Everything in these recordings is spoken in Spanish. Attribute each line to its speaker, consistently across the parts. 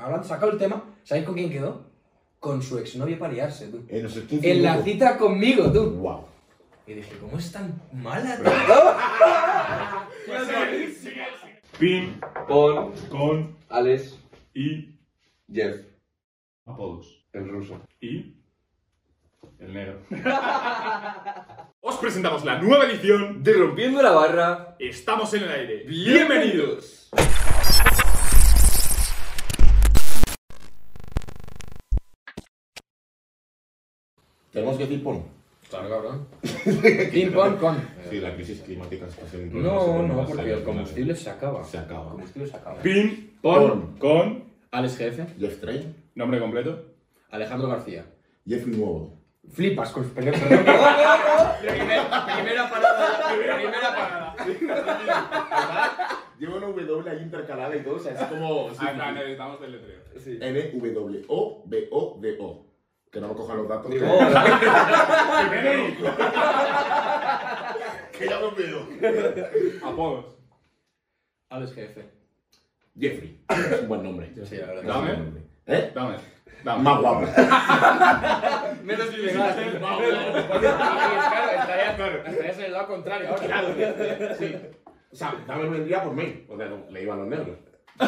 Speaker 1: hablando, sacado el tema, ¿sabéis con quién quedó? Con su exnovia para liarse, tú.
Speaker 2: En los estudios.
Speaker 1: En la cita conmigo, tú.
Speaker 2: Wow.
Speaker 1: Y dije, ¿cómo es tan mala? tío?
Speaker 3: Pin, Paul,
Speaker 2: Con
Speaker 3: Alex,
Speaker 2: y
Speaker 3: Jeff,
Speaker 2: apodos.
Speaker 3: el ruso.
Speaker 2: Y el negro.
Speaker 4: Os presentamos la nueva edición.
Speaker 3: De rompiendo la barra.
Speaker 4: Estamos en el aire.
Speaker 3: Bienvenidos.
Speaker 2: Tenemos que decir pon.
Speaker 1: Claro, cabrón. Ping pong con.
Speaker 2: Sí, la crisis climática está siendo.
Speaker 1: No, no, porque el combustible se acaba.
Speaker 2: se
Speaker 1: El
Speaker 2: acaba.
Speaker 1: combustible se acaba.
Speaker 4: Pin, Paul,
Speaker 2: Paul.
Speaker 4: con
Speaker 1: Alex Jefe,
Speaker 2: Jeff Train.
Speaker 4: nombre completo.
Speaker 1: Alejandro García.
Speaker 2: Jeffrey Nuevo.
Speaker 1: Flipas con sus pelotas. primera, parada. Primera parada.
Speaker 2: Lleva una W ahí intercalada y todo, o sea, es como.
Speaker 4: Ah, claro, necesitamos del letreo.
Speaker 2: N-W-O-B-O-D-O. Que no me cojan los datos. que- Que ya me olvido.
Speaker 4: Apodos.
Speaker 1: Alex Jefe.
Speaker 2: Jeffrey. Es un buen nombre.
Speaker 1: Sí, la verdad.
Speaker 4: Dame.
Speaker 2: Es un buen nombre. ¿Eh?
Speaker 4: Dame. Dame.
Speaker 2: Más guapo.
Speaker 1: Menos ilegal. Claro, estarías estarías en el lado contrario ahora.
Speaker 2: eh, Sí. O sea, dame un día por mí. O sea, no, le iban los negros. Me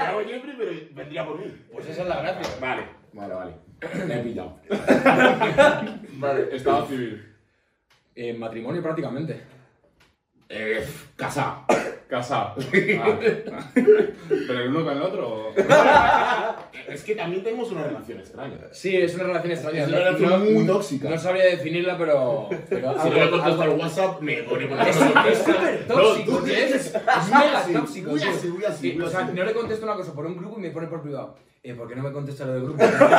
Speaker 2: hago Jeffrey, pero vendría por mí.
Speaker 1: Pues esa es la gracia.
Speaker 2: Vale, vale, vale. Me he pillado.
Speaker 4: Vale. Estado civil.
Speaker 1: Eh, matrimonio prácticamente.
Speaker 2: Eh, casa.
Speaker 4: Casado. Ah, ¿Pero el uno con el otro? o-
Speaker 2: Es que también tenemos una relación extraña.
Speaker 1: Sí, es una relación extraña.
Speaker 2: Es una relación muy tóxica.
Speaker 1: No sabría definirla, pero. pero
Speaker 2: Si no le
Speaker 1: algo-
Speaker 2: contestas al WhatsApp, me pone por la
Speaker 1: Es
Speaker 2: cara.
Speaker 1: es súper tóxico,
Speaker 2: No, tú
Speaker 1: tío, es,
Speaker 2: dices,
Speaker 1: es mega
Speaker 2: así,
Speaker 1: tóxico.
Speaker 2: muy
Speaker 1: tío.
Speaker 2: así, muy así,
Speaker 1: Eh,
Speaker 2: muy
Speaker 1: o sea,
Speaker 2: así.
Speaker 1: no le contesto una cosa por un grupo y me pone por privado. Eh, ¿Por qué no me contesta lo del grupo? es que es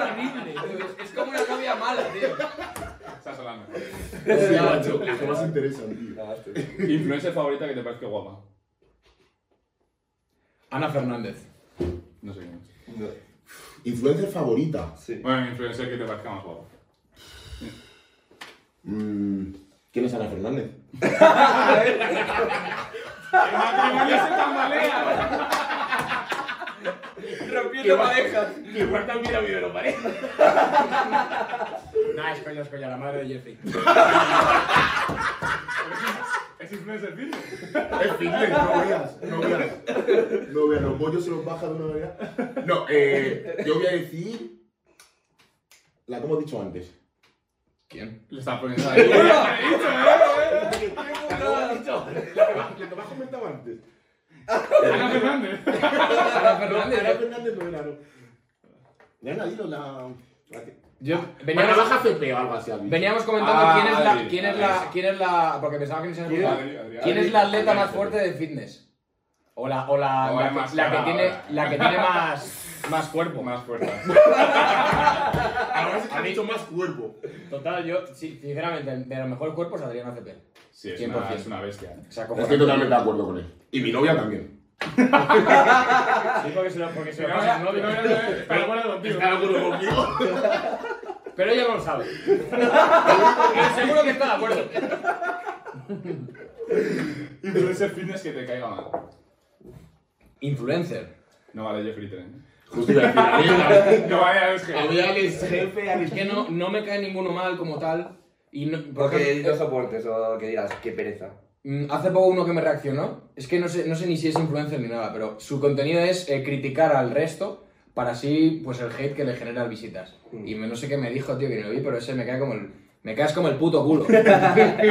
Speaker 1: horrible, tío, es, es como una novia mala, tío.
Speaker 4: Estás hablando.
Speaker 2: Sí, macho, Las que más interesan, tío.
Speaker 4: Influencer favorita que te parezca guapa.
Speaker 1: Ana Fernández.
Speaker 4: No sé quién es.
Speaker 2: Influencer favorita.
Speaker 4: Bueno, influencer que te parezca más guapa.
Speaker 2: Mm, ¿Quién es Ana Fernández?
Speaker 4: ¡El matrimonio se tambalea!
Speaker 1: Rompiendo parejas.
Speaker 2: Igual también ha habido pareja.
Speaker 1: Nah, es coño, es coño, la madre de Jeffrey.
Speaker 4: ¿Es influencer film?
Speaker 2: Es fitness, no veas, no veas. No veas, los bollos se los baja de una manera. No, eh, yo voy a decir. La que hemos dicho antes.
Speaker 1: ¿Quién?
Speaker 4: Le estás poniendo ahí.
Speaker 2: La que hemos dicho antes. La que más comentado antes.
Speaker 4: Ana Fernández.
Speaker 1: Ana
Speaker 2: Fernández, Ana
Speaker 1: Fernández.
Speaker 2: Fernández no era, no. Ya no ha ido la. la que-
Speaker 1: Yo,
Speaker 2: Bueno,
Speaker 1: veníamos,
Speaker 2: baja CP o algo así, ¿habéis?
Speaker 1: veníamos comentando
Speaker 4: Ah,
Speaker 1: quién es la.
Speaker 4: Adri,
Speaker 1: Quién es
Speaker 4: Adri.
Speaker 1: la. Quién es la. Porque pensaba que no se había olvidado.
Speaker 4: Adri, Adri,
Speaker 1: ¿Quién
Speaker 4: Adri.
Speaker 1: es la atleta más fuerte de fitness? O la, o la,
Speaker 4: O
Speaker 1: la,
Speaker 4: la más
Speaker 1: que, la que
Speaker 4: cara,
Speaker 1: tiene,
Speaker 4: ahora.
Speaker 1: la que tiene más, más cuerpo.
Speaker 4: Más fuerte.
Speaker 2: Ahora sí que ha dicho más cuerpo.
Speaker 1: Total, yo, sí, sinceramente, de los mejores cuerpos Adriana CP.
Speaker 4: Sí, es una,
Speaker 1: 100%.
Speaker 4: es una bestia. ¿eh?
Speaker 1: Saco
Speaker 2: Estoy totalmente de acuerdo con él. Y mi novia también.
Speaker 1: Sí, porque se lo, porque se lo
Speaker 4: Pero
Speaker 1: pasa a su novio.
Speaker 4: Está de acuerdo contigo.
Speaker 2: ¿Está de acuerdo conmigo?
Speaker 1: Pero ella no lo sabe. Pero seguro que está de acuerdo.
Speaker 4: Influencer fitness que te caiga mal.
Speaker 1: Influencer.
Speaker 4: No vale Jeffrey ¿eh? Tren.
Speaker 2: Justo iba a decir,
Speaker 4: No vale Alex G.
Speaker 2: había Alex jefe,
Speaker 1: Es
Speaker 2: Alex
Speaker 1: que no, no me cae ninguno mal como tal. Y no, por
Speaker 5: Porque
Speaker 1: ejemplo,
Speaker 5: no soportes o que digas, qué pereza.
Speaker 1: Mm, Hace poco uno que me reaccionó, es que no sé, no sé ni si es influencer ni nada, pero su contenido es eh, criticar al resto para así, pues el hate que le genera visitas. Y me- no sé qué me dijo, tío, que ni lo vi, pero ese me cae como el... Me caes como el puto culo.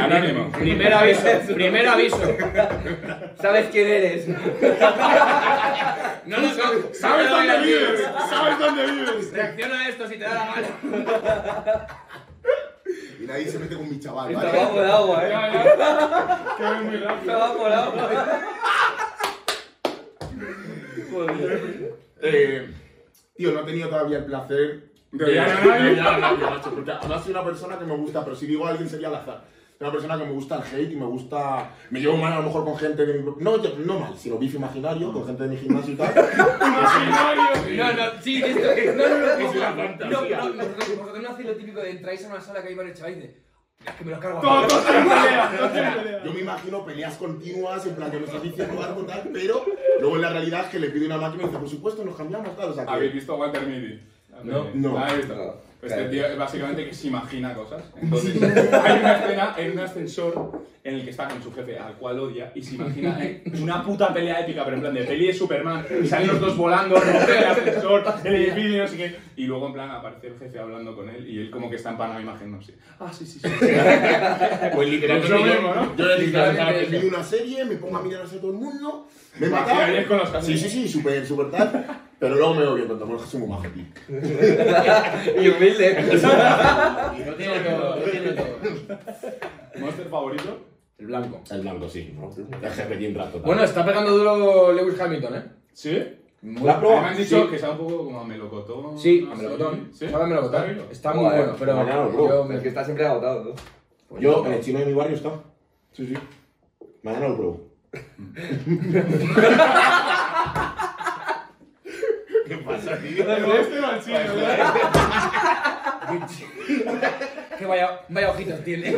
Speaker 4: Anónimo.
Speaker 1: primer aviso, primer aviso.
Speaker 5: ¿Sabes quién eres?
Speaker 1: No, no, no, no
Speaker 4: ¿Sabes
Speaker 1: lo
Speaker 4: dónde
Speaker 1: digas,
Speaker 4: vives?
Speaker 1: tío.
Speaker 4: ¿Sabes dónde vives?
Speaker 1: Reacciona a esto si te da la mano.
Speaker 2: Y nadie se mete con mi chaval,
Speaker 5: Esto
Speaker 2: ¿vale?
Speaker 5: va por agua, eh.
Speaker 4: Ya, ya. Que voy muy
Speaker 5: Esto
Speaker 4: rápido.
Speaker 5: va por agua.
Speaker 2: Eh, tío, no he tenido todavía el placer
Speaker 4: De odiar a nadie.
Speaker 2: odiar a nadie, macho, porque además soy una persona que me gusta, pero si digo a alguien sería al azar. Soy Una persona que me gusta el hate y me gusta. Me llevo mal a lo mejor con gente de mi. pro- No, yo- no mal, sino bife imaginario, con gente de mi gimnasio y tal.
Speaker 4: Imaginario.
Speaker 1: No, no, sí, esto... No, no, no,
Speaker 2: Es una
Speaker 1: no, no, no,
Speaker 2: fantasía.
Speaker 1: no, no, vosotros no hacéis lo típico de entráis a una sala que hay varios chavales y de... Es que me lo cargo.
Speaker 4: Todo,
Speaker 1: a
Speaker 4: todo tiene pelea, todo tiene
Speaker 2: Yo
Speaker 4: pelea.
Speaker 2: me imagino peleas continuas, en plan que me estás diciendo algo tal, pero luego en la realidad es que le pide una máquina y dice, por supuesto, nos cambiamos, tal. O sea, que-
Speaker 4: ¿Habéis visto Walter Mitty?
Speaker 1: No.
Speaker 2: No.
Speaker 4: ¿La habéis visto?
Speaker 5: No.
Speaker 4: Este tío es básicamente que se imagina cosas. Entonces, hay una escena en un ascensor en el que está con su jefe, al cual odia, y se imagina eh, una puta pelea épica, pero en plan de peli de Superman, y salen los dos volando, rompen el ascensor, el edificio, no sé qué. Y luego, en plan, aparece el jefe hablando con él, y él como que está en plan, la imagen, no sé. Ah, sí, sí, sí.
Speaker 2: Pues literalmente.
Speaker 4: Pues
Speaker 2: yo-
Speaker 4: lo mismo, ¿no?
Speaker 2: Yo le dije,
Speaker 1: Literalmente
Speaker 2: "Ahora que
Speaker 1: eso.
Speaker 2: vi una serie, me pongo a mirar a todo el mundo, me
Speaker 4: Vacía
Speaker 2: mataba.
Speaker 4: bien con los
Speaker 2: Sí,
Speaker 4: casos.
Speaker 2: sí, sí, súper, súper tal. Pero luego me veo bien cuando Jorge es muy majo, tío.
Speaker 5: Y humilde.
Speaker 1: Lo tiene todo, lo tiene todo.
Speaker 4: ¿Monster favorito?
Speaker 1: El blanco.
Speaker 2: El blanco, sí. ¿no? El jefe tiene rato. tal.
Speaker 1: Bueno, está pegando duro Lewis Hamilton, ¿eh?
Speaker 4: ¿Sí?
Speaker 1: Muy-
Speaker 2: La pro-
Speaker 4: Me han dicho
Speaker 2: Sí.
Speaker 4: que está un poco como a melocotón.
Speaker 1: Sí,
Speaker 4: no
Speaker 1: a
Speaker 4: sé.
Speaker 1: melocotón.
Speaker 4: ¿Sí?
Speaker 1: Sabe a melocotón.
Speaker 4: ¿Está rico?
Speaker 1: Está muy
Speaker 5: Joder,
Speaker 1: bueno, pero
Speaker 2: mañana lo pruebo.
Speaker 1: yo me-
Speaker 5: Es que está siempre agotado, ¿no?
Speaker 1: pues
Speaker 2: Yo,
Speaker 1: no.
Speaker 2: en el chino de mi barrio está. Sí, sí. Mañana lo pruebo. ¿Qué pasa, tío?
Speaker 4: Este va al chino, ¿verdad?
Speaker 1: Que vaya, vaya ojitos tiene.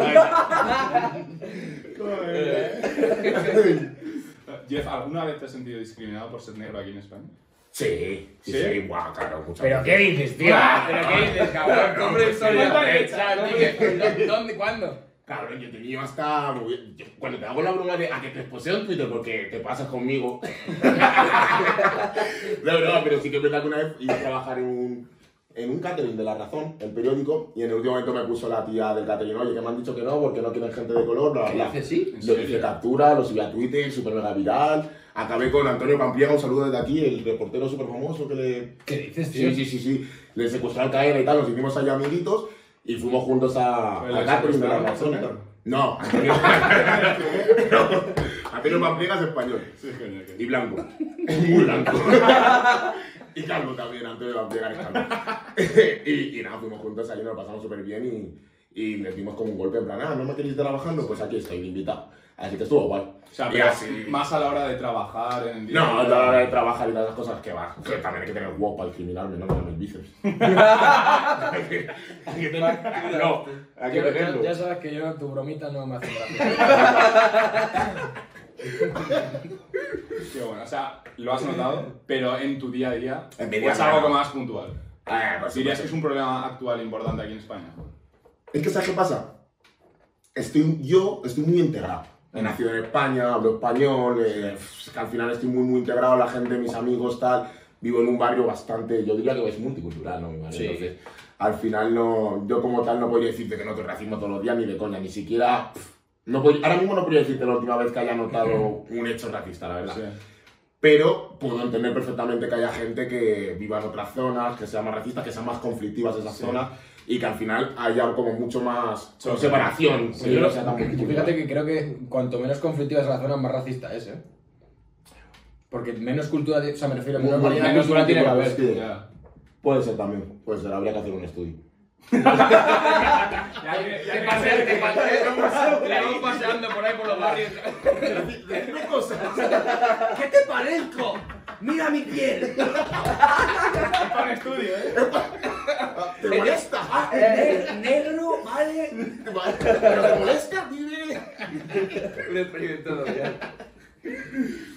Speaker 4: Jeff, ¿alguna vez te has sentido discriminado por ser negro aquí en España?
Speaker 2: Sí, sí,
Speaker 4: ¿Sí?
Speaker 2: sí, guau, claro, muchas
Speaker 1: ¿Pero qué dices, tío? ¿Pero qué dices, cabrón? Compre
Speaker 4: Cuéntale,
Speaker 1: ¿Dónde? ¿Cuándo?
Speaker 2: Cabrón, yo te llevo hasta. yo- Cuando te hago la broma de a que te esposeo en Twitter porque te pasas conmigo. no, no, pero sí que es verdad que una vez iba a trabajar en un, en un catering de La Razón, el periódico, y en el último momento me puso la tía del catering, oye, que me han dicho que no porque no quieren gente de color, bla, bla, bla.
Speaker 5: sí?
Speaker 2: Lo hice captura, lo subí a Twitter, super mega viral. Acabé con Antonio Pampliega, un saludo desde aquí, el reportero súper famoso que le
Speaker 1: ¿Qué dices,
Speaker 2: Sí, sí, sí, sí. Le secuestraron cadena y tal, nos hicimos allá amiguitos y fuimos juntos a,
Speaker 4: Pero
Speaker 2: a
Speaker 4: Pues le
Speaker 2: Catherine de la
Speaker 4: secuestraron
Speaker 2: razón y tal.
Speaker 4: también.
Speaker 2: No, Antonio. Antonio Pampliega es español.
Speaker 4: Sí, genial, genial.
Speaker 2: Y blanco. Muy blanco. y calvo también, Antonio Pampliega es calvo. y, y nada, fuimos juntos allí, nos lo pasamos súper bien y, y les dimos como un golpe en plan, ah, ¿no me queréis trabajando? Pues aquí estoy, invitado. Así que estuvo guay.
Speaker 4: O sea,
Speaker 2: Y
Speaker 4: pero
Speaker 2: así-
Speaker 4: más a la hora de trabajar en el día.
Speaker 2: No, a la hora de trabajar y todas esas cosas que va. Que también hay que tener huevo para discriminarme, no me mis bíceps. hay que hay que tener. No, hay que
Speaker 1: Ya, ya-
Speaker 2: tenerlo.
Speaker 1: ya sabes que yo tu bromita no me hace gracia.
Speaker 4: Qué bueno, o sea, lo has notado, pero en tu día a día
Speaker 2: En mi día
Speaker 4: es
Speaker 2: a día.
Speaker 4: algo como más puntual.
Speaker 2: Ah, pues sí,
Speaker 4: Dirías que
Speaker 2: pues
Speaker 4: es un problema actual importante aquí en España.
Speaker 2: Es que, ¿sabes qué pasa? Estoy, yo estoy muy integrado. He nacido en España, hablo español, eh, es que al final estoy muy, muy integrado, la gente, mis amigos, tal. Vivo en un barrio bastante, yo diría que es multicultural, ¿no? Mi barrio,
Speaker 1: Sí.
Speaker 2: Entonces, al final, no, yo como tal no podría decirte que no te racismo todos los días, ni de coña, ni siquiera... pff, No podría- ahora mismo no podría decirte la última vez que haya notado un hecho racista, la verdad.
Speaker 4: Sí.
Speaker 2: Pero puedo entender perfectamente que haya gente que viva en otras zonas, que sean más racistas, que sean más conflictivas esas
Speaker 4: Sí.
Speaker 2: zonas y que al final haya como mucho más
Speaker 4: Sí.
Speaker 2: separación.
Speaker 1: Sí,
Speaker 2: que no sea tan
Speaker 1: yo
Speaker 2: multicultural.
Speaker 1: fíjate que creo que cuanto menos conflictiva es la zona, más racista es, ¿eh? Porque menos cultura, de- o sea, me refiero, menos
Speaker 2: Menos
Speaker 1: variedad cultural tiene que haber.
Speaker 2: Sí.
Speaker 4: Ya.
Speaker 2: Puede ser también, puede ser, habría que hacer un estudio.
Speaker 1: La vamos paseando por ahí por los barrios.
Speaker 5: ¿Qué te parezco? ¡Mira mi piel!
Speaker 4: estudio, ¿eh?
Speaker 2: ¿Te molesta?
Speaker 5: negro, vale.
Speaker 2: ¿Pero te molesta? Dime.
Speaker 5: Lo experimento todo ya.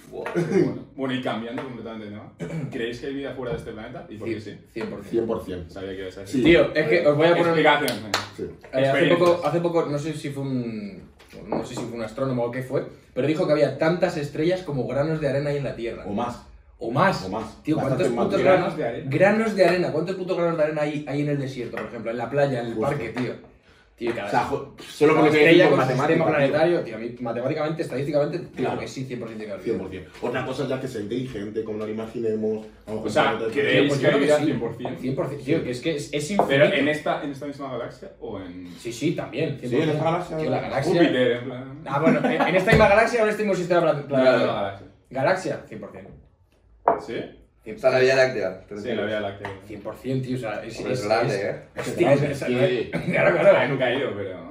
Speaker 4: Bueno, bueno, y cambiando completamente, ¿no? ¿Creéis que hay vida fuera de este planeta? ¿Y por qué sí?
Speaker 1: 100%.
Speaker 2: 100%.
Speaker 4: Sabía que ibas a
Speaker 2: Sí.
Speaker 4: decir.
Speaker 1: Tío, es que os voy a poner...
Speaker 4: Explicación.
Speaker 2: Sí.
Speaker 1: Eh, hace,
Speaker 4: Experiencias.
Speaker 1: poco, hace poco, no sé si fue un. No sé si fue un astrónomo o qué fue, pero dijo que había tantas estrellas como granos de arena hay en la Tierra.
Speaker 2: O más.
Speaker 1: O más.
Speaker 2: O más.
Speaker 1: Tío, ¿cuántos
Speaker 2: Bastante más.
Speaker 1: putos
Speaker 4: Granos
Speaker 1: granos
Speaker 4: de arena.
Speaker 1: Granos de arena. ¿Cuántos putos granos de arena hay, hay en el desierto, por ejemplo? En la playa, en el
Speaker 2: Justo.
Speaker 1: parque, tío. Tío, cada
Speaker 2: O sea, jo- solo
Speaker 1: cada
Speaker 2: porque te
Speaker 1: estrella
Speaker 2: digo
Speaker 1: con
Speaker 2: matemática.
Speaker 1: sistema
Speaker 2: tío.
Speaker 1: planetario, tío. a mí matemáticamente, estadísticamente, claro
Speaker 2: Claro.
Speaker 1: que sí, 100% tiene que haber.
Speaker 2: 100%. Otra cosa es ya que sea inteligente, como no lo imaginemos. vamos
Speaker 4: O sea,
Speaker 2: pensando-
Speaker 4: que-
Speaker 1: Tío,
Speaker 4: ¿Creéis
Speaker 1: pues
Speaker 4: que
Speaker 1: yo creo
Speaker 4: hay
Speaker 1: que
Speaker 4: vida
Speaker 1: sí.
Speaker 4: 100%?
Speaker 1: 100%. Tío, que es que es, es infinito.
Speaker 4: ¿Pero en esta, en esta misma galaxia o en
Speaker 1: Sí, sí, también. 100%.
Speaker 2: Sí, en esta galaxia.
Speaker 1: Tío, la galaxia.
Speaker 4: Júpiter? En plan...
Speaker 1: Ah, bueno, en en esta misma galaxia o en este mismo sistema plan-
Speaker 4: La Vía
Speaker 1: planetario.
Speaker 4: Láctea.
Speaker 1: Galaxia, 100%.
Speaker 4: ¿Sí?
Speaker 5: O sea, la Vía Láctea.
Speaker 4: Sí, la Vía Láctea.
Speaker 1: 100%, tío, o sea, es,
Speaker 5: Hombre, es grande, ¿eh?
Speaker 1: Hostia, es, es-
Speaker 2: Sí.
Speaker 1: claro,
Speaker 4: Ahí
Speaker 1: claro. ¿eh?
Speaker 4: nunca he ido, pero.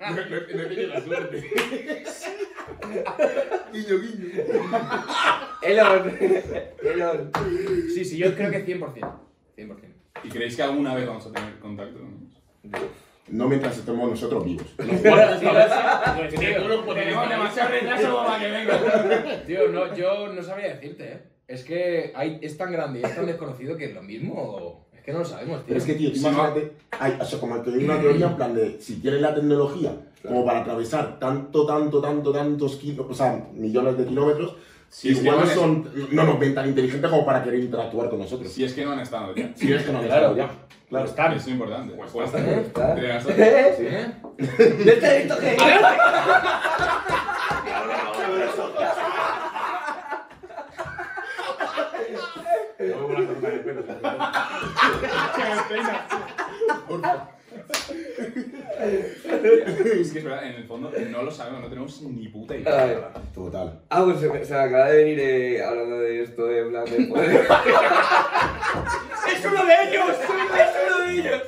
Speaker 2: No he tenido la suerte. guiño, guiño.
Speaker 5: Elon. Elon.
Speaker 1: Sí, sí, yo creo que 100%. 100%.
Speaker 4: ¿Y creéis que alguna vez vamos a tener contacto?
Speaker 2: No mientras estemos nosotros vivos.
Speaker 6: Pues tío, no lo podemos
Speaker 4: Tenemos demasiado retraso como para Ah, que venga.
Speaker 1: Tío, no, yo no sabría decirte, ¿eh? Es que hay, es tan grande y es tan desconocido que es lo mismo. Es que no lo sabemos, tío. ¿Eh?
Speaker 2: Pero es que, tío, tú imagínate, hay, o sea, como que hay una teoría en plan de si tienes la tecnología como para atravesar tanto, tanto, tanto, tantos kilos, o sea, millones de kilómetros,
Speaker 4: Si es que
Speaker 2: igual
Speaker 4: no
Speaker 2: no,
Speaker 4: es-
Speaker 2: son, no nos ven tan inteligentes como para querer interactuar con nosotros.
Speaker 4: Si es que no han estado ya.
Speaker 2: Si es que no
Speaker 6: Claro.
Speaker 2: claro, ya. Claro, está.
Speaker 4: Eso es importante. Pues puede estar. Te das-
Speaker 1: ¿Eh?
Speaker 6: he visto que.
Speaker 4: Ah, Es que es verdad, en el fondo no lo sabemos, no tenemos ni puta idea.
Speaker 2: Total.
Speaker 3: Ah, pues se me, se me acaba de venir eh, hablando de esto de en plan de poder.
Speaker 5: ¡Es uno de ellos! ¡Es uno de ellos!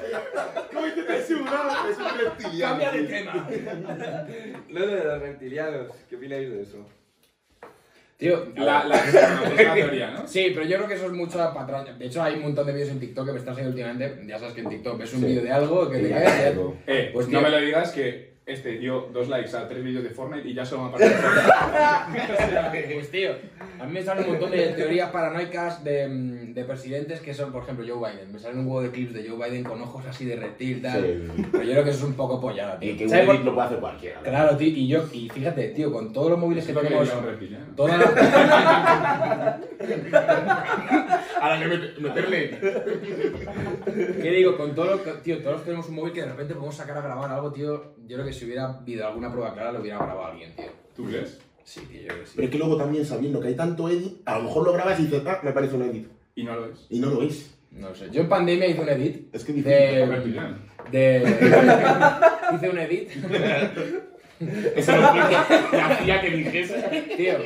Speaker 2: Es un reptiliano.
Speaker 5: Cambia de tema.
Speaker 3: Lo de los reptilianos, ¿qué opináis de eso?
Speaker 1: Tío,
Speaker 4: La, la, es una teoría, ¿no?
Speaker 1: Sí, pero yo creo que eso es mucha patraña. De hecho, hay un montón de vídeos en TikTok que me están saliendo últimamente. Ya sabes que en TikTok ves un
Speaker 2: Sí.
Speaker 1: vídeo de algo que te
Speaker 2: Sí,
Speaker 1: cae.
Speaker 2: ya.
Speaker 1: ya-
Speaker 4: Eh,
Speaker 1: Pues, tío.
Speaker 4: no me lo digas que este dio dos likes a tres vídeos de Fortnite y ya solo me ha parecido.
Speaker 1: Pues tío, a mí me salen un montón de teorías paranoicas de, mm, de presidentes que son, por ejemplo, Joe Biden. Me salen un huevo de clips de Joe Biden con ojos así de reptil, tal.
Speaker 2: Sí.
Speaker 1: Pero yo creo que eso es un poco pollada, tío.
Speaker 2: Y que un
Speaker 1: ¿Sabes por-
Speaker 2: edit lo puede hacer cualquiera.
Speaker 1: Claro, tío, y yo, y fíjate, tío, con todos los móviles que
Speaker 4: Siento que le ¿eh?
Speaker 1: tenemos,
Speaker 4: diría un reptiliano.
Speaker 1: toda la-
Speaker 2: Ahora le mete- meterle.
Speaker 1: ¿Qué digo? Con todo lo que, tío, todos tenemos un móvil que de repente podemos sacar a grabar algo, tío. Yo creo que si hubiera habido alguna prueba clara, lo hubiera grabado alguien, tío.
Speaker 4: ¿Tú crees?
Speaker 1: Sí, tío, yo creo que sí.
Speaker 2: Pero es que luego también sabiendo que hay tanto edit, a lo mejor lo grabas y dices, ah, me parece un edit.
Speaker 4: Y no lo es.
Speaker 2: Y no lo es.
Speaker 1: No lo sé. Yo en pandemia hice un edit.
Speaker 2: Es que
Speaker 1: De-
Speaker 4: Un reptiliano.
Speaker 1: De. hice un edit.
Speaker 6: Eso lo dijo la tía que dijese.
Speaker 1: Tío,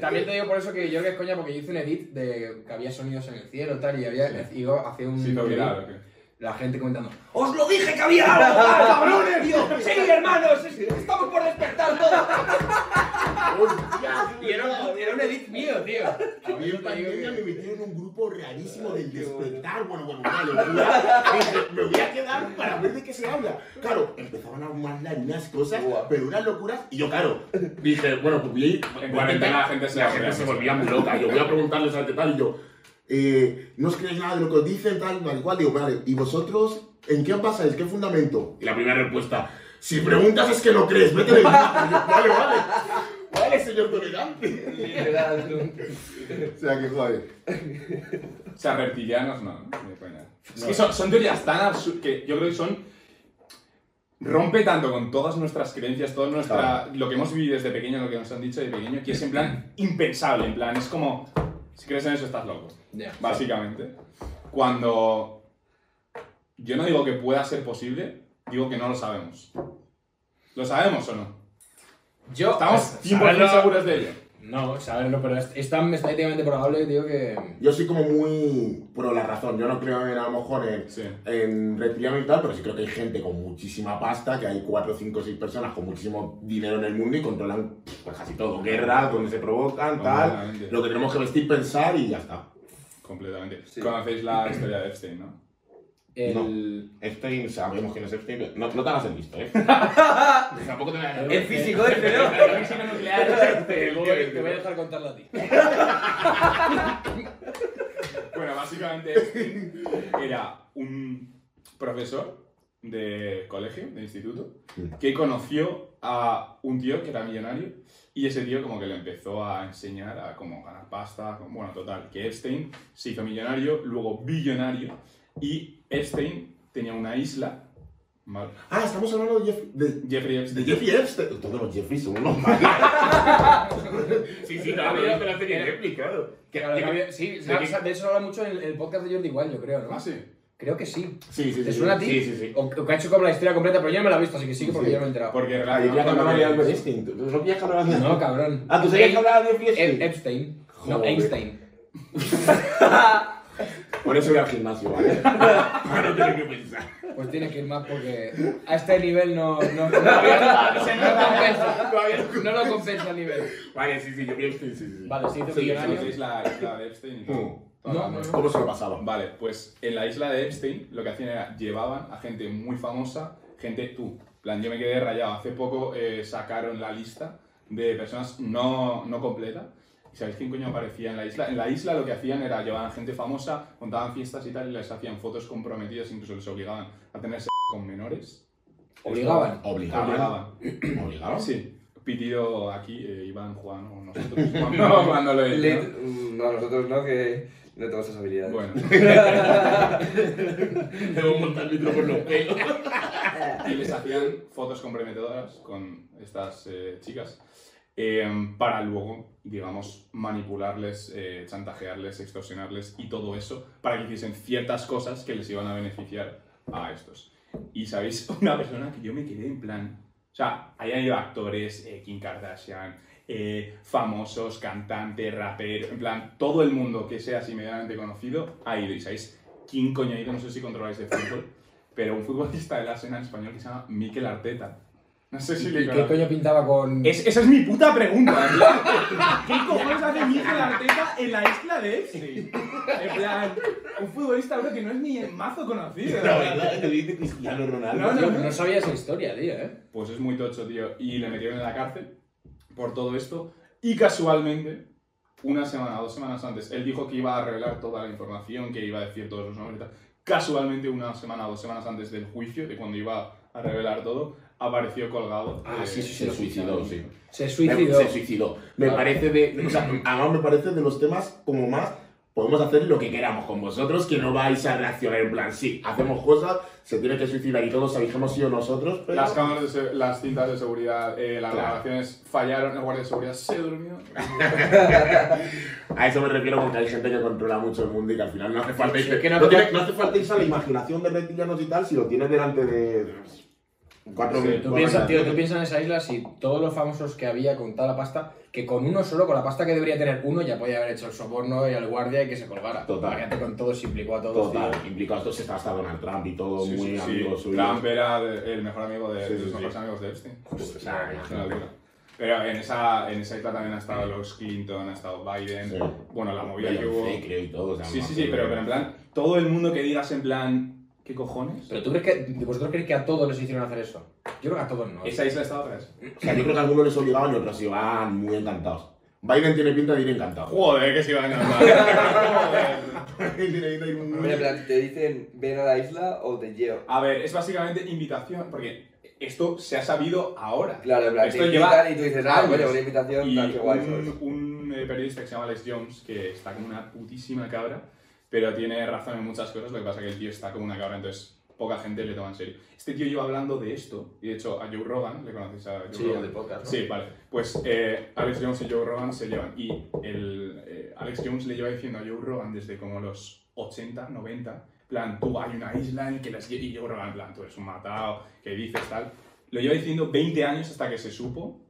Speaker 1: también te digo por eso que yo creo que es coña, porque yo hice un edit de que había sonidos en el cielo tal, y había. Y yo hacía un.
Speaker 4: Sí, te olvidaba, ¿o qué?
Speaker 1: La gente comentando.
Speaker 5: ¡Os lo dije que había algo! más, ¡Cabrones! Tío. ¡Sí, hermanos! es- ¡Estamos por despertar todos!
Speaker 1: Y era, un- era un edit mío, tío.
Speaker 2: A mí en pandemia me metí en un grupo rarísimo del despertar, bueno, bueno, una locura. Dije, me voy a quedar para ver de qué se habla. Claro, empezaban a hablar unas cosas, pero unas locuras, y yo, claro, dije, bueno, pues voy a ir-
Speaker 4: En cuarentena la gente se
Speaker 2: la gente se volvía muy loca, yo voy a preguntarles a qué tal, y yo, eh, no os creéis nada de lo que os dicen, tal, tal cual, digo, vale, ¿y vosotros en qué os basáis? ¿Qué fundamento? Y la primera respuesta, si preguntas es que no crees, vete de mi lado". Y yo, Vale, vale, vale, señor tolerante.
Speaker 6: Literal.
Speaker 2: O sea, que joder.
Speaker 4: O sea, reptilianos no, no me pone nada. Es que son, son teorías tan absurdas que yo creo que son. Rompe tanto con todas nuestras creencias, todo nuestra,
Speaker 2: Claro.
Speaker 4: lo que hemos vivido desde pequeño, lo que nos han dicho de pequeño, que es en plan impensable. En plan, es como. Si crees en eso, estás loco.
Speaker 1: Ya.
Speaker 4: Básicamente. Cuando. Yo no digo que pueda ser posible, digo que no lo sabemos. ¿Lo sabemos o no?
Speaker 1: Yo. eh,
Speaker 4: Estamos 100%
Speaker 1: Saberlo-
Speaker 4: seguros de ello.
Speaker 1: No, saberlo, pero es, es tan estadísticamente probable, tío, que.
Speaker 2: Yo soy como muy pro la razón. Yo no creo en a lo mejor en,
Speaker 4: Sí.
Speaker 2: en reptiliano y tal, pero sí creo que hay gente con muchísima pasta, que hay 4, 5, 6 personas con muchísimo dinero en el mundo y controlan pues, casi todo. Guerras, donde se provocan, tal.
Speaker 4: Completamente.
Speaker 2: Lo que tenemos que vestir, pensar y ya está.
Speaker 4: Completamente.
Speaker 3: Sí.
Speaker 4: Conocéis la historia de Epstein, ¿no?
Speaker 1: El.
Speaker 2: Epstein, sabemos que no es Epstein. No, no te hagas el visto, ¿eh? Tampoco te hagas
Speaker 6: El físico del cerebro. El físico
Speaker 1: Te voy, te voy a dejar contarlo a ti.
Speaker 4: Bueno, básicamente Epstein era un profesor de colegio, de instituto, que conoció a un tío que era millonario y ese tío como que le empezó a enseñar a cómo ganar pasta, como- bueno, total, que Epstein se hizo millonario, luego billonario y Epstein tenía una isla, ¿vale?
Speaker 2: Ah, estamos hablando de Jeff- de-
Speaker 4: Jeffrey
Speaker 2: de
Speaker 4: Epstein.
Speaker 2: Jeffrey Epstein. Todos los Jeffrey son unos malos.
Speaker 6: Sí, sí, la vida de la serie Netflix, claro. Que-
Speaker 1: Claro,
Speaker 6: que-
Speaker 1: cambio- sí, se- se- de eso lo habla mucho en el, el podcast de Jordi Wild, yo creo, ¿no?
Speaker 4: Ah, sí.
Speaker 1: Creo que sí.
Speaker 2: Sí, sí,
Speaker 1: ¿Te
Speaker 2: sí.
Speaker 1: suena a ti?
Speaker 2: Sí, sí, sí.
Speaker 1: O, o que ha hecho como la historia completa, pero yo no me la he visto, así que sí, porque
Speaker 2: Sí.
Speaker 1: yo no me he enterado.
Speaker 4: Porque
Speaker 2: Ah, yo creía que
Speaker 4: relacionado
Speaker 2: hablaba de
Speaker 4: con lo
Speaker 2: Albert
Speaker 4: que-
Speaker 2: Einstein. ¿Tú no creías que hablaba de
Speaker 1: No, cabrón.
Speaker 2: Ah, ¿tú sabías que hablaba de Jeffrey
Speaker 1: E-
Speaker 2: Epstein?
Speaker 1: Epstein. No,
Speaker 2: Joder.
Speaker 1: Einstein.
Speaker 2: Por eso voy al gimnasio, ¿vale? Para no tener que pensar.
Speaker 1: Pues tienes que ir más porque a este nivel no, no, no, no,
Speaker 4: Ah,
Speaker 1: compensa. No lo compensa el nivel.
Speaker 2: Vale, sí, sí, yo pienso. Sí, sí, sí.
Speaker 1: Vale, se hizo
Speaker 2: Sí,
Speaker 1: millonario.
Speaker 4: ¿Conocéis la isla de Epstein? y todo?
Speaker 2: Mm.
Speaker 4: Toda
Speaker 1: No,
Speaker 4: la
Speaker 1: no,
Speaker 4: mierda.
Speaker 2: ¿Cómo se lo pasaba?
Speaker 4: Vale, pues en la isla de Epstein lo que hacían era llevaban a gente muy famosa gente, tú, en plan, yo me quedé rayado. Hace poco eh, sacaron la lista de personas no, no completa. ¿Y sabéis quién coño aparecía en la isla? En la isla lo que hacían era llevaban gente famosa, montaban fiestas y tal, y les hacían fotos comprometidas, incluso les obligaban a tener sexo con menores.
Speaker 1: Obligaban.
Speaker 2: Obligaban.
Speaker 4: Obligaban.
Speaker 2: Obligaban.
Speaker 4: Sí. Pitido aquí, eh, Iván, Juan o nosotros. Cuando, cuando lo
Speaker 3: Le-
Speaker 4: decían.
Speaker 3: mm, No, nosotros no, que no tenemos esas habilidades.
Speaker 4: Bueno.
Speaker 6: Debo montar el micro por los pelos.
Speaker 4: y les hacían fotos comprometedoras con estas eh, chicas eh, para luego, digamos, manipularles, eh, chantajearles, extorsionarles y todo eso para que hiciesen ciertas cosas que les iban a beneficiar a estos. Y sabéis, una persona que yo me quedé en plan, o sea, ahí han ido actores, eh, Kim Kardashian, eh, famosos, cantantes, raperos, en plan, todo el mundo que sea así medianamente conocido ha ido. Y sabéis, ¿quién coño ha ido? No sé si controláis de fútbol, pero un futbolista del Arsenal español que se llama Mikel Arteta. No sé si
Speaker 1: ¿Y
Speaker 4: le
Speaker 1: qué
Speaker 4: conocéis.
Speaker 1: coño pintaba con.?
Speaker 4: Es- esa es mi puta pregunta. en plan, ¿Qué cojones hace Miguel Arteta en la isla de Epsi? En plan, un futbolista bro, que no es ni el mazo conocido.
Speaker 6: La verdad, le dice Cristiano Ronaldo.
Speaker 4: No,
Speaker 1: Yo no sabía esa historia, tío, ¿eh?
Speaker 4: Pues es muy tocho, tío. Y le metieron en la cárcel por todo esto. Y casualmente, una semana, dos semanas antes, él dijo que iba a revelar toda la información, que iba a decir todos los nombres y tal. Casualmente, una semana o dos semanas antes del juicio, de cuando iba a revelar todo, apareció colgado.
Speaker 6: Ah,
Speaker 4: eh,
Speaker 6: sí, sí, se suicidó, sí.
Speaker 1: Se
Speaker 2: Me-
Speaker 1: suicidó.
Speaker 2: Se suicidó. Me parece de. O sea,
Speaker 4: Mm.
Speaker 2: además me parece de los temas como más. Podemos hacer lo que queramos con vosotros, que no vais a reaccionar en plan, sí, hacemos cosas, se tiene que suicidar y todos sabéis que hemos sido nosotros, pero...
Speaker 4: Las cámaras, de se- las cintas de seguridad, eh, las
Speaker 2: Claro.
Speaker 4: grabaciones fallaron, el guardia de seguridad se durmió.
Speaker 2: A eso me refiero porque hay gente que controla mucho el mundo y que al final no hace falta
Speaker 1: Sí,
Speaker 2: irse,
Speaker 1: es que no-
Speaker 2: no tiene- no hace falta irse a la imaginación de reptilianos y tal si lo tienes delante de... de Cuatro
Speaker 4: Sí,
Speaker 2: mil-
Speaker 1: Tú
Speaker 2: cuatro
Speaker 1: piensas,
Speaker 2: mil-
Speaker 1: tío, tú piensas en esa isla si todos los famosos que había con toda la pasta, que con uno solo, con la pasta que debería tener uno, ya podía haber hecho el soborno y al guardia y que se colgara.
Speaker 2: Total.
Speaker 1: Imagínate con todos, implicó a todos.
Speaker 2: Total,
Speaker 1: tío.
Speaker 2: implicados todos, está hasta Donald Trump y todo,
Speaker 4: Sí,
Speaker 2: muy
Speaker 4: sí, sí.
Speaker 2: amigos suyos.
Speaker 4: Trump era de- el mejor amigo de,
Speaker 2: Sí,
Speaker 4: de
Speaker 2: sí,
Speaker 4: los
Speaker 2: sí.
Speaker 4: mejores amigos de Epstein.
Speaker 2: O sea,
Speaker 4: Es una locura. Pero en esa, en esa isla también han estado los Clinton, ha estado Biden.
Speaker 2: Sí.
Speaker 4: Bueno, eh, la movida que hubo.
Speaker 2: Beyoncé, creo, y todo. o sea,
Speaker 4: Sí,
Speaker 2: más
Speaker 4: sí, sí,
Speaker 2: que-
Speaker 4: pero, pero en plan, todo el mundo que digas en plan, ¿qué cojones?
Speaker 1: Pero tú crees que. ¿Vosotros creéis que a todos les hicieron hacer eso? Yo creo que a todos no.
Speaker 4: Esa isla estaba para eso.
Speaker 2: O sea, yo creo que algunos les obligaban y otros iban muy encantados. Biden tiene pinta de ir encantado.
Speaker 4: Joder, que se iba a encantar.
Speaker 2: Biden
Speaker 4: Joder.
Speaker 2: tiene pinta de ir muy-
Speaker 3: Hombre, en plan, te dicen ven a la isla o te llevo.
Speaker 4: A ver, es básicamente invitación, porque esto se ha sabido ahora.
Speaker 3: Claro, en plan,
Speaker 4: Esto
Speaker 3: te
Speaker 4: lleva
Speaker 3: invitan y tú dices, ah,
Speaker 4: años.
Speaker 3: bueno, una invitación,
Speaker 4: Y
Speaker 3: tal, qué guay, ¿sabes?
Speaker 4: un, un, eh, periodista que se llama Alex Jones, que está como una putísima cabra, pero tiene razón en muchas cosas, lo que pasa es que el tío está como una cabra, entonces poca gente le toma en serio. Este tío lleva hablando de esto, y de hecho a Joe Rogan, ¿le conocéis a Joe
Speaker 1: Sí,
Speaker 4: Rogan?
Speaker 1: el del podcast, ¿no?
Speaker 4: Sí, vale. Pues eh, Alex Jones y Joe Rogan se llevan, y el, eh, Alex Jones le lleva diciendo a Joe Rogan desde como los 80, 90, plan, tú hay una isla en que las... Y Joe Rogan, en plan, tú eres un matado, que dices tal... Lo lleva diciendo 20 años hasta que se supo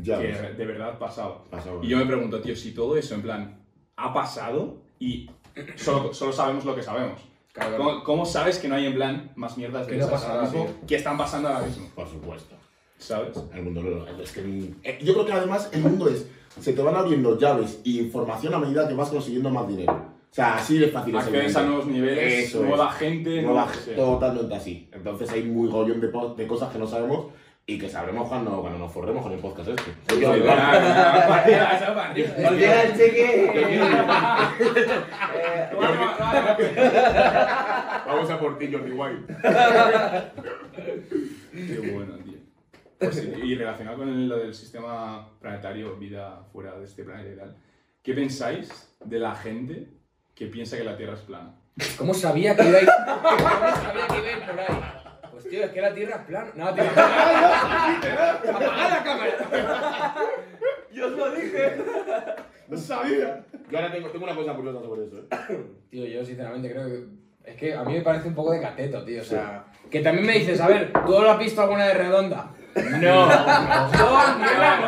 Speaker 2: Ya
Speaker 4: que
Speaker 2: ves,
Speaker 4: de verdad pasaba.
Speaker 2: pasó.
Speaker 4: Y yo me pregunto, tío, si todo eso, en plan, ha pasado y solo, solo sabemos lo que sabemos.
Speaker 1: Claro, claro.
Speaker 4: ¿Cómo, cómo sabes que no hay, en plan, más mierdas de
Speaker 1: Que no
Speaker 4: esas
Speaker 1: pasa
Speaker 4: ahora
Speaker 1: nada,
Speaker 4: mismo que están pasando ahora mismo?
Speaker 2: Por supuesto.
Speaker 4: ¿Sabes?
Speaker 2: El mundo lo- es que- eh, yo creo que además el mundo es. Se te van abriendo llaves y información a medida que vas consiguiendo más dinero. O sea, así de fácil es el
Speaker 4: Accedes a
Speaker 2: mundo.
Speaker 4: nuevos niveles,
Speaker 2: Eso es.
Speaker 4: nueva gente,
Speaker 2: Nueva-
Speaker 4: nueva- sí.
Speaker 2: Totalmente así. Entonces hay muy gollón de, po- de cosas que no sabemos y que sabremos cuando, cuando nos forremos con el podcast este.
Speaker 4: Oye,
Speaker 2: Yo-
Speaker 4: venga, venga, para arriba, eso para arriba.
Speaker 3: Nos llega el cheque! Eh,
Speaker 4: Vamos, vamos.
Speaker 2: Vamos a por ti, Jordi White.
Speaker 4: Qué bueno, tío. Pues sí, y relacionado con lo del sistema planetario, vida fuera de este planeta y tal, ¿qué pensáis de la gente que piensa que la Tierra es plana?
Speaker 1: ¿Cómo sabía que iba a ir? ¿Cómo sabía que iba a ir por ahí? Pues tío, es que la tierra es plana. No, tío. Apaga la cámara.
Speaker 3: ¡Yo os lo dije!
Speaker 2: No sabía. Yo ahora tengo, tengo una cosa curiosa sobre eso. ¿eh?
Speaker 1: Tío, yo sinceramente creo que. Es que a mí me parece un poco de cateto, tío. O sea. Que también me dices, a ver, ¿tú lo has visto alguna de redonda?
Speaker 6: No, no.
Speaker 1: No,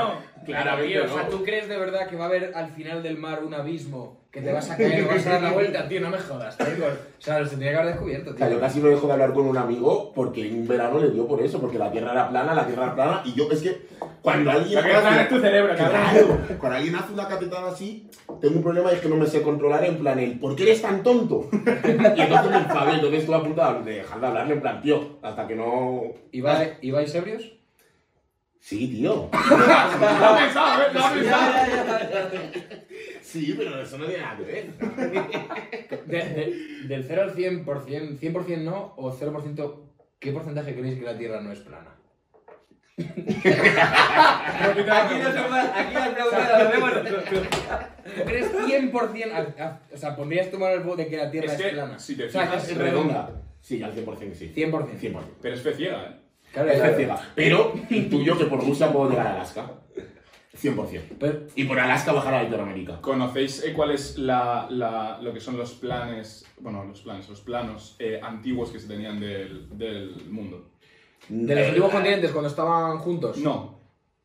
Speaker 6: Claro,
Speaker 1: Claro,
Speaker 6: claramente
Speaker 1: tío, o
Speaker 6: no.
Speaker 1: sea, ¿tú crees de verdad que va a haber al final del mar un abismo que te vas a caer y vas a dar la vuelta? Tío, no me jodas, tío. O sea, los tendría que haber descubierto,
Speaker 2: O sea, yo
Speaker 1: tío.
Speaker 2: casi no dejo de hablar con un amigo porque en un verano le dio por eso, porque la tierra era plana, la tierra era plana, y yo es que cuando alguien.
Speaker 4: Lo que está en tu cerebro, cabrón.
Speaker 2: Claro, cuando alguien hace una catetada así, tengo un problema y es que no me sé controlar en plan el ¿por qué eres tan tonto? y entonces me enfadé, entonces estuve a punto de dejar de hablarle en plan, tío, hasta que no...
Speaker 1: ¿Ibai- ¿Ibais ebrios?
Speaker 2: Sí, tío.
Speaker 4: No pensaba, ¿eh? No
Speaker 5: Ya,
Speaker 4: pensaba.
Speaker 5: ya, ya, ya, ya.
Speaker 2: Sí, pero eso no tiene nada que ver.
Speaker 1: De- de- del 0 al 100%, 100% no, o 0%, ¿qué porcentaje creéis que la Tierra no es plana?
Speaker 4: Repite la
Speaker 5: Aquí no
Speaker 4: pregunta.
Speaker 5: se va- aquí las preguntas las hacemos nosotros.
Speaker 1: ¿Tú crees 100%? a- a- o sea, pondrías tu mano al voto de que la Tierra
Speaker 4: Es
Speaker 1: es,
Speaker 4: que,
Speaker 1: plana.
Speaker 4: si te
Speaker 1: O sea, que
Speaker 4: fijas,
Speaker 1: es redonda.
Speaker 2: Redonda. Sí, al 100% que sí.
Speaker 1: 100%.
Speaker 2: 100%.
Speaker 4: Pero es fe ciega, ¿eh?
Speaker 1: Claro,
Speaker 2: Es
Speaker 1: claro.
Speaker 2: ciega. Pero intuyo que por Rusia puedo llegar a Alaska. 100%.
Speaker 1: Pero-
Speaker 2: Y por Alaska bajar a Latinoamérica.
Speaker 4: ¿Conocéis eh, cuál es la, la- lo que son los planes, bueno, los planes, los planos eh, antiguos que se tenían del, del mundo?
Speaker 1: de
Speaker 4: eh,
Speaker 1: los antiguos continentes, cuando estaban juntos.
Speaker 4: No,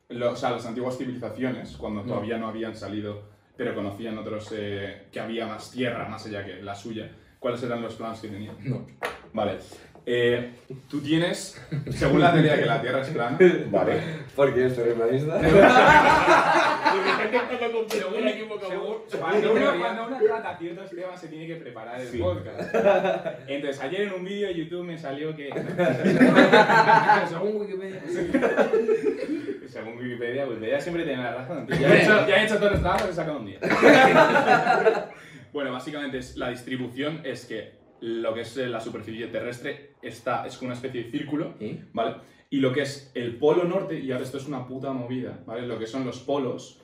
Speaker 4: Lo- o sea, las antiguas civilizaciones, cuando todavía no habían salido, pero conocían otros, eh, que había más tierra más allá que la suya. ¿Cuáles eran los planos que tenían?
Speaker 1: No.
Speaker 4: Vale. Eh, tú tienes, según la teoría de que la Tierra es plana,
Speaker 2: Vale.
Speaker 3: Porque yo soy realista.
Speaker 4: Según según- Cuando una, cuando una trata ciertos temas se tiene que preparar el
Speaker 2: Sí.
Speaker 4: podcast. Entonces, ayer en un vídeo de YouTube me salió que. según Wikipedia. según Wikipedia, Wikipedia siempre tiene la razón. tío. Ya he hecho, ya he hecho todos los trabajos que he sacado un día. bueno, básicamente es, la distribución es que lo que es eh, la superficie terrestre está, es como una especie de círculo
Speaker 1: ¿Sí?
Speaker 4: ¿vale? Y lo que es el polo norte, y ahora esto es una puta movida, ¿vale? Lo que son los polos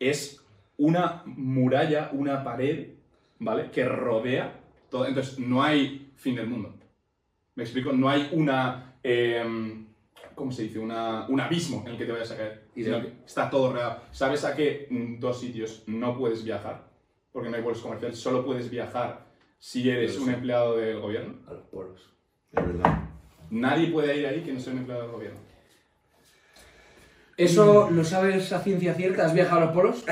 Speaker 4: es una muralla, una pared, ¿vale? Que rodea todo. Entonces, no hay fin del mundo. ¿Me explico? No hay una. em, ¿Cómo se dice? Una, un abismo en el que te vayas a caer.
Speaker 1: Y
Speaker 4: sino
Speaker 1: de-
Speaker 4: que está todo rodeado. ¿Sabes a qué mm, dos sitios no puedes viajar? Porque no hay vuelos comerciales. Solo puedes viajar si eres un empleado del gobierno.
Speaker 5: A los polos.
Speaker 2: Es verdad.
Speaker 4: Nadie puede ir ahí que no sea un empleado del gobierno.
Speaker 1: ¿Eso lo sabes a ciencia cierta? ¿Has viajado a los polos?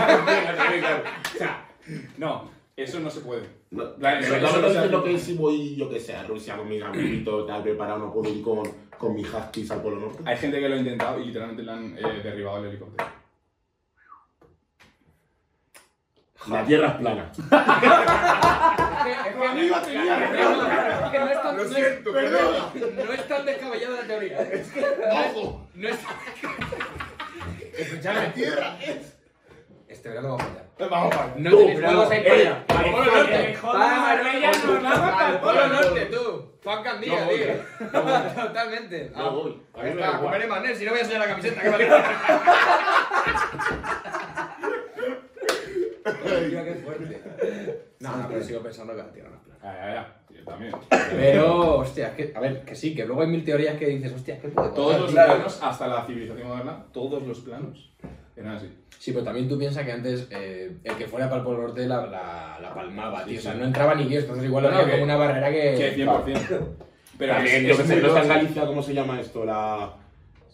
Speaker 4: O sea, no, eso no se puede.
Speaker 2: No,
Speaker 4: La-
Speaker 2: pero
Speaker 4: eso-
Speaker 2: la
Speaker 4: eso
Speaker 2: verdad
Speaker 4: no se
Speaker 2: es que lo
Speaker 4: hace.
Speaker 2: que si voy, yo que sé, a Rusia con mis amiguitos, tal, preparado, no puedo ir con, con mis huskies al Polo Norte.
Speaker 4: Hay gente que lo ha intentado y literalmente le han eh, derribado el helicóptero.
Speaker 2: La tierra es plana.
Speaker 1: ¡Tu
Speaker 4: tenía
Speaker 1: Es que no es tan, no es-
Speaker 2: perdona.
Speaker 1: no es tan descabellada la teoría. ¿eh?
Speaker 2: ¡Ojo!
Speaker 1: No es...
Speaker 2: La
Speaker 1: Escuchadme.
Speaker 2: tierra es.
Speaker 1: Este verano vamos a fallar.
Speaker 4: Vamos para
Speaker 1: No
Speaker 2: Tú,
Speaker 1: tenéis
Speaker 2: bravo.
Speaker 1: huevos ahí para allá.
Speaker 4: el Polo Norte.
Speaker 1: Al Polo Norte, tú. Juan Candía,
Speaker 2: No voy.
Speaker 1: tío. Totalmente. Ah,
Speaker 2: No voy.
Speaker 1: Ahí
Speaker 2: A mí Ah, me
Speaker 1: está, pues.
Speaker 2: da igual.
Speaker 1: comeré mané, si no voy a enseñar la camiseta que vale. Mira qué fuerte. No, no, pero sigo pensando que la tierra no es plana.
Speaker 4: Ya, ya, ya. Yo también.
Speaker 1: Pero, hostia, es que, a ver, que sí, que luego hay mil teorías que dices, hostia, es que puede
Speaker 4: Todos
Speaker 1: pasar,
Speaker 4: los
Speaker 1: tío.
Speaker 4: planos, hasta la civilización moderna, todos los planos eran así.
Speaker 1: Sí, pero también tú piensas que antes eh, el que fuera para el Polo Norte la, la, la palmaba, tío. O sea, no entraba ni Dios, entonces igual lo
Speaker 4: No,
Speaker 1: había
Speaker 4: que-
Speaker 1: como una barrera que.
Speaker 4: Que 100%. Pero
Speaker 2: Eh, También,
Speaker 4: es,
Speaker 2: yo
Speaker 4: es
Speaker 2: que sé,
Speaker 4: muy
Speaker 2: no está en
Speaker 4: loco.
Speaker 2: Galicia, ¿cómo se llama esto? La.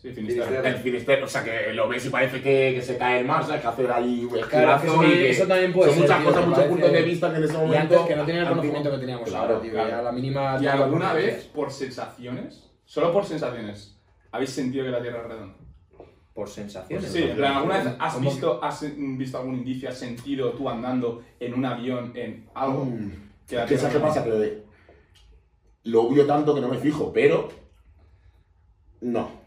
Speaker 4: Sí, Finisterre.
Speaker 2: El finister, o sea que lo ves y parece que, que se cae el mar, ¿sabes? Que hacer ahí un
Speaker 1: Claro,
Speaker 2: esquilazo
Speaker 1: eso
Speaker 2: y
Speaker 1: también-
Speaker 2: que
Speaker 1: eso también puede
Speaker 2: son
Speaker 1: ser,
Speaker 2: muchas
Speaker 1: tío,
Speaker 2: cosas,
Speaker 1: que
Speaker 2: muchos
Speaker 1: parece-
Speaker 2: puntos de vista que en ese
Speaker 1: Y
Speaker 2: momento.
Speaker 1: antes que no tenía el
Speaker 2: antiguo-
Speaker 1: conocimiento que teníamos
Speaker 2: Claro,
Speaker 1: ahora, tío.
Speaker 2: claro.
Speaker 1: que a la mínima.
Speaker 4: ¿Y alguna vez, por sensaciones, solo por sensaciones, habéis sentido que la Tierra es redonda?
Speaker 1: Por sensaciones.
Speaker 4: Sí, en plan, ¿alguna vez has
Speaker 1: ¿Cómo?
Speaker 4: visto, has mm, visto algún indicio, has sentido tú andando en un avión, en algo?
Speaker 2: Mm.
Speaker 4: que la
Speaker 2: ¿Qué sabes qué
Speaker 4: Tierra-
Speaker 2: pasa? Que lo obvio tanto que no me fijo, pero. No.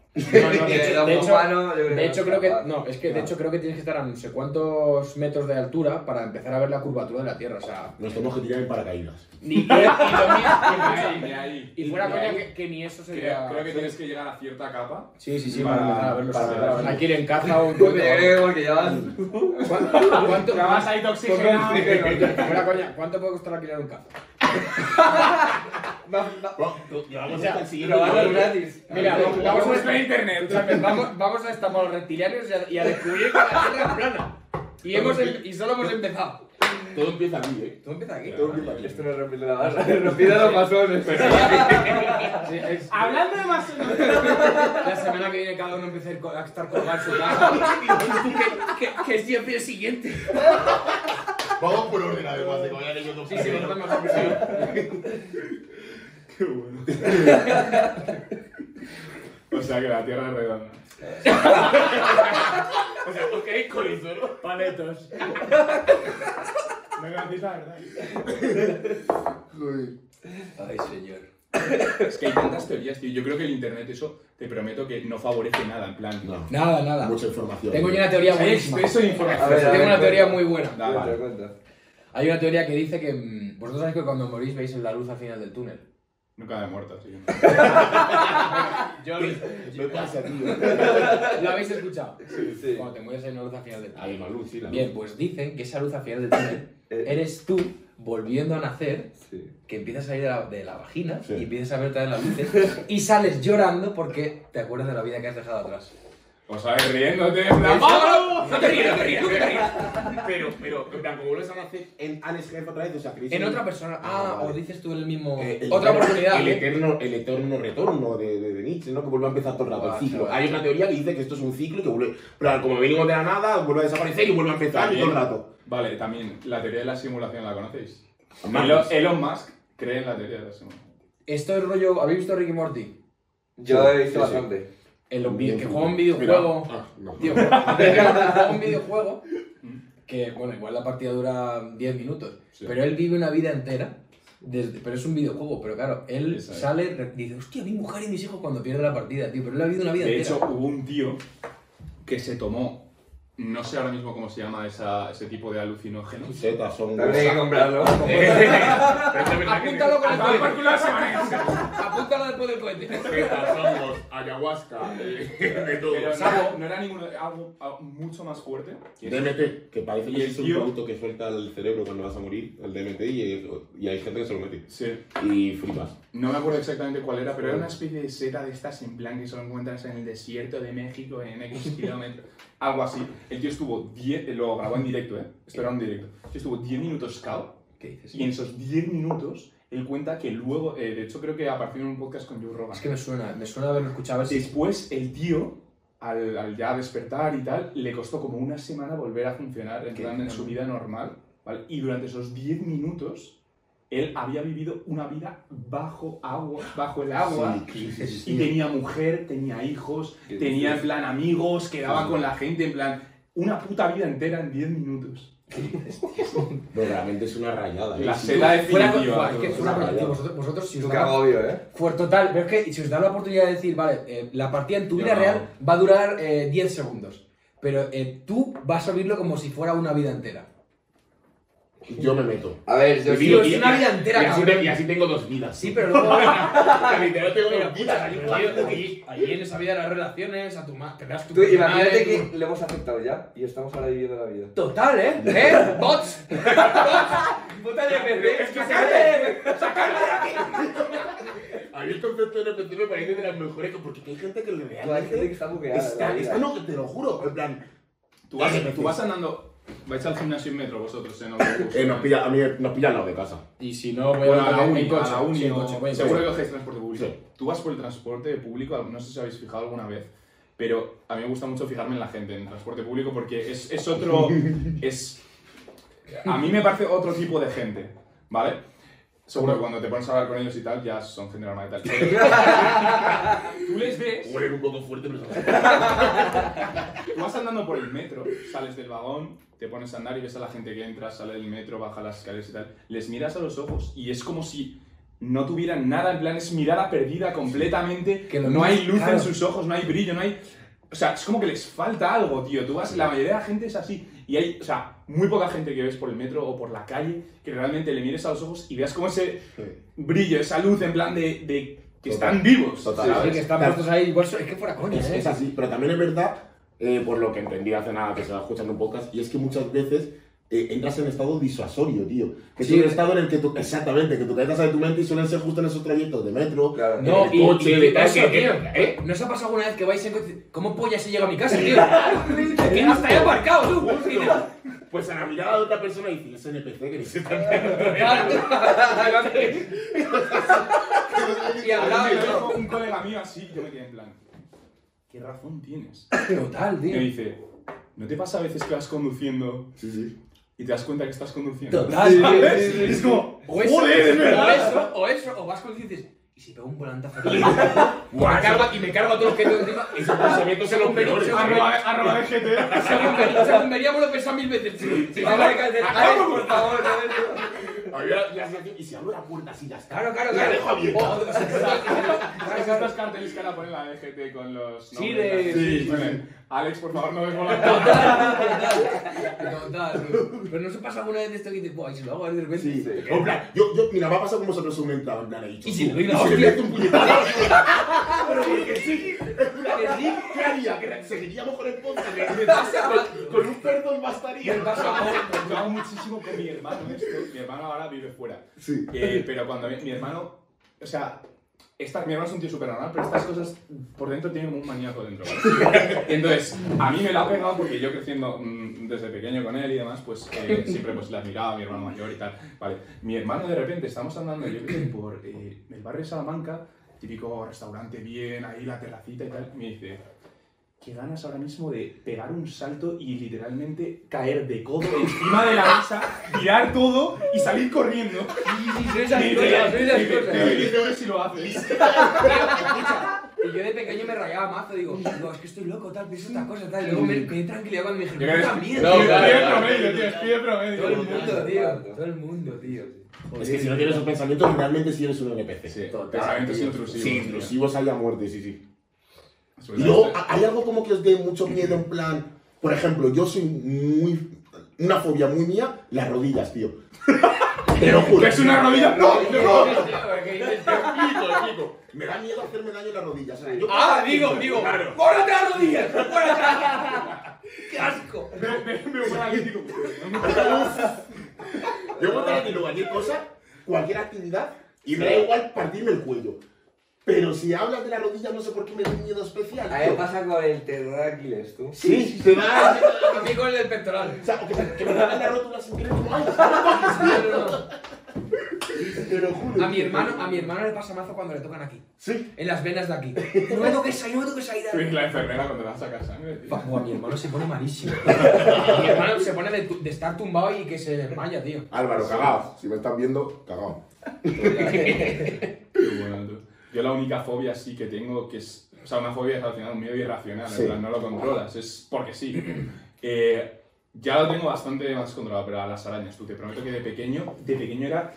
Speaker 3: No, no,
Speaker 1: De
Speaker 3: que
Speaker 1: hecho-
Speaker 3: lo
Speaker 1: de hecho-
Speaker 3: humano, yo creo
Speaker 1: De hecho,
Speaker 3: es
Speaker 1: creo que.
Speaker 3: capaz.
Speaker 1: No, es que de
Speaker 2: Claro.
Speaker 1: hecho creo que tienes que estar a no sé cuántos metros de altura para empezar a ver la curvatura de la Tierra. O sea.
Speaker 2: Nos tenemos que tirar en paracaídas.
Speaker 1: Ni que.
Speaker 4: Ahí, de ahí.
Speaker 1: Y fuera
Speaker 4: De
Speaker 1: coña
Speaker 4: ahí.
Speaker 1: que, que ni eso sería.
Speaker 4: Creo, creo que tienes que llegar a cierta capa.
Speaker 1: Sí, sí, sí,
Speaker 4: Para-
Speaker 1: para empezar a verlo.
Speaker 2: para-
Speaker 1: sí, Para ir en caza o en
Speaker 3: Yo
Speaker 1: coche.
Speaker 3: creo que porque ya vas.
Speaker 1: ¿Cuánto, cuánto,
Speaker 4: ahí
Speaker 1: Fuera coña, ¿cuánto puede costar alquilar un caza?
Speaker 3: Va- va-
Speaker 2: Llevamos
Speaker 1: sea,
Speaker 2: hasta el siguiente
Speaker 3: Probarlo
Speaker 2: nivel.
Speaker 3: gratis.
Speaker 1: Mira, vamos,
Speaker 4: Vamos a
Speaker 1: vamos
Speaker 4: buscar en internet.
Speaker 1: a, vamos, vamos a estafar a los reptilianos y a, y a descubrir que la Tierra es plana. Y, hemos, em- y solo hemos empezado.
Speaker 2: Todo empieza aquí, ¿eh?
Speaker 1: ¿Tú empiezas aquí?
Speaker 2: Todo empieza aquí.
Speaker 3: Esto no repite la barra, repite los masones.
Speaker 1: Sí, es-
Speaker 4: Hablando de más
Speaker 1: la semana que viene cada uno empieza a ir co- a estar colgado en su casa. que, que, que es siempre el siguiente.
Speaker 2: Vamos por orden, además, de que vayan ellos dos
Speaker 1: Sí, sí,
Speaker 2: primero.
Speaker 1: nos vemos al
Speaker 4: Qué bueno. O sea que la tierra es redonda.
Speaker 6: O sea, ¿por qué es colizoro?
Speaker 4: Paletos. No conocéis la verdad.
Speaker 1: Ay, señor.
Speaker 4: Es que hay tantas teorías, tío. Yo creo que el internet, eso, te prometo que no favorece nada, en plan.
Speaker 2: No.
Speaker 1: Nada, nada.
Speaker 2: Mucha información.
Speaker 1: Tengo yo una teoría
Speaker 4: Hay
Speaker 1: buenísima.
Speaker 4: exceso de información.
Speaker 3: A ver, a
Speaker 1: Tengo
Speaker 3: ver,
Speaker 1: una teoría
Speaker 3: cuenta.
Speaker 1: muy buena.
Speaker 4: Da,
Speaker 3: Cuenta,
Speaker 4: vale.
Speaker 3: cuenta.
Speaker 1: Hay una teoría que dice que mm, vosotros sabéis que cuando morís veis la luz al final del túnel.
Speaker 4: Nunca he muerto, tío.
Speaker 1: Yo
Speaker 2: ¿Qué pasa, tío?
Speaker 1: ¿Lo habéis escuchado?
Speaker 3: sí.
Speaker 1: Cuando te mueres hay una luz al final del túnel.
Speaker 2: Hay una luz, sí, la
Speaker 1: Bien, pues dicen que esa luz al final del túnel
Speaker 3: Eh.
Speaker 1: eres tú volviendo a nacer,
Speaker 3: Sí.
Speaker 1: que empiezas a ir de la, de la vagina
Speaker 2: Sí.
Speaker 1: y empiezas a ver todas las luces y sales llorando porque te acuerdas de la vida que has dejado atrás.
Speaker 4: O sabes, riéndote, en plan.
Speaker 6: ¡No! ¡No te rías, no te rías, no te rías! Pero, pero,
Speaker 2: En plan, como vuelves a nacer en Alex Jeff otra vez, o sea, creéis
Speaker 1: En
Speaker 2: el-
Speaker 1: otra persona.
Speaker 2: Ah,
Speaker 1: Ah,
Speaker 2: vale.
Speaker 1: o dices tú el mismo.
Speaker 2: Eh, el-
Speaker 1: Otra oportunidad.
Speaker 2: El
Speaker 1: ¿eh?
Speaker 2: eterno, el eterno retorno de, de, de Nietzsche, ¿no? Que vuelve a empezar todo el rato
Speaker 1: Ah,
Speaker 2: el ciclo.
Speaker 1: chaval.
Speaker 2: Hay una teoría que dice que esto es un ciclo y que vuelve. Pero como venimos de la nada, vuelve a desaparecer y vuelve a empezar y todo el rato.
Speaker 4: Vale, también, la teoría de la simulación, ¿la conocéis?
Speaker 2: Mames.
Speaker 4: Elon,
Speaker 1: pues-
Speaker 4: Elon Musk cree en la teoría de la simulación.
Speaker 1: Esto es rollo. ¿Habéis visto Ricky Morty?
Speaker 3: Yo he
Speaker 2: Sí, sí.
Speaker 3: visto bastante.
Speaker 1: El vi- que
Speaker 2: Mira,
Speaker 1: juega un videojuego.
Speaker 2: ah, no.
Speaker 1: Tío, juega un videojuego que, bueno, igual la partida dura 10 minutos,
Speaker 4: Sí.
Speaker 1: pero él vive una vida entera. desde- pero es un videojuego, pero claro, él
Speaker 4: Esa es.
Speaker 1: sale re- dice, hostia, mi mujer y mis hijos cuando pierde la partida, tío, pero él ha vivido una vida
Speaker 4: De
Speaker 1: entera.
Speaker 4: hecho, hubo un tío que se tomó, no sé ahora mismo cómo se llama esa- ese tipo de alucinógenos.
Speaker 2: Setas son
Speaker 3: También hay que comprarlo.
Speaker 1: Apúntalo con el
Speaker 6: ¡Ah, por
Speaker 1: cohete.
Speaker 6: culo la semana!
Speaker 1: Apúntalo después del cohete.
Speaker 2: Setas, hongos, ayahuasca, eh, de todo.
Speaker 4: Pero no, no era ninguno, algo ah, mucho más fuerte.
Speaker 2: DMT, que parece
Speaker 4: Y
Speaker 2: que
Speaker 4: el
Speaker 2: es un
Speaker 4: tío-
Speaker 2: producto que suelta el cerebro cuando vas a morir, el DMT, y, y hay gente que se lo mete.
Speaker 4: Sí.
Speaker 2: Y flipas.
Speaker 4: No me acuerdo exactamente cuál era, pero era una especie de seta de estas en plan que solo encuentras en el desierto de México en X kilómetros. Algo así. El tío estuvo 10, lo grabó en directo, ¿eh? Esto era un directo. El tío estuvo 10 minutos cao
Speaker 1: ¿Qué dices?
Speaker 4: y en esos 10 minutos él cuenta que luego, eh, de hecho creo que apareció en un podcast con Joe Rogan.
Speaker 1: Es que me suena, me suena haberlo escuchado. a ver si-
Speaker 4: Después el tío, al, al ya despertar y tal, le costó como una semana volver a funcionar en,
Speaker 1: ¿Qué?
Speaker 4: plan, en su vida normal. ¿vale? Y durante esos 10 minutos, él había vivido una vida bajo agua, bajo el agua. Y tenía mujer, tenía hijos,
Speaker 3: ¿Qué
Speaker 4: tenía en
Speaker 3: dices?
Speaker 4: plan amigos, quedaba con la gente, en plan una puta vida entera en 10 minutos.
Speaker 2: Pero realmente es una rayada. ¿eh?
Speaker 4: La
Speaker 2: Sí.
Speaker 4: seda
Speaker 1: Fuera,
Speaker 4: definitiva.
Speaker 1: es que
Speaker 2: tío,
Speaker 1: fuera,
Speaker 2: vaya.
Speaker 1: tío, vosotros, vosotros si os
Speaker 3: Tú que
Speaker 1: da-
Speaker 3: agobio, ¿eh?
Speaker 1: Pues total, pero es que si os da la oportunidad de decir, vale, eh, la partida en tu
Speaker 2: Ya
Speaker 1: vida
Speaker 2: no.
Speaker 1: real va a durar eh, 10 segundos, pero eh, tú vas a vivirlo como si fuera una vida entera.
Speaker 2: Yo me meto.
Speaker 3: A ver, yo
Speaker 2: Y-
Speaker 3: sí.
Speaker 1: es
Speaker 2: y-
Speaker 1: una vida entera,
Speaker 2: y así,
Speaker 1: cabrón.
Speaker 2: y así tengo dos vidas.
Speaker 1: Sí, pero luego...
Speaker 2: Literal tengo dos vidas.
Speaker 1: Allí en esa vida las relaciones, a tu madre, te das tu...
Speaker 3: Tú imagínate que lo hemos aceptado ya y estamos ahora viviendo la vida.
Speaker 1: Total, ¿eh? ¿Eh? ¡Bots!
Speaker 3: ¡Puta de
Speaker 6: ¡Es que se
Speaker 2: A mí el concepto de NPC me parece de las mejores porque hay gente que le
Speaker 3: Tú hay gente que
Speaker 2: realmente
Speaker 3: está bugueada.
Speaker 2: está,
Speaker 3: la vida.
Speaker 2: está no, que te lo juro, en plan.
Speaker 4: Tú vas, tú vas andando, vais al gimnasio en metro vosotros, en autobús.
Speaker 2: Eh, nos pilla, a mí nos pilla al lado de casa.
Speaker 1: Y si no, voy
Speaker 4: Bueno, a la
Speaker 1: en
Speaker 4: uni,
Speaker 1: coche,
Speaker 4: a la uni
Speaker 1: sí, en
Speaker 4: o-
Speaker 1: coche, voy en
Speaker 4: Seguro que
Speaker 1: coche.
Speaker 4: cogéis transporte público.
Speaker 2: Sí.
Speaker 4: Tú vas por el transporte público, no sé si habéis fijado alguna vez, pero a mí me gusta mucho fijarme en la gente en el transporte público porque es, es otro... es A mí me parece otro tipo de gente, ¿vale? Seguro que cuando te pones a hablar con ellos y tal, ya son gente normal y tal. Pero- Tú les ves
Speaker 2: Huelen un poco fuerte, pero
Speaker 4: Tú vas andando por el metro, sales del vagón, te pones a andar y ves a la gente que entra, sale del metro, baja las escaleras y tal. Les miras a los ojos y es como si no tuvieran nada, en plan es mirada perdida completamente.
Speaker 1: Que lo
Speaker 4: no
Speaker 1: miras,
Speaker 4: hay luz
Speaker 1: claro.
Speaker 4: en sus ojos, no hay brillo, no hay. O sea, es como que les falta algo, tío. Tú vas, la mayoría de la gente es así. Y hay, o sea, muy poca gente que ves por el metro o por la calle que realmente le mires a los ojos y veas como ese brillo, esa luz en plan de, de que
Speaker 2: Total.
Speaker 4: están vivos.
Speaker 2: Total.
Speaker 1: Sí,
Speaker 4: ¿sabes?
Speaker 1: sí, que están puestos ahí, igual so- es que fuera coña,
Speaker 2: Es,
Speaker 1: ¿eh?
Speaker 2: es así, pero también es verdad, eh, por lo que entendí hace nada que se va escuchando un podcast, y es que muchas veces eh, entras en estado disuasorio, tío. Que
Speaker 1: Sí.
Speaker 2: es un estado en el que tú, exactamente, que tú caes de tu mente y suelen ser justo en esos trayectos de metro,
Speaker 3: Claro.
Speaker 1: No,
Speaker 2: de
Speaker 1: y-
Speaker 2: coche,
Speaker 1: y
Speaker 2: de tal,
Speaker 1: eso,
Speaker 2: que-
Speaker 1: tío.
Speaker 2: ¿eh?
Speaker 1: ¿No os ha pasado alguna vez que vais en coche? ¿Cómo polla se llega a mi casa, tío? que hasta he aparcado, tú. ¿eh?
Speaker 2: Pues a la mirada de otra persona dices, ese NPC que ni se está
Speaker 1: Y al lado,
Speaker 4: Yo
Speaker 1: ¿no?
Speaker 4: tengo un colega mío así, yo me quedé en plan, ¿qué razón tienes?
Speaker 1: Total,
Speaker 4: Y me
Speaker 1: tío.
Speaker 4: dice, ¿no te pasa a veces que vas conduciendo
Speaker 2: Sí, sí.
Speaker 4: y te das cuenta que estás conduciendo?
Speaker 1: Total, tío.
Speaker 4: Es como,
Speaker 1: O eso,
Speaker 4: ¡joder, es
Speaker 1: o
Speaker 4: verdad!
Speaker 1: eso, o eso, o vas con y dices, Y si pego un volantazo. tío,
Speaker 6: Me cargo- y me cargo a todos los que tengo encima. Esos pensamientos son los peores.
Speaker 4: Arroba, arroba de GT.
Speaker 6: Según Ber- según Beríamos lo he pensado mil veces. Si- si-
Speaker 3: Vamos a calcetar, por favor, no
Speaker 2: Había- le hacía aquí, Y si abro la puerta así, ya está.
Speaker 3: Claro, claro,
Speaker 2: La
Speaker 3: claro.
Speaker 2: dejo abierta.
Speaker 1: Oh,
Speaker 4: ¿Sabes estas carteles que ahora ponen la de GT con los.
Speaker 1: Sí,
Speaker 4: nombres?
Speaker 1: de-
Speaker 4: Sí,
Speaker 1: sí,
Speaker 4: ponen, Alex, por favor, no des volantazo.
Speaker 1: Total, total. Pero no se pasa alguna vez esto que dices, "Buah, y si lo hago de repente.
Speaker 2: Sí, en plan, yo, yo, mira, va a pasar como nosotros un entrado, en plan, he dicho.
Speaker 1: Y si le
Speaker 2: tú,
Speaker 1: doy una
Speaker 2: y si le
Speaker 1: hostia.
Speaker 2: meto un puñetazo. Pero porque sí, que sí, ¿qué haría? Que seguiríamos con el podcast. ¿Qué pasa? Con, con un perdón bastaría.
Speaker 4: Yo hago muchísimo con mi hermano esto. Mi hermano ahora vive fuera.
Speaker 2: Sí.
Speaker 4: Eh, pero cuando mi, mi hermano, o sea, esta- mi hermano es un tío súper normal, pero estas cosas por dentro tienen como un maníaco dentro. ¿vale? Y entonces, a mí me la ha pegado porque yo creciendo mm, desde pequeño con él y demás, pues eh, siempre pues, le admiraba a mi hermano mayor y tal. Vale, mi hermano de repente, estamos andando, yo creo que por eh, el barrio de Salamanca, típico restaurante bien, ahí la terracita y tal, y me dice... Que ganas ahora mismo de pegar un salto y literalmente caer de codo encima de la mesa, tirar todo y salir corriendo.
Speaker 1: Sí, sí,
Speaker 4: Ni idea,
Speaker 1: soy
Speaker 4: ni idea,
Speaker 1: esas cosas.
Speaker 4: ni idea si lo haces.
Speaker 1: Y yo de pequeño me rayaba mazo, digo, no, es que estoy loco, tal, pienso otra cosa, tal. Y luego me, me di tranquilidad cuando me
Speaker 4: Yo
Speaker 1: dijeron,
Speaker 4: creo que
Speaker 1: puta
Speaker 4: es-
Speaker 1: mierda.
Speaker 6: No,
Speaker 4: Pide
Speaker 6: claro, claro.
Speaker 4: promedio, tío, es pide promedio.
Speaker 1: Todo el mundo, tío.
Speaker 3: claro.
Speaker 1: Todo el mundo, tío.
Speaker 2: Es que si no tienes esos pensamientos, realmente sí eres un NPC.
Speaker 4: Sí,
Speaker 2: Total,
Speaker 4: pensamientos
Speaker 2: tío.
Speaker 4: intrusivos,
Speaker 2: Sí,
Speaker 4: tío.
Speaker 2: intrusivos haya muerte, sí, sí.
Speaker 4: Sobre
Speaker 2: Y
Speaker 4: la
Speaker 2: luego,
Speaker 4: gente.
Speaker 2: ¿ha- hay algo como que os dé mucho miedo en plan. Por ejemplo, yo soy muy. Una fobia muy mía, las rodillas, tío. Te lo juro.
Speaker 4: ¿Que es una rodilla? No, no.
Speaker 2: explico, te explico. Me da miedo hacerme daño en las rodillas. o sea, yo-
Speaker 5: Ah, digo, digo.
Speaker 2: Claro.
Speaker 5: ¡Pórate las rodillas! ¡Pórate ¡Qué asco!
Speaker 4: Me me voy a digo, no me-
Speaker 2: Yo voy a que lo cualquier cosa, cualquier actividad, y me da igual partirme el cuello. Pero si hablas de la rodilla, no sé por qué me da un miedo especial.
Speaker 3: A
Speaker 2: tío.
Speaker 3: ver, pasa con el terror de Aquiles, tú.
Speaker 2: Sí, te da.
Speaker 1: Así con el del pectoral.
Speaker 2: O sea, o que, que me da la rótula sin querer, como, ay, no toques, tío. Te lo juro.
Speaker 1: A mi hermano, a mi hermano le pasa mazo cuando le tocan aquí.
Speaker 2: Sí.
Speaker 1: En las venas de aquí. No me toques ahí, no me toques ahí.
Speaker 4: Tú
Speaker 1: dale.
Speaker 4: eres la enfermera cuando vas a sacar sangre, tío.
Speaker 1: Buah, mi hermano se pone malísimo. mi hermano se pone de, tu- de estar tumbado y que se desmaya, tío.
Speaker 2: Álvaro, cagao. Si me están viendo, cagao.
Speaker 4: Qué bueno, tú. Yo la única fobia sí que tengo, que es, o sea, una fobia es al final un miedo irracional, en
Speaker 2: Sí.
Speaker 4: plan, no lo controlas, es porque sí. Eh, ya lo tengo bastante más controlado, pero a las arañas, tú, te prometo que de pequeño, de pequeño era,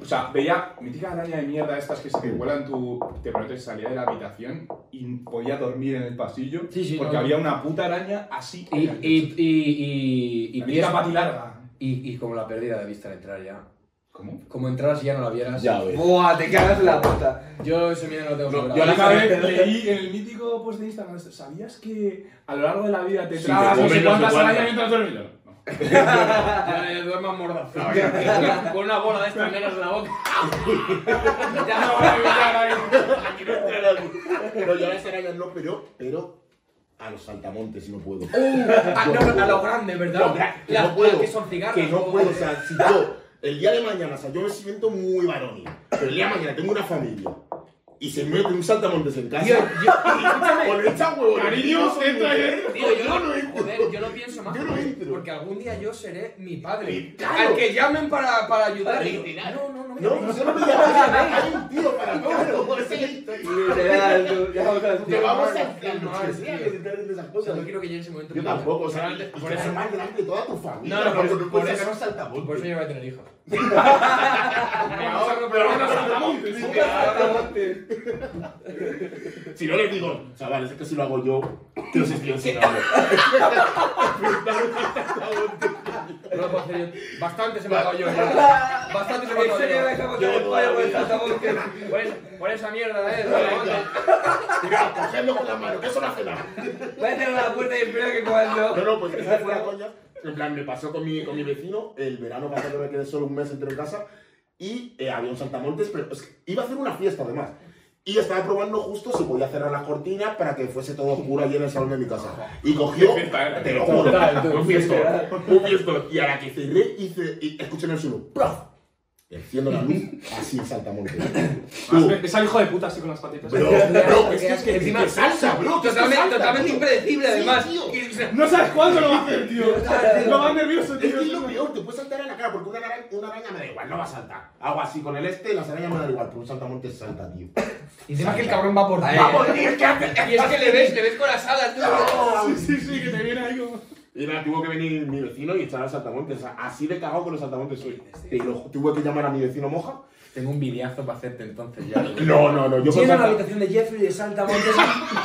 Speaker 4: o sea, veía mítica araña de mierda estas que se te vuelan, tú, te prometo que salía de la habitación y podía dormir en el pasillo,
Speaker 1: Sí, sí,
Speaker 4: porque
Speaker 1: no.
Speaker 4: había una puta araña así,
Speaker 1: Y, y, y, y, y,
Speaker 4: la mitad patilarga.
Speaker 1: y, y como la pérdida de vista al entrar ya.
Speaker 4: ¿Cómo?
Speaker 1: Como entras y ya no la vieras.
Speaker 2: ves.
Speaker 3: Buah, te cagas en la puta.
Speaker 1: Yo ese miedo no lo tengo. superado.
Speaker 4: Yo la otra vez leí en el mítico post de Instagram, esto, ¿sabías que a lo largo de la vida te
Speaker 2: Sí,
Speaker 4: tragas
Speaker 2: te
Speaker 4: no
Speaker 2: comen
Speaker 4: sé
Speaker 2: no sé
Speaker 4: cuántas
Speaker 2: cuántas.
Speaker 4: arañas mientras duermes? Yo, no.
Speaker 1: Ya, ya duermas mordazado. ya. Con una bola de estas negras en la boca.
Speaker 4: Ya no voy a evitar ahí.
Speaker 2: Pero yo a las arañas no, pero, pero a los saltamontes sí no puedo.
Speaker 1: Ah, no, no, a lo grande, ¿verdad?
Speaker 2: No, gra- que
Speaker 1: Las-
Speaker 2: no puedo.
Speaker 1: las que son cigarros.
Speaker 2: Que no puedo. O sea, si yo, el día de mañana, o sea, yo me siento muy varonil. Pero el día de mañana tengo una familia. Y se mete un saltamontes en casa.
Speaker 1: Tío, yo,
Speaker 2: o le echa huevo.
Speaker 4: Cariño, entra ahí.
Speaker 1: tío, yo, no, joder, yo no pienso más.
Speaker 2: Yo no entro.
Speaker 1: Porque algún día yo seré mi padre.
Speaker 2: Claro.
Speaker 1: Al que llamen para, para ayudar.
Speaker 2: Para
Speaker 1: Y-
Speaker 2: litigar.
Speaker 1: No, no, no. me
Speaker 2: No,
Speaker 1: llamen.
Speaker 2: no se me llama. Hay un tío para todo.
Speaker 3: Literal, tú. Ya vamos a
Speaker 2: Te vamos a
Speaker 1: Qué mal,
Speaker 2: enloquecer
Speaker 1: tío.
Speaker 2: de esas
Speaker 1: O sea,
Speaker 2: cosas.
Speaker 1: no quiero que llegue ese momento.
Speaker 2: Yo
Speaker 1: en mi vida.
Speaker 2: tampoco, o sea, y
Speaker 1: Por
Speaker 2: que
Speaker 1: eso-
Speaker 2: sea más grande de toda tu familia.
Speaker 1: No, no, por-
Speaker 2: porque
Speaker 1: por
Speaker 2: puedes
Speaker 1: eso-
Speaker 2: sacar un
Speaker 1: Por eso
Speaker 2: saltamontes.
Speaker 1: yo voy a tener hijos.
Speaker 4: Pero bueno, saltamontes. sí.
Speaker 2: Si no les digo, chavales, es que si lo hago yo, que los estoy enseñando.
Speaker 1: No lo puedo hacer yo. Bastante se me ha dado yo. ya. Bastante se me ha
Speaker 3: En serio,
Speaker 1: dado
Speaker 3: dejamos
Speaker 1: yo.
Speaker 3: que el pollo con el saltamontes.
Speaker 1: Por, esa- por esa mierda, eh. Salamanca.
Speaker 2: Mira, cogerlo con la mano, que eso no hace nada.
Speaker 3: Vete a la puerta y espera que cuando.
Speaker 2: No, no, pues esa fue la coña. En plan, me pasó con mi, con mi vecino el verano pasado, me quedé solo un mes entero en casa y eh, había un saltamontes, pero es que iba a hacer una fiesta además. Y estaba probando justo si podía cerrar las cortinas para que fuese todo oscuro allí en el salón de mi casa. Y cogió,
Speaker 4: Qué fiesta ¿eh? era.
Speaker 2: te lo juro,
Speaker 1: Total, tú,
Speaker 2: un fiestón, un fiestón. Y a la que cerré, hice, y escuché en el suelo, ¡plaf! Enciendo la luz, así en saltamontes.
Speaker 4: Más
Speaker 2: Tú,
Speaker 4: ve- Es al hijo de puta así con las patitas.
Speaker 2: bro, bro, es que es que
Speaker 1: Encima
Speaker 2: encima salsa, bro. que es que
Speaker 3: Totalmente,
Speaker 2: salta,
Speaker 3: totalmente
Speaker 2: tío.
Speaker 3: impredecible,
Speaker 2: Sí,
Speaker 3: además.
Speaker 2: tío.
Speaker 3: Y- o sea,
Speaker 4: No sabes cuándo lo va a hacer, tío. Lo más nervioso,
Speaker 2: Es
Speaker 4: tío.
Speaker 2: que es lo peor, te puede saltar en la cara, porque una araña, una araña me da igual, no va a saltar. Hago así con el este, las arañas me da igual, pero un saltamontes salta, tío.
Speaker 1: Y encima que el cabrón va por ti.
Speaker 2: Va a morir, ¿qué haces?
Speaker 3: Y es que le ves, le ves con las alas, tú.
Speaker 4: Sí, sí, sí, que te viene ahí como.
Speaker 2: Y nada, tuvo que venir mi vecino y echar al saltamontes. O sea, así de cagado con los saltamontes soy. Te lo ju- tuve que llamar a mi vecino moja.
Speaker 1: Tengo un videazo para hacerte entonces ya.
Speaker 2: No, no, no, yo con
Speaker 5: Llena la
Speaker 2: salta-
Speaker 5: habitación de Jeffrey de Saltamontes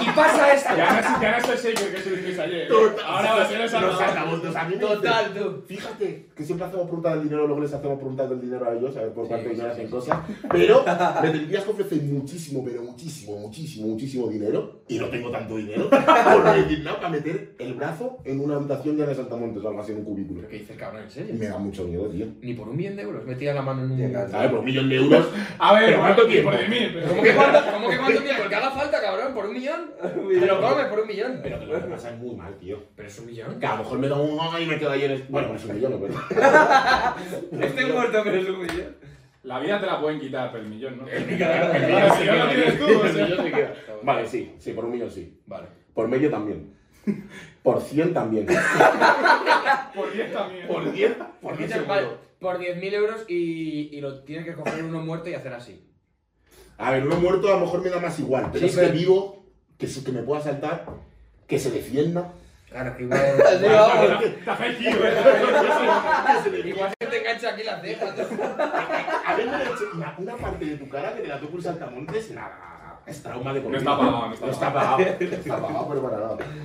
Speaker 5: y pasa esto.
Speaker 4: Ya no, ya no es el shaker que subisteis ayer. Ahora va a ser el
Speaker 2: Los
Speaker 4: saltador.
Speaker 2: saltamontes, a mí me
Speaker 3: Total, tú.
Speaker 2: Fíjate que siempre hacemos preguntas del dinero, luego les hacemos preguntas del dinero a ellos, a ver por cuánto
Speaker 1: sí,
Speaker 2: dinero
Speaker 1: sí,
Speaker 2: hacen
Speaker 1: sí.
Speaker 2: cosas. Pero me tendrías que ofrecer muchísimo, pero muchísimo, muchísimo, muchísimo dinero. Y no tengo tanto dinero. Por no decir nada, para meter el brazo en una habitación llena de saltamontes o algo así en un cubículo.
Speaker 1: ¿Pero qué dice el cabrón? ¿En
Speaker 2: Y
Speaker 1: serio?
Speaker 2: me da mucho miedo, tío.
Speaker 1: Ni por un millón de euros metía la mano en un...
Speaker 3: Llega,
Speaker 2: ¿Sabes? Por un millón de euros.
Speaker 4: A ver,
Speaker 2: Pero ¿cuánto
Speaker 4: por-
Speaker 2: tiempo?
Speaker 4: Por de mil, pero.
Speaker 3: ¿Cómo que cuánto, cómo que cuánto tiempo? ¿Qué haga falta, cabrón? ¿Por un millón? Te lo comes por un millón.
Speaker 2: Pero que lo que pasa es muy mal, tío.
Speaker 1: ¿Pero es un millón?
Speaker 2: Que a lo mejor me da un y me quedo ahí en el... Bueno, es un millón, no, pero...
Speaker 3: Estoy Este muerto, pero es un millón.
Speaker 4: La vida te la pueden quitar, pero el millón, ¿no? El
Speaker 2: El
Speaker 4: millón, si no lo tienes tú, o sea.
Speaker 2: millón se queda. Vale, sí, sí, por un millón sí.
Speaker 1: Vale.
Speaker 2: Por medio también. Por 100 también.
Speaker 4: Por 10 también.
Speaker 2: Por 10, por 10
Speaker 1: Vale,
Speaker 2: seguro.
Speaker 1: por 10.000 euros y, y lo tienes que coger uno muerto y hacer así.
Speaker 2: A ver, uno muerto a lo mejor me da más igual, pero
Speaker 1: Sí,
Speaker 2: es que
Speaker 1: pero-
Speaker 2: vivo, que, se- que me pueda saltar, que se defienda.
Speaker 1: Claro, que igual...
Speaker 3: Así vamos.
Speaker 4: Está fake, ¿verdad?
Speaker 3: Igual que te engancha aquí las cejas.
Speaker 2: A ver, me he hecho una, una parte de tu cara que te la toca un saltamontes, nada. Es trauma de por
Speaker 4: No
Speaker 2: vida.
Speaker 4: está pagado, no está
Speaker 2: No está pagado. No está pagado, pero para nada.
Speaker 4: De aquí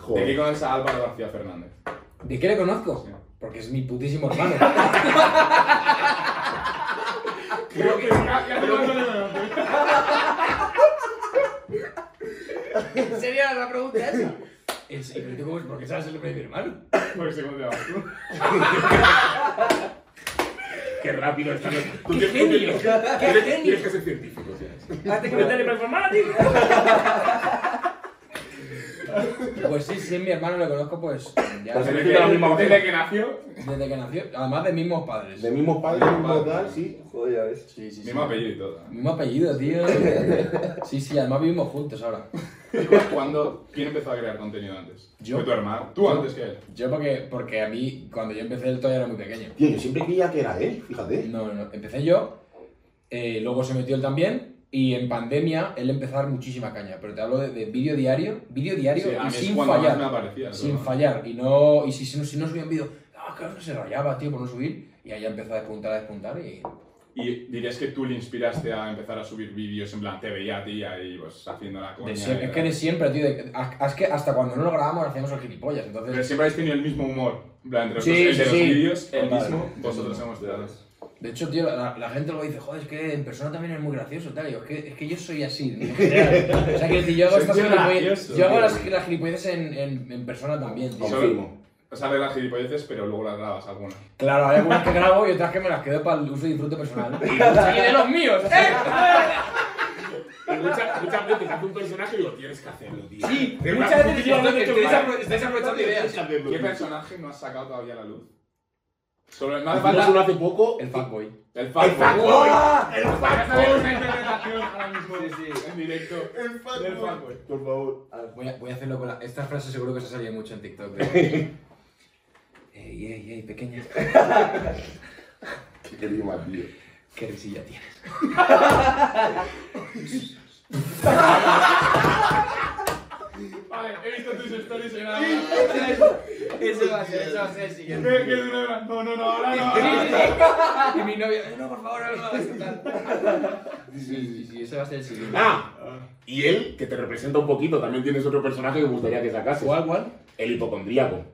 Speaker 2: Joder.
Speaker 4: conoces a Álvaro García Fernández.
Speaker 1: ¿De qué le conozco?
Speaker 4: Sí.
Speaker 1: Porque es mi putísimo hermano.
Speaker 4: Creo que. Ya ya te cuento el número.
Speaker 3: ¿Sería la pregunta esa?
Speaker 1: Es, y tú como, ¿por qué sabes el nombre de mi hermano?
Speaker 4: Porque Pues se contaba tú.
Speaker 2: Qué rápido está.
Speaker 4: Tú tienes- tú tienes-
Speaker 2: Tienes tienes que ser científico, ¿sí?
Speaker 5: Hazte que me teleperformático.
Speaker 1: Pues sí, sí, es mi hermano, lo conozco pues ya
Speaker 2: Pues
Speaker 1: desde,
Speaker 4: Desde que-
Speaker 2: la misma
Speaker 4: Desde que nació,
Speaker 1: desde que nació. Además de mismos padres.
Speaker 2: De mismos padres,
Speaker 4: De
Speaker 2: mismo
Speaker 4: padres.
Speaker 2: tal, sí.
Speaker 3: Joder, ya ves.
Speaker 1: Sí, sí, sí.
Speaker 4: mismo apellido y todo.
Speaker 1: Mismo apellido, tío. Sí, sí, además vivimos juntos ahora.
Speaker 4: ¿Y cu- cuándo? ¿Quién empezó a crear contenido antes?
Speaker 1: Yo.
Speaker 4: ¿Fue tu hermano? ¿Tú antes que él?
Speaker 1: Yo porque, porque a mí, cuando yo empecé, él todavía era muy pequeño.
Speaker 2: Tío, yo siempre creía que era él, fíjate.
Speaker 1: No, no, no. Empecé yo, eh, luego se metió él también. Y en pandemia, él empezó a dar muchísima caña. Pero te hablo de, de vídeo diario, vídeo diario
Speaker 4: Sí, a mí
Speaker 1: y
Speaker 4: es
Speaker 1: sin
Speaker 4: cuando más
Speaker 1: fallar.
Speaker 4: me aparecía,
Speaker 1: sin
Speaker 4: ¿no?
Speaker 1: fallar. Y no y si, si no, si no subía un vídeo, ah, claro, se rayaba, tío, por no subir. Y ahí ya empezó a despuntar, a despuntar. Y
Speaker 4: ¿Y dirías que tú le inspiraste a empezar a subir vídeos en plan, te veía a ti ahí, pues, haciendo la coña?
Speaker 1: De
Speaker 4: y
Speaker 1: siempre-
Speaker 4: tal?
Speaker 1: es que de siempre, tío. de- a- es que hasta cuando no lo grabamos hacíamos el gilipollas.
Speaker 4: Pero
Speaker 1: Entonces,
Speaker 4: siempre habéis tenido el mismo humor. En plan, entre los,
Speaker 1: Sí,
Speaker 4: dos- el
Speaker 1: sí,
Speaker 4: de los
Speaker 1: sí.
Speaker 4: vídeos, el
Speaker 1: Total.
Speaker 4: mismo, vosotros hemos tirado.
Speaker 1: de hecho, tío, la, la gente luego dice, joder, es que en persona también es muy gracioso, tal. Y yo, es que, es que yo soy así. en general. o sea, que yo hago
Speaker 4: Soy
Speaker 1: estas
Speaker 4: muy
Speaker 1: gilipoll-
Speaker 4: gracioso,
Speaker 1: Yo hago
Speaker 4: tío.
Speaker 1: las, las gilipolleces en, en, en persona también, tío.
Speaker 4: Hombre.
Speaker 2: Confirmo.
Speaker 4: O sea, arreglas gilipolleces, pero luego las grabas alguna.
Speaker 1: Claro, hay algunas que grabo y otras que me las quedo para el uso y disfrute personal. y de los míos, ¿eh?
Speaker 2: Y muchas, muchas veces hace un personaje y digo, tienes que hacerlo, tío.
Speaker 3: Sí,
Speaker 2: Es
Speaker 3: muchas
Speaker 2: una-
Speaker 3: veces
Speaker 2: yo
Speaker 3: estáis-
Speaker 2: lo he hecho
Speaker 3: estáis
Speaker 2: mal.
Speaker 3: apro- estáis aprovechando ideas.
Speaker 4: ¿Qué personaje no has sacado todavía a la luz? Sobre, no hace
Speaker 2: Hicimos uno
Speaker 4: falta...
Speaker 2: hace poco.
Speaker 1: El fanboy.
Speaker 4: El Oh,
Speaker 2: ¡El fanboy! ¡El
Speaker 4: fanboy. Vas a ver
Speaker 2: fanboy!
Speaker 4: una interpretación ahora mismo
Speaker 3: Sí, sí.
Speaker 4: en directo.
Speaker 2: ¡El
Speaker 4: del fanboy.
Speaker 2: Por favor.
Speaker 1: Voy a, voy a hacerlo con la... Esta frase seguro que se ha salido mucho en TikTok. pero- Ey, ey, ey, pequeña.
Speaker 2: Qué querido más, tío.
Speaker 1: Qué risilla tienes.
Speaker 4: Vale, he visto tus stories en la...
Speaker 3: Ese va a ser, ese va a ser el
Speaker 4: Que-
Speaker 3: siguiente.
Speaker 4: que dura- No, no, no, ahora no.
Speaker 3: Sí,
Speaker 4: ahora
Speaker 3: sí,
Speaker 4: no.
Speaker 3: sí. Y mi novia, no, por favor, no lo hagas tal.
Speaker 1: Sí, sí, sí, ese va a ser el siguiente.
Speaker 2: Ah, y él, que te representa un poquito, también tienes otro personaje que me gustaría que sacases.
Speaker 1: ¿Cuál, cuál?
Speaker 2: El hipocondríaco.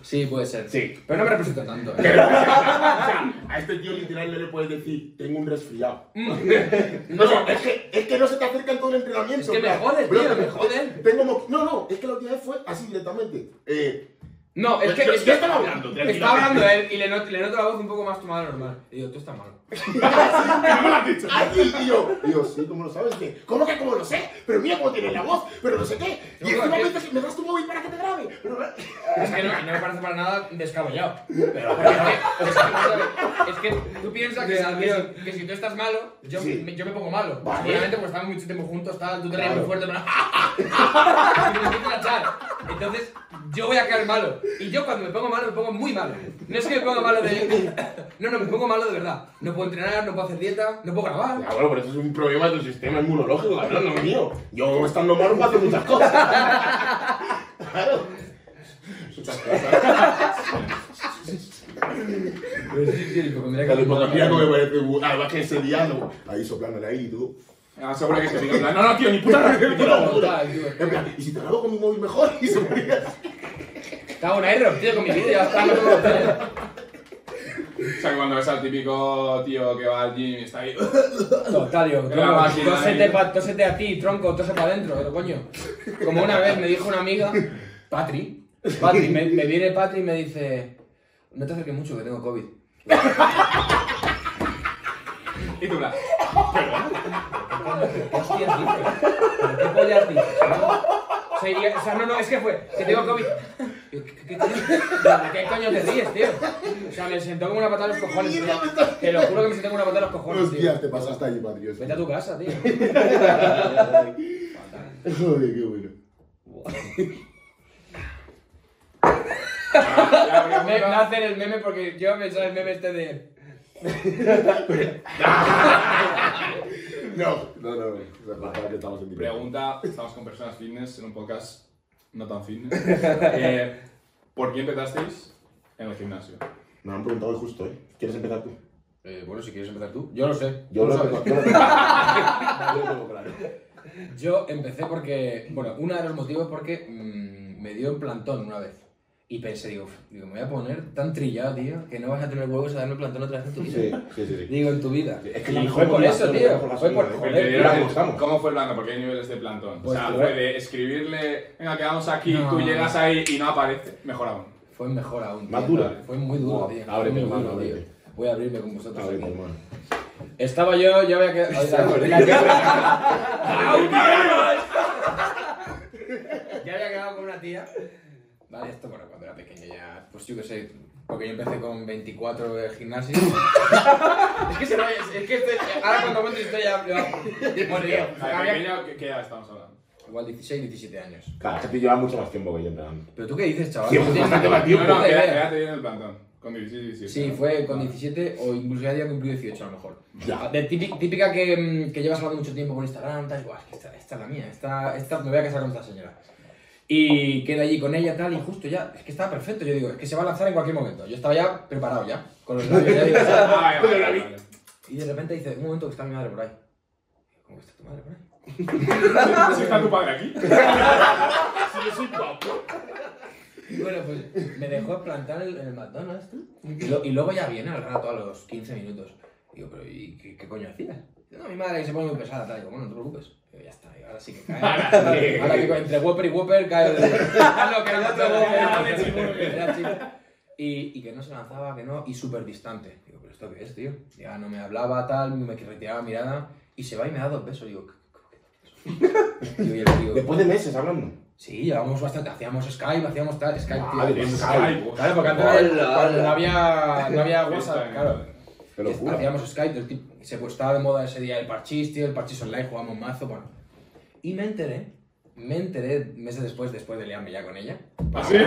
Speaker 1: Sí, puede ser.
Speaker 2: Sí.
Speaker 1: Pero no me representa tanto.
Speaker 2: O
Speaker 1: ¿eh?
Speaker 2: sea, a este tío literal no le puedes decir, tengo un resfriado.
Speaker 1: Mm.
Speaker 2: No, es que, es que no se te acerca en todo el entrenamiento.
Speaker 3: Es que me
Speaker 2: bro.
Speaker 3: jodes,
Speaker 2: Bro,
Speaker 3: tío,
Speaker 2: te-
Speaker 3: me jodes.
Speaker 2: Tengo mo- no, no, es que la última vez fue así directamente. Eh,
Speaker 1: No, es
Speaker 6: Yo-
Speaker 1: que.
Speaker 6: yo-
Speaker 1: es
Speaker 6: yo
Speaker 1: que-
Speaker 6: estaba hablando, tranquilo.
Speaker 1: Está hablando él y le noto, le noto la voz un poco más tomada de lo normal. Y digo, tú estás malo.
Speaker 6: no me lo has dicho.
Speaker 2: Aquí, y yo, digo, sí, ¿cómo lo sabes? ¿Qué? ¿Cómo que cómo lo sé? Pero mira cómo tienes la voz, pero no sé qué. Y
Speaker 1: No,
Speaker 2: encima
Speaker 1: no,
Speaker 2: me,
Speaker 1: que-
Speaker 2: dices, me das tu móvil para que te grabe. Pero,
Speaker 1: Es que no, no me parece para nada descabellado. Pero, pero es, que, es que tú piensas que, si- que si, que si tú estás malo, yo,
Speaker 2: Sí.
Speaker 1: me, yo me pongo malo.
Speaker 2: Vale.
Speaker 1: Seguramente porque estamos mucho tiempo juntos, tal, tú te ríes muy
Speaker 2: Claro.
Speaker 1: fuerte, pero... ¡ah, y me empiezo a echar. Entonces, yo voy a caer malo. Y yo cuando me pongo malo, me pongo muy malo. No es que me ponga malo de... No, no, me pongo malo de verdad. No puedo entrenar, no puedo hacer dieta, no puedo grabar.
Speaker 2: Ya, Ah, bueno, pero eso es un problema de tu sistema inmunológico, cabrón, no mío. Yo estando malo puedo hacer muchas cosas. claro. Muchas cosas.
Speaker 1: pues
Speaker 2: El hipocondríaco me parece. bu- Además que ese diálogo. ah, Ahí soplándole ahí y tú.
Speaker 4: Ah, seguro que se diga, en plan, no, no, tío, ni puta gracia, ni puta gracia".
Speaker 2: En plan, y si te grabo con mi móvil mejor y se ponía así.
Speaker 1: Cago en error, tío, con mi vídeo, ya está. no puedo hacer.
Speaker 4: O sea, que cuando ves al típico tío que va al gym y está ahí.
Speaker 1: Total, yo,
Speaker 4: Pero la
Speaker 1: tronco,
Speaker 4: máquina,
Speaker 1: tósete,
Speaker 4: ahí.
Speaker 1: pa- tósete a ti, tronco, tose para adentro, pero coño. Como una vez me dijo una amiga, Patri, Patri, me, me viene Patri y me dice, no te acerques mucho que tengo COVID.
Speaker 4: Y tú, en plan,
Speaker 1: ¿Qué hostias dices? ¿Pero ¿Qué pollas dices? no? O sea, y- o sea, no, no, es que fue, que tengo COVID. ¿Qué, qué, qué- qué- qué coño te ríes, tío? O sea, me sentó como una patada en los cojones, tío. Te lo juro que me sentó como una patada en los cojones,
Speaker 2: Buenos
Speaker 1: tío.
Speaker 2: días, te pasaste allí, Patrio.
Speaker 1: Vete a tu casa, tío.
Speaker 2: Joder, qué bueno.
Speaker 4: "Ah, "Ya, ya,
Speaker 1: Me, me
Speaker 4: ya".
Speaker 1: hacen el meme porque yo pensaba el meme este de...
Speaker 2: No, no, no. no. Vale. que estamos en directo.
Speaker 4: Pregunta, estamos con personas fitness en un podcast no tan fitness. Eh, ¿Por qué empezasteis en el gimnasio?
Speaker 2: Me han preguntado hoy justo, ¿eh? ¿Quieres empezar tú?
Speaker 1: Eh, bueno, si quieres empezar tú. Yo lo sé.
Speaker 2: Yo
Speaker 1: Tú
Speaker 2: lo
Speaker 1: sabes.
Speaker 2: tengo yo lo tengo claro. Yo lo tengo claro.
Speaker 1: Yo empecé porque, bueno, uno de los motivos porque mm, me dio el plantón una vez. Y pensé, digo, "Uf, digo, me voy a poner tan trillado, tío, que no vas a tener huevos a darme plantón otra vez en tu vida.
Speaker 2: Sí, sí, sí. sí.
Speaker 1: Digo, en tu vida.
Speaker 2: Es que la
Speaker 1: y
Speaker 2: mejor
Speaker 1: fue por eso,
Speaker 2: motivación, la
Speaker 1: tío.
Speaker 2: mejor
Speaker 1: Fue por
Speaker 2: razón,
Speaker 4: Porque
Speaker 1: joder.
Speaker 4: te
Speaker 2: mira,
Speaker 4: dieron-
Speaker 2: ¿cómo estamos?
Speaker 4: ¿Cómo fue el plano? Porque hay niveles de plantón.
Speaker 1: Pues
Speaker 4: o sea,
Speaker 1: tú,
Speaker 4: fue
Speaker 1: eh.
Speaker 4: de escribirle, venga, quedamos aquí,
Speaker 1: No.
Speaker 4: tú llegas ahí y no aparece. Mejor aún.
Speaker 1: Fue mejor aún. tío.
Speaker 2: Más dura.
Speaker 1: Fue muy duro,
Speaker 2: Wow,
Speaker 1: tío. Fue
Speaker 2: ábrete,
Speaker 1: muy
Speaker 2: hermano,
Speaker 1: duro, tío.
Speaker 2: ábrete.
Speaker 1: Voy a abrirme con vosotros.
Speaker 2: Ábrete,
Speaker 1: aquí.
Speaker 2: hermano.
Speaker 1: Estaba yo, yo había quedado. la- la- Ya había quedado con una tía. Vale, esto bueno, cuando era pequeño ya. Pues yo qué sé, porque yo empecé con 24 de gimnasio. es que se me- es que este- ahora cuando cuento esto ya. ya- Bueno, yo,
Speaker 4: A
Speaker 1: había-
Speaker 4: ver, pequeño, ¿qué, ¿Qué edad estamos hablando?
Speaker 1: Igual 16, 17 años.
Speaker 2: Claro, es que tú llevas mucho más tiempo que yo, en plan.
Speaker 1: ¿Pero tú qué dices, chaval?
Speaker 2: Sí,
Speaker 1: No
Speaker 2: pues
Speaker 1: tienes
Speaker 2: bastante
Speaker 1: ni-
Speaker 2: más tiempo.
Speaker 1: ni
Speaker 4: No, no,
Speaker 1: puta
Speaker 4: ¿qué edad
Speaker 1: idea.
Speaker 4: te dieron el plantón? Con 16, 17.
Speaker 1: Sí,
Speaker 4: ¿no?
Speaker 1: fue con 17 o incluso ya había cumplido 18 a lo mejor. Ah,
Speaker 2: Ya.
Speaker 1: De típica, típica que, mm, que llevas hablando mucho tiempo por Instagram, tal, igual, que esta, esta es la mía, esta, esta me voy a casar con esta señora. Y quedé allí con ella, tal, y justo ya, es que estaba perfecto, yo digo, es que se va a lanzar en cualquier momento. Yo estaba ya preparado ya, con los labios, ya digo,
Speaker 4: Ah, vale, vale, vale, vale.
Speaker 1: Y de repente dice, un momento que está mi madre por ahí. ¿Cómo que está tu madre por ahí?
Speaker 4: ¿Sí ¿Está tu padre aquí?
Speaker 1: Y bueno, pues me dejó plantar el, el McDonald's, tú. Y, lo- y luego ya viene al rato, a los 15 minutos. Digo, pero ¿y qué, qué coño hacías? Dice, No, mi madre que se pone muy pesada, tal. Digo, bueno, no te preocupes. Digo, ya está, digo, ahora sí que cae. ahora que co- entre Whopper y Whopper cae el... lo que era otro
Speaker 4: Era de
Speaker 1: Whopper.
Speaker 4: cheeseburger.
Speaker 1: Era chico. Y, y que no se lanzaba, que no, y súper distante. Digo, pero ¿esto qué es, tío? Ya no me hablaba, tal, me retiraba la mirada. Y se va y me da dos besos. Digo, ¿qué- cómo que dos besos? Digo, y él, digo,
Speaker 2: Después de meses hablando.
Speaker 1: Sí, llevábamos bastante, hacíamos Skype, hacíamos tal, Skype, tío.
Speaker 2: Madre,
Speaker 1: pues,
Speaker 2: Skype.
Speaker 1: Claro, porque antes
Speaker 5: Hola,
Speaker 1: cuando
Speaker 5: hola.
Speaker 1: no había, no había WhatsApp,
Speaker 4: Instagram.
Speaker 1: claro.
Speaker 2: Te lo juro.
Speaker 1: Hacíamos Skype, del tipo- se pues, estaba de moda ese día el parchís, tío, el parchís online, jugábamos mazo, bueno. Y me enteré, me enteré meses después, después de liarme ya con ella.
Speaker 2: ¿Ah,
Speaker 1: Pues,
Speaker 4: ¿Así?
Speaker 1: Sí,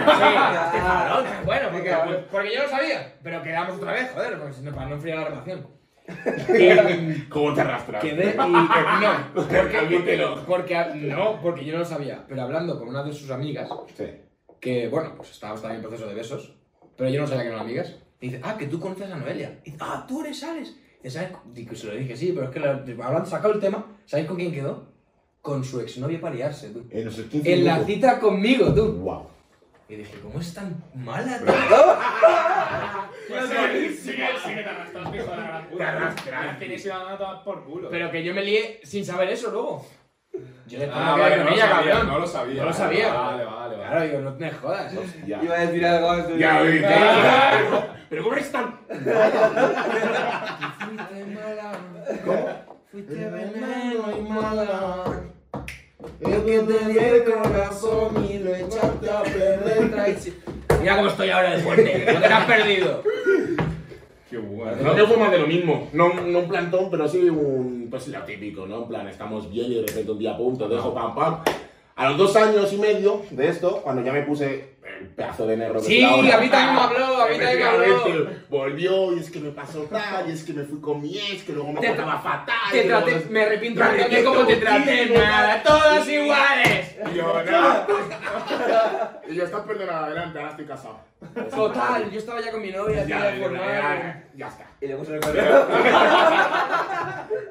Speaker 1: cabrón, bueno, porque, porque yo lo sabía, pero quedamos otra vez, joder, porque si no- para no enfriar la relación. Y-
Speaker 6: ¿Cómo te arrastras?
Speaker 1: Quedé y. No, porque,
Speaker 6: Admítelo.
Speaker 1: porque, no, porque yo no lo sabía, pero hablando con una de sus amigas,
Speaker 2: Sí.
Speaker 1: que bueno, pues estábamos también en proceso de besos, pero yo no sabía que eran amigas. Y dice, ah, que tú conoces a Noelia. Y dice, ah, tú eres Alex. Y ¿sabes? Y que se lo dije, sí, pero es que la- hablando, sacado el tema, ¿sabes con quién quedó? Con su exnovio para liarse, tú.
Speaker 2: En los 15
Speaker 1: En la
Speaker 2: minutos.
Speaker 1: cita conmigo, tú.
Speaker 2: Wow.
Speaker 1: Y dije, ¿cómo es tan mala, tío?
Speaker 4: Pues sí, sí, sí, sí que te arrastras, hijo de la gran puta. Te arrastras. Tienes que ir a tomar por culo.
Speaker 1: Pero que yo me lié sin saber eso luego. Yo de
Speaker 4: Ah,
Speaker 1: pana quedé
Speaker 4: vale,
Speaker 1: con
Speaker 4: no lo
Speaker 1: ella,
Speaker 4: sabía,
Speaker 1: cabrón.
Speaker 4: no lo sabía.
Speaker 1: No lo sabía.
Speaker 4: Vale, vale, vale.
Speaker 1: Claro, digo, no me jodas.
Speaker 2: Ya.
Speaker 5: Iba a decir algo más tú.
Speaker 2: Ya, oye,
Speaker 6: Pero ¿cómo eres tan
Speaker 1: Fuiste mala. Fuiste veneno y mala. El que te di el corazón y lo echaste a perder traición. Mira cómo estoy ahora de fuerte. Lo que te has perdido.
Speaker 4: Qué bueno.
Speaker 2: No que fue más de lo mismo. No, no un plantón, pero sí un. Pues lo típico, ¿no? En plan, estamos bien y de repente un día punto, dejo pam pam. A los dos años y medio de esto, cuando ya me puse el pedazo de negro que
Speaker 1: Sí,
Speaker 2: soy Pues ahora,
Speaker 1: a mí también me habló, a mí también me habló.
Speaker 2: efectivamente, Volvió y es que me pasó tal, y es que me fui con mi ex, que luego me
Speaker 1: Te
Speaker 2: portaba fatal.
Speaker 1: Te
Speaker 2: y luego
Speaker 1: traté,
Speaker 2: no sé-
Speaker 1: me arrepiento
Speaker 2: Me
Speaker 1: también como te traté.
Speaker 2: arrepiento.
Speaker 1: Nada, todas iguales.
Speaker 2: Y ya estás perdonada, adelante, ahora estoy casado.
Speaker 1: Total, yo estaba ya con mi novia,
Speaker 2: Ya,
Speaker 1: tía,
Speaker 2: ya,
Speaker 1: formal.
Speaker 2: ya, ya está.
Speaker 5: Y luego se recorrió.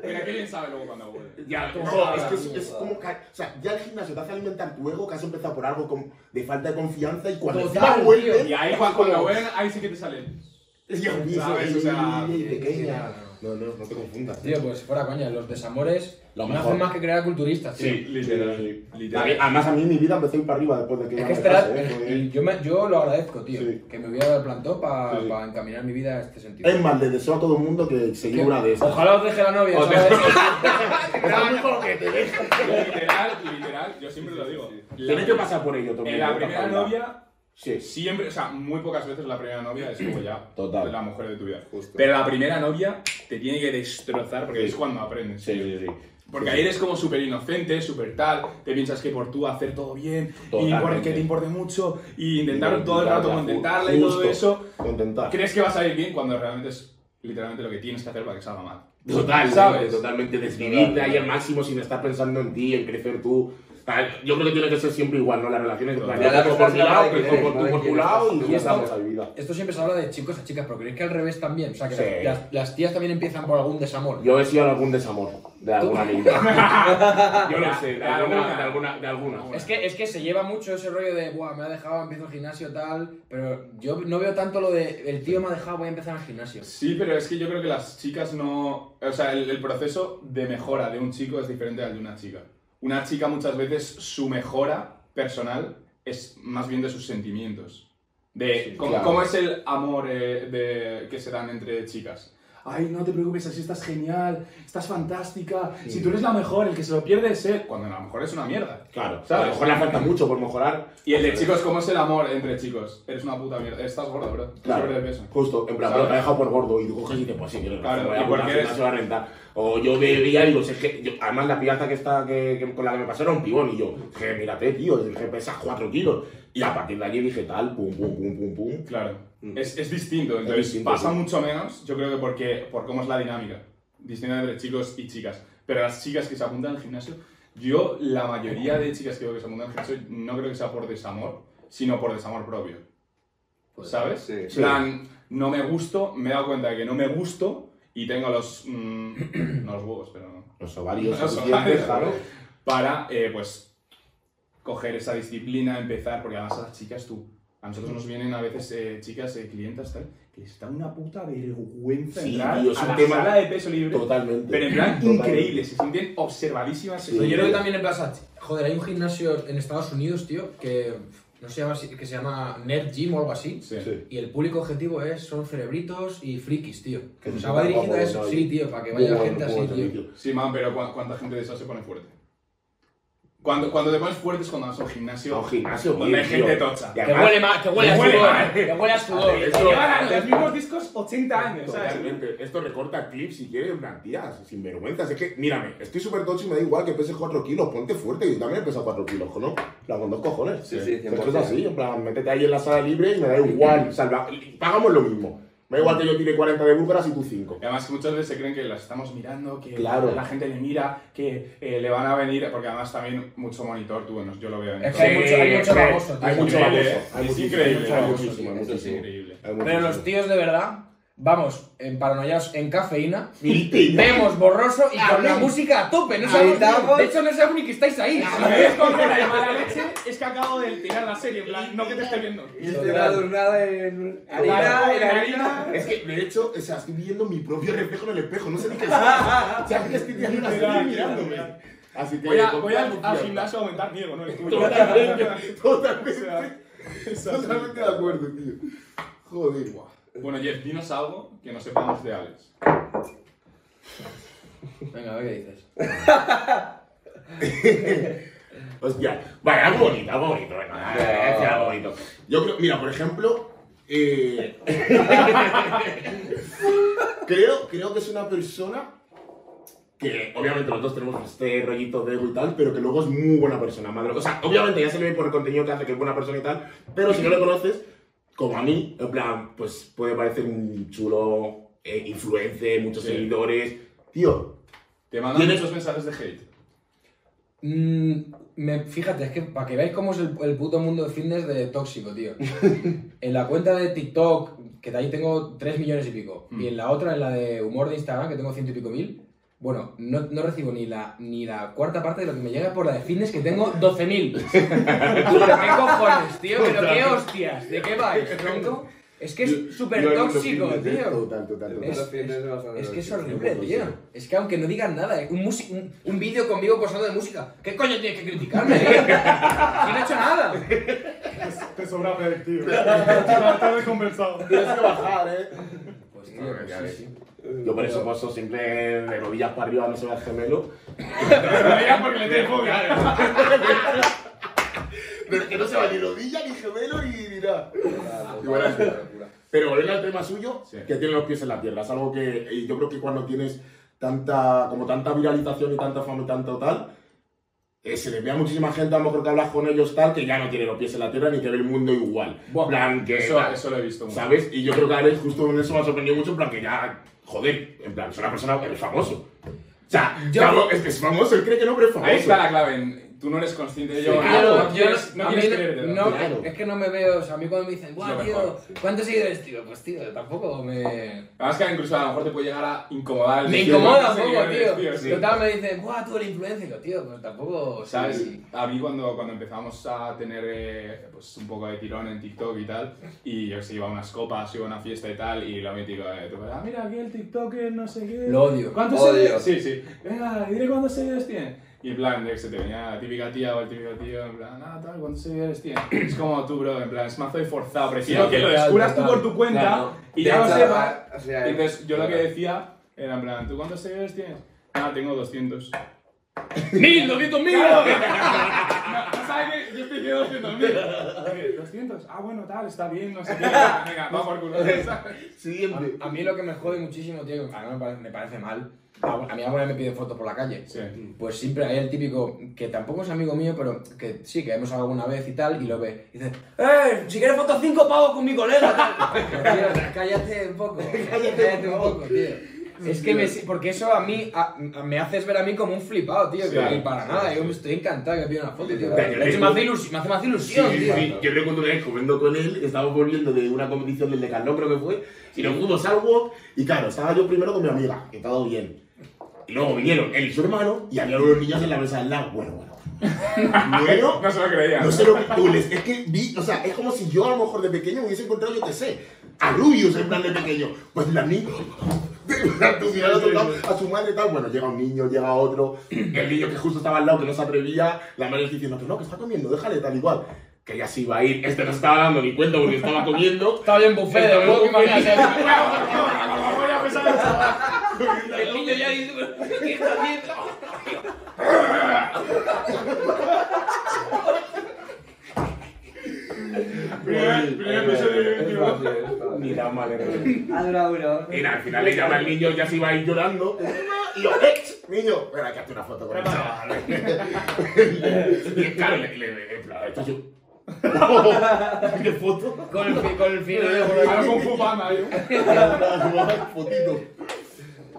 Speaker 4: Mira, qué bien sabe luego cuando vuelve.
Speaker 2: Ya,
Speaker 4: Como
Speaker 2: no,
Speaker 4: ahora.
Speaker 2: es que es, es como ca- o sea, ya el gimnasio te hace alimentar tu ego que has empezado por algo como de falta de confianza y cuando
Speaker 1: Total,
Speaker 2: encima
Speaker 1: tío.
Speaker 2: vuelve,
Speaker 4: Y ahí Juan, cuando vuelven, ahí sí que te salen.
Speaker 2: es ya un piso,
Speaker 4: ¿Sabes? O sea,
Speaker 2: pequeña. No, no, no te confundas.
Speaker 1: Tío, pues fuera coña, los desamores
Speaker 2: Lo
Speaker 1: no
Speaker 2: mejor.
Speaker 1: hacen más que crear culturistas, tío.
Speaker 4: literal.
Speaker 2: A mí- además a mí en mi vida empecé a ir para arriba después de que
Speaker 1: Es
Speaker 2: ya
Speaker 1: que
Speaker 2: me
Speaker 1: esperad,
Speaker 2: casé, ¿eh? Fue-
Speaker 1: eh, yo, me- yo lo agradezco, tío,
Speaker 2: Sí.
Speaker 1: que me hubiera dado el plantón para
Speaker 2: Sí.
Speaker 1: encaminar mi vida a este sentido.
Speaker 2: Es más, le deseo a todo el mundo que se
Speaker 1: Que-
Speaker 2: lleve una de esas.
Speaker 1: Ojalá os deje la novia,
Speaker 4: Os
Speaker 1: ¿sabes?
Speaker 2: Está muy con lo que te deja.
Speaker 4: Literal, literal, yo siempre lo digo.
Speaker 2: Tienes que pasar por ello
Speaker 4: En
Speaker 2: también.
Speaker 4: la
Speaker 2: ¿no?
Speaker 4: primera
Speaker 2: Ojalá.
Speaker 4: novia,
Speaker 2: Sí, sí.
Speaker 4: siempre, o sea, muy pocas veces la primera novia es como ya
Speaker 2: Total.
Speaker 4: la mujer de tu vida.
Speaker 2: Justo.
Speaker 4: Pero la primera novia te tiene que destrozar porque
Speaker 2: Sí.
Speaker 4: es cuando aprendes.
Speaker 2: Sí, sí, sí.
Speaker 4: Porque ahí eres como súper inocente, súper tal, te piensas que por tú hacer todo bien, y por el
Speaker 2: Totalmente.
Speaker 4: que te importe mucho, y intentar todo el rato contentarle y
Speaker 2: Justo.
Speaker 4: todo eso,
Speaker 2: Contentar.
Speaker 4: crees que va a salir bien cuando realmente es literalmente lo que tienes que hacer para que salga mal.
Speaker 2: Total,
Speaker 4: ¿Sabes?
Speaker 2: ¿sabes? Totalmente desvivirte ahí al máximo sin estar pensando en ti, en crecer tú. Tal, Yo creo que tiene que ser siempre igual, ¿no? Las relaciones que
Speaker 4: Total.
Speaker 2: yo crezco por mi
Speaker 1: Ya la
Speaker 2: lado,
Speaker 1: persona sabe
Speaker 2: crezco por
Speaker 1: que
Speaker 2: tu por tu
Speaker 1: eres, sabe
Speaker 2: lado y
Speaker 1: que
Speaker 2: ya
Speaker 1: eres.
Speaker 2: estamos a vida.
Speaker 1: Esto siempre se habla de chicos a chicas, pero creéis que al revés también. O sea, que
Speaker 2: Sí.
Speaker 1: las, las tías también empiezan por algún desamor.
Speaker 2: Yo he sido algún desamor de alguna niña. Yo lo sé, de alguna, de alguna, de alguna.
Speaker 1: Es que, es que se lleva mucho ese rollo de, Buah, me ha dejado, empiezo el gimnasio, tal. Pero yo no veo tanto lo de, el tío me ha dejado, voy a empezar al gimnasio.
Speaker 4: Sí, pero es que yo creo que las chicas no. O sea, el, el proceso de mejora de un chico es diferente al de una chica. Una chica muchas veces su mejora personal es más bien de sus sentimientos. De
Speaker 2: Sí,
Speaker 4: cómo,
Speaker 2: claro.
Speaker 4: cómo es el amor eh, de- que se dan entre chicas. Ay, no te preocupes, así estás genial, estás fantástica. Si tú eres la mejor, el que se lo pierde es él. Cuando a lo mejor es una mierda.
Speaker 2: Claro,
Speaker 4: ¿Sabes?
Speaker 2: a lo mejor le falta mucho por mejorar.
Speaker 4: Y el de chicos, ¿cómo es el amor entre chicos? Eres una puta mierda. Estás gordo, bro. Estás
Speaker 2: Claro,
Speaker 4: sobrepeso.
Speaker 2: justo, en plan,
Speaker 4: ¿Sabes?
Speaker 2: pero te ha dejado por gordo y tú coges y dices, pues sí, yo
Speaker 4: Claro,
Speaker 2: no voy
Speaker 4: y
Speaker 2: a
Speaker 4: porque
Speaker 2: porque
Speaker 4: eres-
Speaker 2: se va a rentar. O yo bebía y digo, si es que, yo- además la pillaza que está, que, que- con la que me pasó era un pibón y yo, dije, mírate, tío, es que pesas 4 kilos. Y a partir de allí dije tal, pum, pum, pum, pum, pum.
Speaker 4: Claro,
Speaker 2: Mm.
Speaker 4: es, es distinto, entonces
Speaker 2: distinto,
Speaker 4: pasa
Speaker 2: sí.
Speaker 4: mucho menos, yo creo que porque, por cómo es la dinámica, distinta entre chicos y chicas, pero las chicas que se apuntan al gimnasio, yo la mayoría de chicas que veo que se apuntan al gimnasio no creo que sea por desamor, sino por desamor propio,
Speaker 2: Pues
Speaker 4: ¿sabes?
Speaker 5: sí.
Speaker 4: plan, no me gusto, me he dado cuenta de que no me gusto y tengo los, mm, no los huevos, pero no,
Speaker 2: Los ovarios,
Speaker 4: Los
Speaker 2: suficientes,
Speaker 4: ovarios.
Speaker 2: claro.
Speaker 4: para, eh, pues, coger esa disciplina, empezar, porque además a las chicas tú. A nosotros nos vienen a veces eh, chicas, eh, clientas, tal, que les da una puta vergüenza
Speaker 2: Sí,
Speaker 4: entrar
Speaker 2: tío, es
Speaker 4: a
Speaker 2: un
Speaker 4: la
Speaker 2: tema
Speaker 4: sala de peso libre.
Speaker 2: Totalmente.
Speaker 4: Pero en plan
Speaker 2: Totalmente.
Speaker 4: increíble, se sienten observadísimas. se
Speaker 2: Sí.
Speaker 1: Pero yo
Speaker 4: sienten-
Speaker 1: creo que también en Plaza. Joder, hay un gimnasio en Estados Unidos, tío, que no se llama así- que se llama Nerd Gym o algo así.
Speaker 4: Sí.
Speaker 2: Sí.
Speaker 1: Y el público objetivo es son cerebritos y frikis, tío.
Speaker 2: Que
Speaker 1: o
Speaker 2: se
Speaker 1: sea, va
Speaker 2: pongan
Speaker 1: dirigido a
Speaker 2: guapos,
Speaker 1: eso,
Speaker 2: ¿no?
Speaker 1: sí, tío, para que
Speaker 2: Muy
Speaker 1: vaya
Speaker 2: buen-
Speaker 1: gente
Speaker 2: muy
Speaker 1: así,
Speaker 2: buen
Speaker 1: tío.
Speaker 4: Sí, man, pero cu- ¿cuánta gente de esa se pone fuerte? Cuando, cuando te pones fuerte es cuando vas a un gimnasio.
Speaker 2: A un gimnasio,
Speaker 4: Donde hay
Speaker 2: tío.
Speaker 4: gente tocha.
Speaker 2: Y
Speaker 1: Que
Speaker 2: además-
Speaker 1: huele, ma- que huele a
Speaker 4: huele
Speaker 1: sudor.
Speaker 4: mal.
Speaker 1: Que huele a sudor.
Speaker 2: Eso-
Speaker 4: Que llevan los mismos discos 80 años, ¿sabes?
Speaker 2: Totalmente. Esto recorta clips si quieres, plantillas, sin vergüenza. Es que, mírame, estoy súper tocho y me da igual que peses 4 kilos, ponte fuerte. Yo también he pesado 4 kilos, ¿no? La con dos cojones. Eh,
Speaker 5: Sí, sí,
Speaker 2: Es que es
Speaker 5: 100%.
Speaker 2: así, en plan, métete ahí en la sala libre y me da igual. Salva, pagamos lo mismo. Me da igual que yo tire 40 de búlgaras y tú 5.
Speaker 4: Y además que muchas veces se creen que las estamos mirando, que
Speaker 2: Claro.
Speaker 4: la gente le mira, que eh, le van a venir, porque además también mucho monitor tú, bueno, yo lo veo en
Speaker 1: Es que hay
Speaker 4: todo.
Speaker 1: mucho, hay mucho
Speaker 2: sí,
Speaker 1: baboso, tío.
Speaker 2: Hay mucho
Speaker 4: Increíble,
Speaker 2: baboso.
Speaker 4: ¿eh?
Speaker 2: Hay
Speaker 4: Es
Speaker 2: muchísimo,
Speaker 4: increíble,
Speaker 2: Hay
Speaker 4: ¿no?
Speaker 2: muchísimo, hay
Speaker 4: Eso es
Speaker 2: muchísimo.
Speaker 4: increíble.
Speaker 2: Hay
Speaker 1: Pero
Speaker 2: muchísimo.
Speaker 1: los tíos de verdad, vamos, en paranoiados en cafeína,
Speaker 2: Y tío,
Speaker 1: vemos borroso y con la
Speaker 2: Amén.
Speaker 1: música a tope. No sabemos,
Speaker 5: Estamos-
Speaker 1: de hecho, no sabemos ni que estáis ahí.
Speaker 4: ¿Sabes con qué la mala leche? Es que acabo de tirar la serie, en plan, no que te esté viendo.
Speaker 5: Y estoy adornada en harina, en harina.
Speaker 2: Es que, de hecho, o sea, estoy viendo mi propio reflejo en el espejo, no sé ni qué es. O sea, que estoy viendo una serie y mirándome. Así que.
Speaker 4: Voy, a,
Speaker 2: con
Speaker 4: voy al,
Speaker 2: confianza.
Speaker 4: al gimnasio a aumentar mi ego, no el tuyo.
Speaker 2: Totalmente,
Speaker 4: O
Speaker 2: totalmente.
Speaker 4: sea, exacto.
Speaker 2: Totalmente de acuerdo, tío. Joder, guau.
Speaker 4: Bueno, Jeff, dinos algo que no sepamos de Alex.
Speaker 1: Venga, a ver qué dices.
Speaker 2: Hostia, vaya, algo bonito, algo bonito, venga, eh, decir algo bonito. Yo creo, mira, por ejemplo, eh, creo, creo que es una persona que obviamente los dos tenemos este rollito de ego y tal, pero que luego es muy buena persona, madre. O sea, obviamente ya se le ve por el contenido que hace que es buena persona y tal, pero si no le conoces, como a mí, en plan, pues puede parecer un chulo, eh, influencer, muchos
Speaker 4: Sí.
Speaker 2: seguidores. Tío,
Speaker 4: Te mandan
Speaker 2: ¿Tienes-
Speaker 4: muchos mensajes de hate.
Speaker 1: Mm, me, fíjate, es que para que veáis cómo es el, el puto mundo de fitness de tóxico, tío. en la cuenta de TikTok, que de ahí tengo 3 millones y pico, y en la otra, en la de humor de Instagram, que tengo ciento y pico mil, bueno, no, no recibo ni la, ni la cuarta parte de lo que me llega por la de fitness, que tengo 12.000. ¿Pero qué cojones, tío? ¿Pero qué hostias? ¿De qué vais, tronco? Es que es súper tóxico, tío.
Speaker 2: Total, total, total.
Speaker 1: Es- Es que es horrible,
Speaker 2: Sí,
Speaker 1: tío.
Speaker 2: sí.
Speaker 1: Es que aunque no digan nada, eh, un, musi- un, un vídeo conmigo posando de música. ¿Qué coño tienes que criticarme? tío? Si no he hecho nada.
Speaker 4: Te sobra Fred, tío. Te descompensado.
Speaker 2: Tienes que bajar, eh.
Speaker 1: Pues tío, pues sí, sí.
Speaker 2: Yo por eso paso siempre de rodillas para arriba, no se ve el gemelo.
Speaker 4: Pero ya porque le tengo fobia.
Speaker 2: Pero es que no se va ni rodilla, ni gemelo, ni, ni nada. Y verás. Pero volviendo al tema suyo,
Speaker 4: Sí.
Speaker 2: que tiene los pies en la tierra. Es algo que y yo creo que cuando tienes tanta, como tanta viralización y tanta fama y tanto tal, eh, se les ve a muchísima gente a lo mejor que hablas con ellos tal, que ya no tiene los pies en la tierra ni que ve el mundo igual.
Speaker 1: Buah,
Speaker 2: plan, que
Speaker 4: Eso, eso lo he visto mucho.
Speaker 2: ¿Sabes? Y yo creo que Alex justo en eso me ha sorprendido mucho, en plan que ya, joder, en plan, es una persona que es famoso. O sea,
Speaker 1: Yo-
Speaker 2: claro, es que es famoso, él cree que no, pero es famoso.
Speaker 4: Ahí está la clave. en- Tú no eres consciente de ello.
Speaker 1: Claro,
Speaker 4: no,
Speaker 1: yo
Speaker 4: quieres, no
Speaker 1: a mí
Speaker 4: quieres creértelo.
Speaker 1: no-
Speaker 2: claro.
Speaker 1: es que no me veo, o sea, a mí cuando me dicen,
Speaker 4: Es
Speaker 1: guau,
Speaker 4: lo
Speaker 1: tío,
Speaker 4: mejor,
Speaker 1: ¿cuántos seguidores, tío? Pues tío, tampoco me...
Speaker 4: Además que incluso a lo mejor te puede llegar a incomodar. el
Speaker 1: Me
Speaker 4: decir,
Speaker 1: incomoda
Speaker 4: "No
Speaker 1: un
Speaker 4: sé
Speaker 1: poco,
Speaker 4: qué eres,
Speaker 1: tío.
Speaker 4: sí.
Speaker 1: Total, me dicen, guau, tú eres influencer, Y yo, tío, pues tampoco,
Speaker 4: ¿Sabes?
Speaker 1: ¿sabes?
Speaker 4: A mí cuando, cuando empezamos a tener eh, pues un poco de tirón en TikTok y tal, y yo se iba a unas copas, iba a una fiesta y tal, y la mítica, eh, tú, ah, mira aquí el TikToker, no sé qué.
Speaker 1: Lo odio.
Speaker 4: ¿Cuántos
Speaker 5: Odio.
Speaker 4: seguidores? Sí, sí. Venga, dile cuántos seguidores tiene. Y en plan, eh, se te venía la típica tía o el típico tío, en plan, ah, tal, ¿cuántos seguidores tiene? Es como tú, bro, en plan, es mazo y forzado, prefiero
Speaker 1: Sí,
Speaker 4: que lo
Speaker 1: total,
Speaker 4: descubras tú
Speaker 1: total.
Speaker 4: por tu cuenta
Speaker 5: Claro.
Speaker 4: y
Speaker 5: De
Speaker 4: ya lo
Speaker 5: hecho,
Speaker 4: sepas.
Speaker 5: o sea,
Speaker 4: Y Entonces, yo lo que
Speaker 5: claro.
Speaker 4: decía era en plan, ¿tú cuántos seguidores tienes? Ah, tengo 200.
Speaker 1: ¡Mil, doscientos mil!
Speaker 4: No, ¿sabes qué? Yo te quiero 200 mil. 200. Ah, bueno, tal, está bien, no sé qué. Venga, va por culo. ¿sabes?
Speaker 2: Siguiente.
Speaker 1: A mí lo que me jode muchísimo, tío, que a mí me parece, me parece mal, a mí alguna vez me piden fotos por la calle.
Speaker 4: Sí.
Speaker 1: Pues siempre hay el típico, que tampoco es amigo mío, pero que sí, que hemos hablado alguna vez y tal, y lo ve. Y dice, ¡eh! Si quieres fotos cinco pavos con mi colega, tal. Tío, cállate un poco. Cállate un poco, tío. Es que me, porque eso a mí a- a- me haces ver a mí como un flipado, tío.
Speaker 4: Sí,
Speaker 1: que-
Speaker 4: claro,
Speaker 1: y para
Speaker 4: sí,
Speaker 1: nada,
Speaker 4: sí.
Speaker 1: yo me estoy encantado que pida una foto, tío.
Speaker 2: Pero
Speaker 1: De hecho, me, hace ilusión, me hace más
Speaker 2: Sí,
Speaker 1: ilusión,
Speaker 2: sí,
Speaker 1: tío.
Speaker 2: sí. Yo recuerdo una vez comiendo con él, estábamos volviendo de una competición del Decathlon, creo que fue, y nos fuimos al walk, y claro, estaba yo primero con mi amiga, que todo bien. Y luego vinieron él y su hermano, y había unos niños en la mesa del lado. Bueno, bueno, bueno. Bueno,
Speaker 4: No se lo creía.
Speaker 2: No sé lo que tú les- Es que vi, o sea, es como si yo a lo mejor de pequeño me hubiese encontrado, yo qué sé, a Rubius en plan de pequeño. Pues la niña. tú miras al otro lado, a su madre y tal. Bueno, llega un niño, llega otro. El niño que justo estaba al lado, que no se atrevía. La madre diciendo que no, que está comiendo, déjale tal igual. Que ya se iba a ir. Este no estaba dando ni cuenta porque estaba comiendo.
Speaker 1: Estaba bien buffet, de
Speaker 2: Estaba
Speaker 1: luego, imagínate.
Speaker 4: Voy a pesar el chaval.
Speaker 5: El niño ya dice, ¿qué está haciendo?
Speaker 4: Primer primer
Speaker 2: eh,
Speaker 4: episodio de
Speaker 5: eh.
Speaker 2: Ni tan mal era.
Speaker 4: eh.
Speaker 5: Ha durado uno.
Speaker 2: Mira, al final le llama al niño, ya se iba a ir llorando. Y yo, ¡eh! Niño, espera, que hazte una foto con el chaval. y claro, le, le,
Speaker 6: eh,
Speaker 2: le, en plan, esto yo. ¿Qué foto?
Speaker 1: Con el, fi- con el fin de...
Speaker 4: Ahora con Fu Panda, ¿eh? yo.
Speaker 2: Fotito.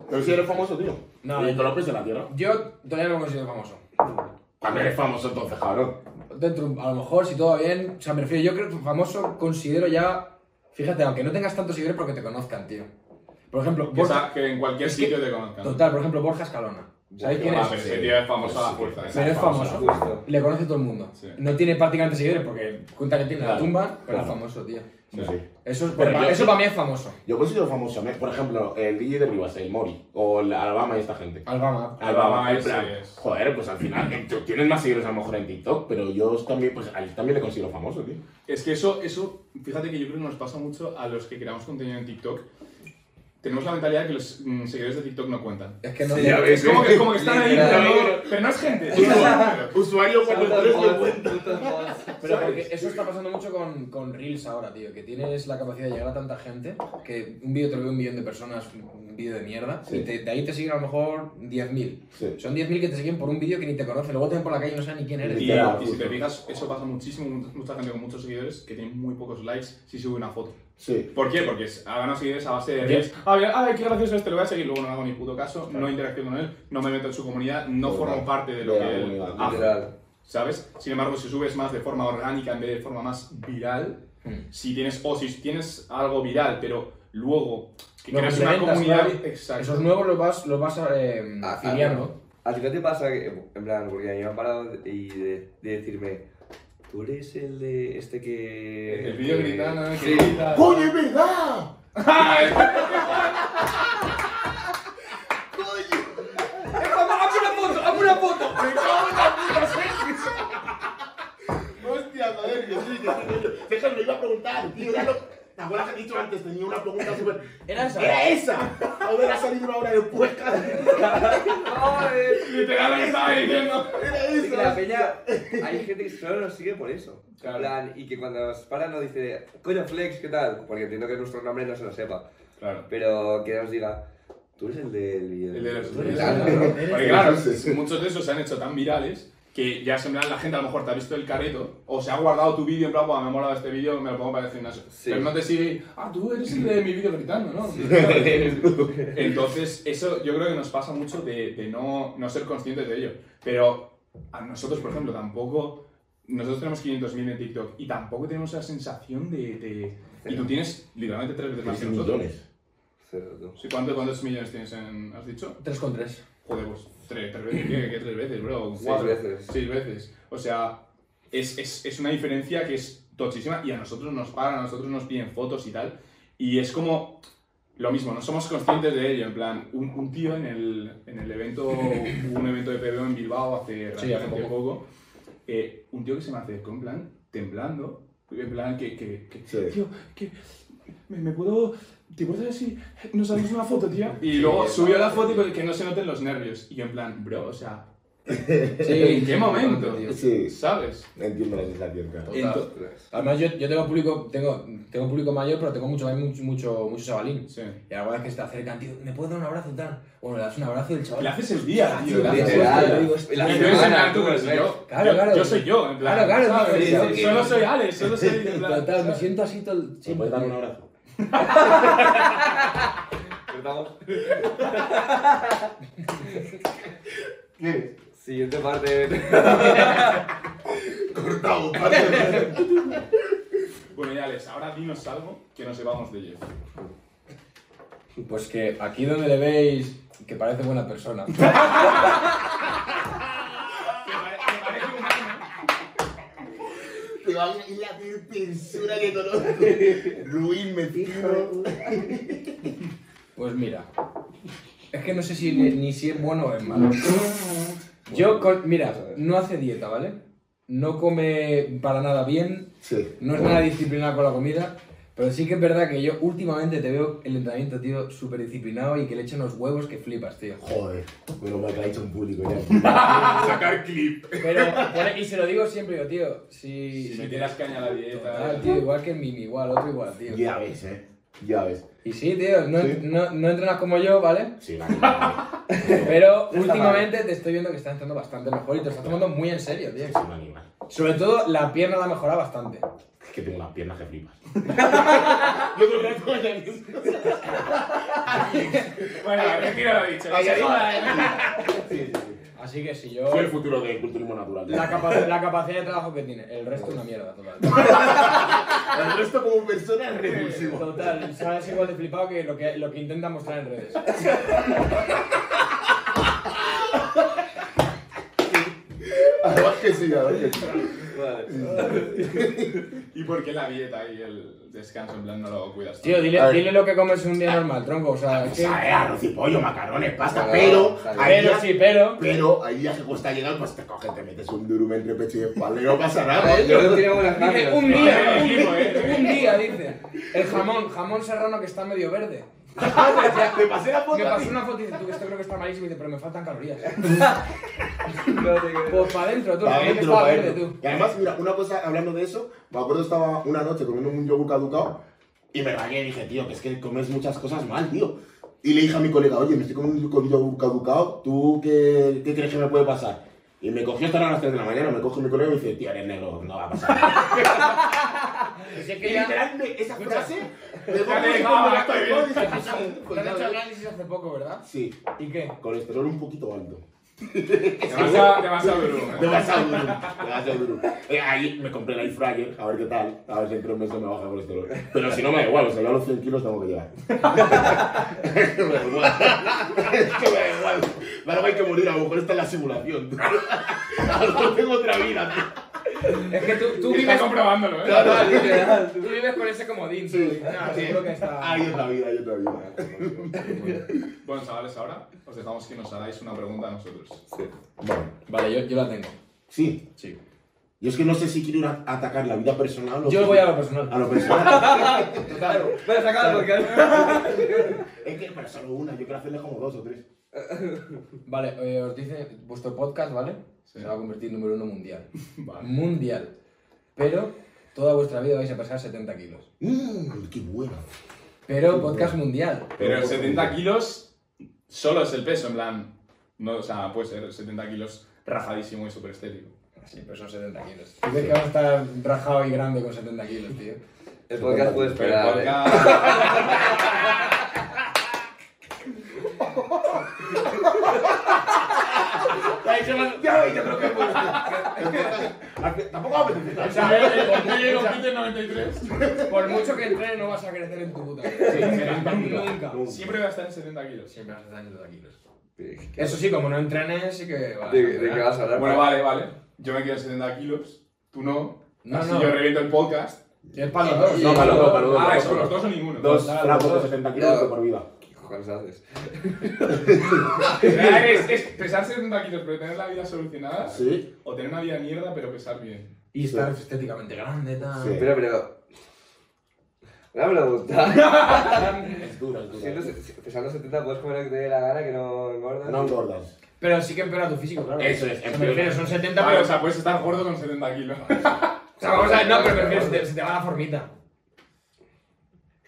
Speaker 2: Pero si eres famoso, tío.
Speaker 1: No.
Speaker 2: Y te lo piensas en la tierra.
Speaker 1: Yo todavía no me considero famoso.
Speaker 2: Cuando eres famoso, entonces, cabrón.
Speaker 1: Dentro, a lo mejor, si todo va bien, o sea, me refiero, yo creo que famoso considero ya, fíjate, aunque no tengas tantos seguidores, porque te conozcan, tío. Por ejemplo,
Speaker 4: Que
Speaker 1: Borja,
Speaker 4: sa- Que en cualquier
Speaker 1: Es que-
Speaker 4: sitio te conozcan.
Speaker 1: total, por ejemplo, Borja Escalona. ¿Sabéis quién
Speaker 4: Ah,
Speaker 1: es?
Speaker 4: pero ese tío es famoso a la fuerza.
Speaker 1: Pero es famoso.
Speaker 5: Justo.
Speaker 1: Le conoce todo el mundo.
Speaker 4: Sí.
Speaker 1: No tiene prácticamente seguidores porque cuenta que tiene la
Speaker 2: Claro,
Speaker 1: tumba, pero es
Speaker 2: claro.
Speaker 1: famoso, tío.
Speaker 2: Sí, sí.
Speaker 1: Eso, es-
Speaker 2: Pero
Speaker 1: para-
Speaker 2: yo-
Speaker 1: eso para mí es famoso.
Speaker 2: Yo considero famoso, ¿no? por ejemplo, el DJ de Rivas, el Mori, o el Alabama y esta gente.
Speaker 1: Alabama.
Speaker 2: Alabama, en
Speaker 4: Sí,
Speaker 2: plan,
Speaker 4: es.
Speaker 2: joder, pues al final eh, tú tienes más seguidores a lo mejor en TikTok, pero yo también, pues a él también le considero famoso, tío.
Speaker 4: Es que eso, eso, fíjate que yo creo que nos pasa mucho a los que creamos contenido en TikTok. Tenemos la mentalidad de que los mm, seguidores de TikTok no cuentan.
Speaker 1: Es que no.
Speaker 2: ya ves.
Speaker 4: Es como que, como que están ahí,
Speaker 1: Literal.
Speaker 4: pero, no- pero no es gente. es usuario.
Speaker 2: Usuario
Speaker 5: Puto bots, puto bots.
Speaker 1: Pero porque eso está pasando mucho con, con Reels ahora, tío. Que tienes la capacidad de llegar a tanta gente que un vídeo te lo ve un millón de personas, un vídeo de mierda,
Speaker 2: Sí.
Speaker 1: y te- de ahí te siguen a lo mejor 10.000.
Speaker 2: Sí.
Speaker 1: Son 10.000 que te siguen por un vídeo que ni te conocen, luego te ven por la calle y no saben ni quién eres.
Speaker 4: Y,
Speaker 2: Literal,
Speaker 4: y si te
Speaker 2: justo.
Speaker 4: fijas, eso pasa muchísimo, mu- mucha gente con muchos seguidores que tienen muy pocos likes si sube una foto.
Speaker 2: Sí.
Speaker 4: ¿Por qué? Porque es- ha ganado seguidores a base de reels. A ver, ay, qué gracioso este, lo voy a seguir, luego no hago ni puto caso, no interacciono con él, no me meto en su comunidad, no
Speaker 2: Total.
Speaker 4: formo parte de lo
Speaker 2: De la
Speaker 4: que él
Speaker 2: comunidad,
Speaker 4: hace.
Speaker 5: Literal.
Speaker 4: ¿Sabes? Sin embargo, si subes más de forma orgánica en vez de forma más viral,
Speaker 1: Mm.
Speaker 4: si tienes, o si tienes algo viral, pero luego que
Speaker 1: Lo
Speaker 4: creas una
Speaker 1: complementas,
Speaker 4: comunidad.
Speaker 1: ¿vale?
Speaker 4: Exacto.
Speaker 1: Esos nuevos los vas, los vas eh,
Speaker 5: Ah,
Speaker 1: afiliando.
Speaker 5: ¿A ti no te pasa que, en plan, porque a mí me han parado y de, de decirme, tú eres el de este que...
Speaker 4: El vídeo
Speaker 5: que-
Speaker 4: gritando, que
Speaker 5: Sí.
Speaker 4: grita.
Speaker 2: ¡Coño, es verdad!
Speaker 3: ¡Hazme una foto! ¡Hazme una foto!
Speaker 2: Hostia, joder, que sí, que sí, que sí. Deja, lo iba a preguntar, tío, ya lo- ¿Te acuerdas que he dicho antes? Tenía una pregunta súper...
Speaker 1: Era esa.
Speaker 2: ¡Era esa! Joder, ha salido una hora después, cabrón.
Speaker 5: Joder,
Speaker 4: Literal, lo que estaba diciendo.
Speaker 2: ¡Era
Speaker 5: es que la
Speaker 2: esa!
Speaker 5: peña, hay gente que solo nos sigue por eso.
Speaker 4: Claro.
Speaker 5: En plan, y que cuando nos paran nos dice, coño Flex, ¿qué tal? Porque entiendo que nuestro nombre no se lo sepa,
Speaker 4: Claro.
Speaker 5: pero que nos diga, tú eres el del vídeo.
Speaker 4: El de los
Speaker 5: Tú eres el
Speaker 4: Claro,
Speaker 5: del-
Speaker 4: Porque claro, muchos de esos se han hecho tan virales que ya se me la gente a lo mejor te ha visto el careto o se ha guardado tu vídeo en plan, "Buah, me ha molado este vídeo, me lo pongo para el gimnasio.
Speaker 5: Sí.
Speaker 4: Pero no te sigue, ah, tú eres el de mi vídeo gritando, ¿no? Entonces, eso yo creo que nos pasa mucho de, de no, no ser conscientes de ello. Pero a nosotros, por ejemplo, tampoco. Nosotros tenemos 500.000 en TikTok y tampoco tenemos la sensación de. de- y tú tienes literalmente tres veces más que nosotros.
Speaker 2: millones.
Speaker 5: Cero, tú.
Speaker 4: Sí, ¿cuánto- ¿Cuántos millones tienes en. has dicho?
Speaker 1: 3,3.
Speaker 4: Joder, pues tres, tres veces, ¿qué, qué tres veces, bro?
Speaker 5: Seis
Speaker 4: Cuatro,
Speaker 5: veces.
Speaker 4: Seis veces. O sea, es, es, es una diferencia que es tochísima y a nosotros nos pagan, a nosotros nos piden fotos y tal. Y es como lo mismo, no somos conscientes de ello. En plan, un, un tío en el, en el evento, hubo un evento de PBO en Bilbao hace
Speaker 1: Sí, hace
Speaker 4: relativamente poco, eh, un tío que se me acercó en plan, temblando, en plan que, que, que
Speaker 2: Sí.
Speaker 4: tío, que me, me puedo... ¿Te puedo decir si nos hacemos una foto, tío? Y luego subió la foto y pues, que no se noten los nervios. Y yo en plan, bro, o sea, ¿en qué momento?
Speaker 1: tío.
Speaker 2: Sí,
Speaker 4: ¿Sabes?
Speaker 2: entiendo la sensación, claro.
Speaker 4: Ento-
Speaker 1: Además, yo, yo tengo público tengo, tengo público mayor, pero tengo mucho, mucho, mucho, mucho chavalín.
Speaker 4: sí.
Speaker 1: Y la verdad es que se te acercan, tío, ¿me puedes dar un abrazo y tal? Bueno, le das un abrazo y el chaval...
Speaker 4: Le haces el
Speaker 1: Ah,
Speaker 4: día, tío. le haces el día.
Speaker 5: Literal, digo,
Speaker 4: Y
Speaker 5: la
Speaker 4: tú eres en
Speaker 5: semana,
Speaker 4: plan, tú
Speaker 5: tú pues, eres
Speaker 4: eres
Speaker 5: Flex.
Speaker 4: yo.
Speaker 1: Claro,
Speaker 4: Yo-
Speaker 1: claro.
Speaker 4: Yo soy yo, en plan.
Speaker 1: Claro, claro,
Speaker 4: ¿sabes?
Speaker 1: tío, tío.
Speaker 4: Solo soy Alex, solo soy. en plan,
Speaker 1: Total, me
Speaker 4: ¿sabes?
Speaker 1: siento así todo el
Speaker 2: ¿Me puedes
Speaker 1: siempre,
Speaker 2: dar
Speaker 1: tío.
Speaker 2: un abrazo?
Speaker 5: Cortamos.
Speaker 2: ¿Qué?
Speaker 5: Siguiente parte.
Speaker 2: Cortado, padre.
Speaker 4: Bueno, ya, Alex, ahora dinos algo que nos llevamos de Jeff.
Speaker 1: Pues que aquí donde le veis que parece buena persona.
Speaker 2: Te va a ir la peor censura que conozco. Ruin, metido.
Speaker 1: Pues mira, es que no sé si ni, ni si es bueno o es malo. Yo, con- mira, no hace dieta, ¿vale? No come para nada bien,
Speaker 2: Sí.
Speaker 1: no es nada disciplinado con la comida, pero sí que es verdad que yo últimamente te veo el entrenamiento, tío, súper disciplinado y que le echan los huevos que flipas, tío.
Speaker 2: Joder, menos mal que la he hecho en público ya.
Speaker 4: Sacar clip.
Speaker 1: Pero, por- y se lo digo siempre, yo, tío, si...
Speaker 4: Si me tiras caña a la
Speaker 1: Total,
Speaker 4: dieta.
Speaker 1: tío, igual que Mimi, igual, otro igual, tío.
Speaker 2: Ya ves, eh. Ya ves.
Speaker 1: Y sí, tío, no,
Speaker 2: Sí.
Speaker 1: no- no entrenas como yo, ¿vale?
Speaker 2: Sí, la verdad.
Speaker 1: Pero
Speaker 2: mal.
Speaker 1: últimamente te estoy viendo que estás entrando bastante mejor y te lo estás tomando muy en serio, tío.
Speaker 2: Es un animal.
Speaker 1: Sobre todo la pierna la mejora bastante.
Speaker 2: Es que tengo las piernas que flipas.
Speaker 4: Bueno, retiro lo dicho.
Speaker 2: Ay, ay,
Speaker 1: Así que si yo.
Speaker 2: Soy el futuro del culturismo natural.
Speaker 1: La, capa- la capacidad de trabajo que tiene, el resto una mierda total.
Speaker 2: El resto como persona es repulsivo.
Speaker 1: Total, sabes igual de flipado que lo que, lo que intenta mostrar en redes.
Speaker 2: que sí, la verdad que sí.
Speaker 4: ¿Y por qué la dieta y el descanso en plan no lo cuidas?
Speaker 1: Tío,
Speaker 2: A
Speaker 1: dile,
Speaker 2: ver.
Speaker 1: dile lo que comes un día normal, tronco. O sea, es que.
Speaker 2: A ver, eh, arroz y pollo, macarrones, pasta,
Speaker 1: Claro,
Speaker 2: pero.
Speaker 1: claro.
Speaker 2: ahí
Speaker 1: Pero
Speaker 2: ya-
Speaker 1: sí, pero.
Speaker 2: Pero ahí ya se cuesta llegar, pues te coges, te metes un durum entre pecho y espalda y no pasa nada.
Speaker 5: Yo no tenía buenas
Speaker 1: Dice,
Speaker 5: manos.
Speaker 1: un día,
Speaker 4: Eh,
Speaker 1: un,
Speaker 4: equipo, eh.
Speaker 1: un día, dice. El jamón, jamón serrano que está medio verde.
Speaker 2: Te pasé la foto.
Speaker 1: Me
Speaker 2: a ti.
Speaker 1: pasó una foto y dice, tú, que esto creo que está malísimo. Y dice, pero me faltan calorías.
Speaker 5: No te creo.
Speaker 1: Pues para adentro, tú.
Speaker 2: Pa'
Speaker 1: el jamón que
Speaker 2: dentro,
Speaker 1: estaba
Speaker 2: pa'
Speaker 1: verde,
Speaker 2: dentro.
Speaker 1: tú.
Speaker 2: Y además, mira, una cosa hablando de eso, me acuerdo estaba una noche comiendo un yogur caducado y me rayé y dije, tío, que es que comes muchas cosas mal, tío. Y le dije a mi colega, oye, me estoy comiendo un yogur caducado, ¿tú qué, qué crees que me puede pasar? Y me cogió hasta las 3 de la mañana, me coge mi colega y me dice, tío, eres negro, no va a pasar. nada".
Speaker 1: Pues Es
Speaker 2: Y
Speaker 1: que ya-
Speaker 2: literalmente esa frase, me
Speaker 4: Ya te
Speaker 2: coge y
Speaker 4: digo,
Speaker 2: cuando la
Speaker 4: estoy
Speaker 2: tocó,
Speaker 4: bien.
Speaker 2: dije, "Pues,
Speaker 1: Te
Speaker 2: pues
Speaker 1: han hecho
Speaker 2: nada".
Speaker 1: análisis hace poco, ¿verdad?
Speaker 2: Sí,
Speaker 1: ¿Y qué?
Speaker 2: colesterol un poquito alto.
Speaker 4: Te vas a, te vas a ver uno.
Speaker 2: Demasiado duro, demasiado duro. Eh, ahí me compré el air fryer, a ver qué tal, a ver si entre un mes se me baja el colesterol. Pero si no me da igual, o sea, yo a los 100 kilos tengo que llegar. Es que me da igual, es que me da igual. Me da igual que morir, a lo mejor esta es la simulación. A lo mejor tengo otra vida. tío.
Speaker 1: Es que tú, tú,
Speaker 4: Está
Speaker 1: vives,
Speaker 4: comprobándolo,
Speaker 2: No,
Speaker 4: ¿eh?
Speaker 2: no, literal.
Speaker 1: tú vives con ese comodín, tú.
Speaker 2: Sí,
Speaker 1: Ah,
Speaker 2: sí.
Speaker 1: seguro que está-
Speaker 2: Hay otra vida, hay otra vida.
Speaker 4: Bueno, chavales, ahora os dejamos que nos hagáis una pregunta a nosotros.
Speaker 2: Bueno,
Speaker 1: Vale, yo, yo la tengo.
Speaker 2: sí.
Speaker 1: Sí.
Speaker 2: Yo es que no sé si quiero ir a atacar la vida personal o...
Speaker 1: Yo voy a lo personal.
Speaker 2: A lo personal. Claro.
Speaker 5: Voy a sacar el podcast.
Speaker 2: Es que, pero solo una, yo quiero hacerle como dos o tres.
Speaker 1: Vale, eh, os dice vuestro podcast, ¿vale? Se va a convertir en número uno mundial.
Speaker 4: Vale.
Speaker 1: Mundial. Pero toda vuestra vida vais a pesar 70 kilos.
Speaker 2: Mmm, qué buena.
Speaker 1: Pero podcast mundial.
Speaker 4: Pero 70 kilos solo es el peso, en plan. No, o sea, puede ser 70 kilos rajadísimo y súper estético.
Speaker 1: Sí, pero son 70 kilos. Dices que vas a estar rajado y grande con 70 kilos, tío.
Speaker 5: El podcast
Speaker 2: Pues
Speaker 5: puede
Speaker 4: Pero el
Speaker 5: esperar. eh.
Speaker 4: podcast-
Speaker 2: Ah, Tampoco vamos a empezar.
Speaker 1: Por mucho que entrenes no vas a crecer en tu puta vida. Nunca.
Speaker 4: Siempre va a estar en 70 kilos.
Speaker 1: Siempre vas a estar en 70 kilos.
Speaker 5: ¿De qué-
Speaker 1: Eso sí, como no entrenes, sí que vas a
Speaker 5: ¿De de
Speaker 1: entrenar.
Speaker 5: qué vas a hablar?
Speaker 4: Bueno, vale, vale. Yo me quedo en 70 kilos, tú no.
Speaker 1: No,
Speaker 4: así
Speaker 1: no.
Speaker 4: yo reviento el podcast.
Speaker 1: Es para los dos.
Speaker 2: No, para los dos, para los dos.
Speaker 4: Ah, eso, los dos o ninguno.
Speaker 2: Dos
Speaker 1: Total,
Speaker 2: flacos de
Speaker 1: dos.
Speaker 2: 70 kilos de por vida.
Speaker 5: ¿Qué cojones haces?
Speaker 4: Es, es pesar 70 kilos pero tener la vida solucionada.
Speaker 2: Sí.
Speaker 4: O tener una vida mierda pero pesar bien.
Speaker 1: Y estar estéticamente grande, tal.
Speaker 2: Sí.
Speaker 5: Espera, pero. Una pregunta.
Speaker 2: Es duro, es
Speaker 5: Siendo
Speaker 2: duro.
Speaker 5: se- se- Pesando 70, puedes comer lo que te dé la gana que no engordas.
Speaker 2: No engordas.
Speaker 1: Pero sí que empeora tu físico, claro.
Speaker 2: Eso
Speaker 1: O
Speaker 2: es,
Speaker 1: sea, me
Speaker 2: empeora.
Speaker 1: refiero, son 70,
Speaker 4: Vale,
Speaker 1: pero.
Speaker 4: o sea, puedes estar gordo con 70 kilos.
Speaker 1: o sea, vamos a ver, no, pero me refiero, se te, se te va la formita.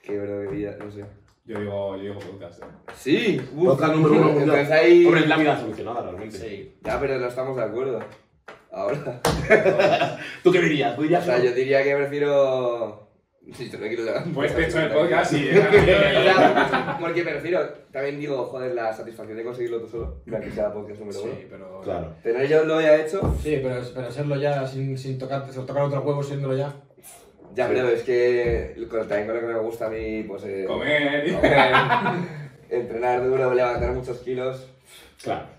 Speaker 5: Qué bro, que vida, no sé.
Speaker 4: Yo digo, yo digo podcast. eh.
Speaker 5: Sí,
Speaker 2: Podcast número uno mundial.
Speaker 5: Entonces ahí.
Speaker 2: Hombre, es la vida solucionada realmente.
Speaker 5: Ya, pero no estamos de acuerdo. Ahora.
Speaker 2: ¿Tú qué dirías? ¿Tú
Speaker 5: O
Speaker 2: dirías
Speaker 5: sea,
Speaker 2: no?
Speaker 5: yo diría que prefiero. Sí, te lo quiero dar.
Speaker 4: Pues te echo el podcast y.
Speaker 5: Porque me refiero, también digo, joder, la satisfacción de conseguirlo tú solo. La que sea podcast número uno.
Speaker 1: Sí, pero.
Speaker 2: Claro.
Speaker 5: Tener yo lo ya hecho.
Speaker 1: Sí, pero, pero serlo ya sin, sin tocar, sin tocar otro huevo, siéndolo ya.
Speaker 5: Ya, pero es que con- también con lo que me gusta a mí, pues. eh,
Speaker 4: Comer. y-
Speaker 5: comer, entrenar duro, levantar muchos kilos.
Speaker 2: Claro.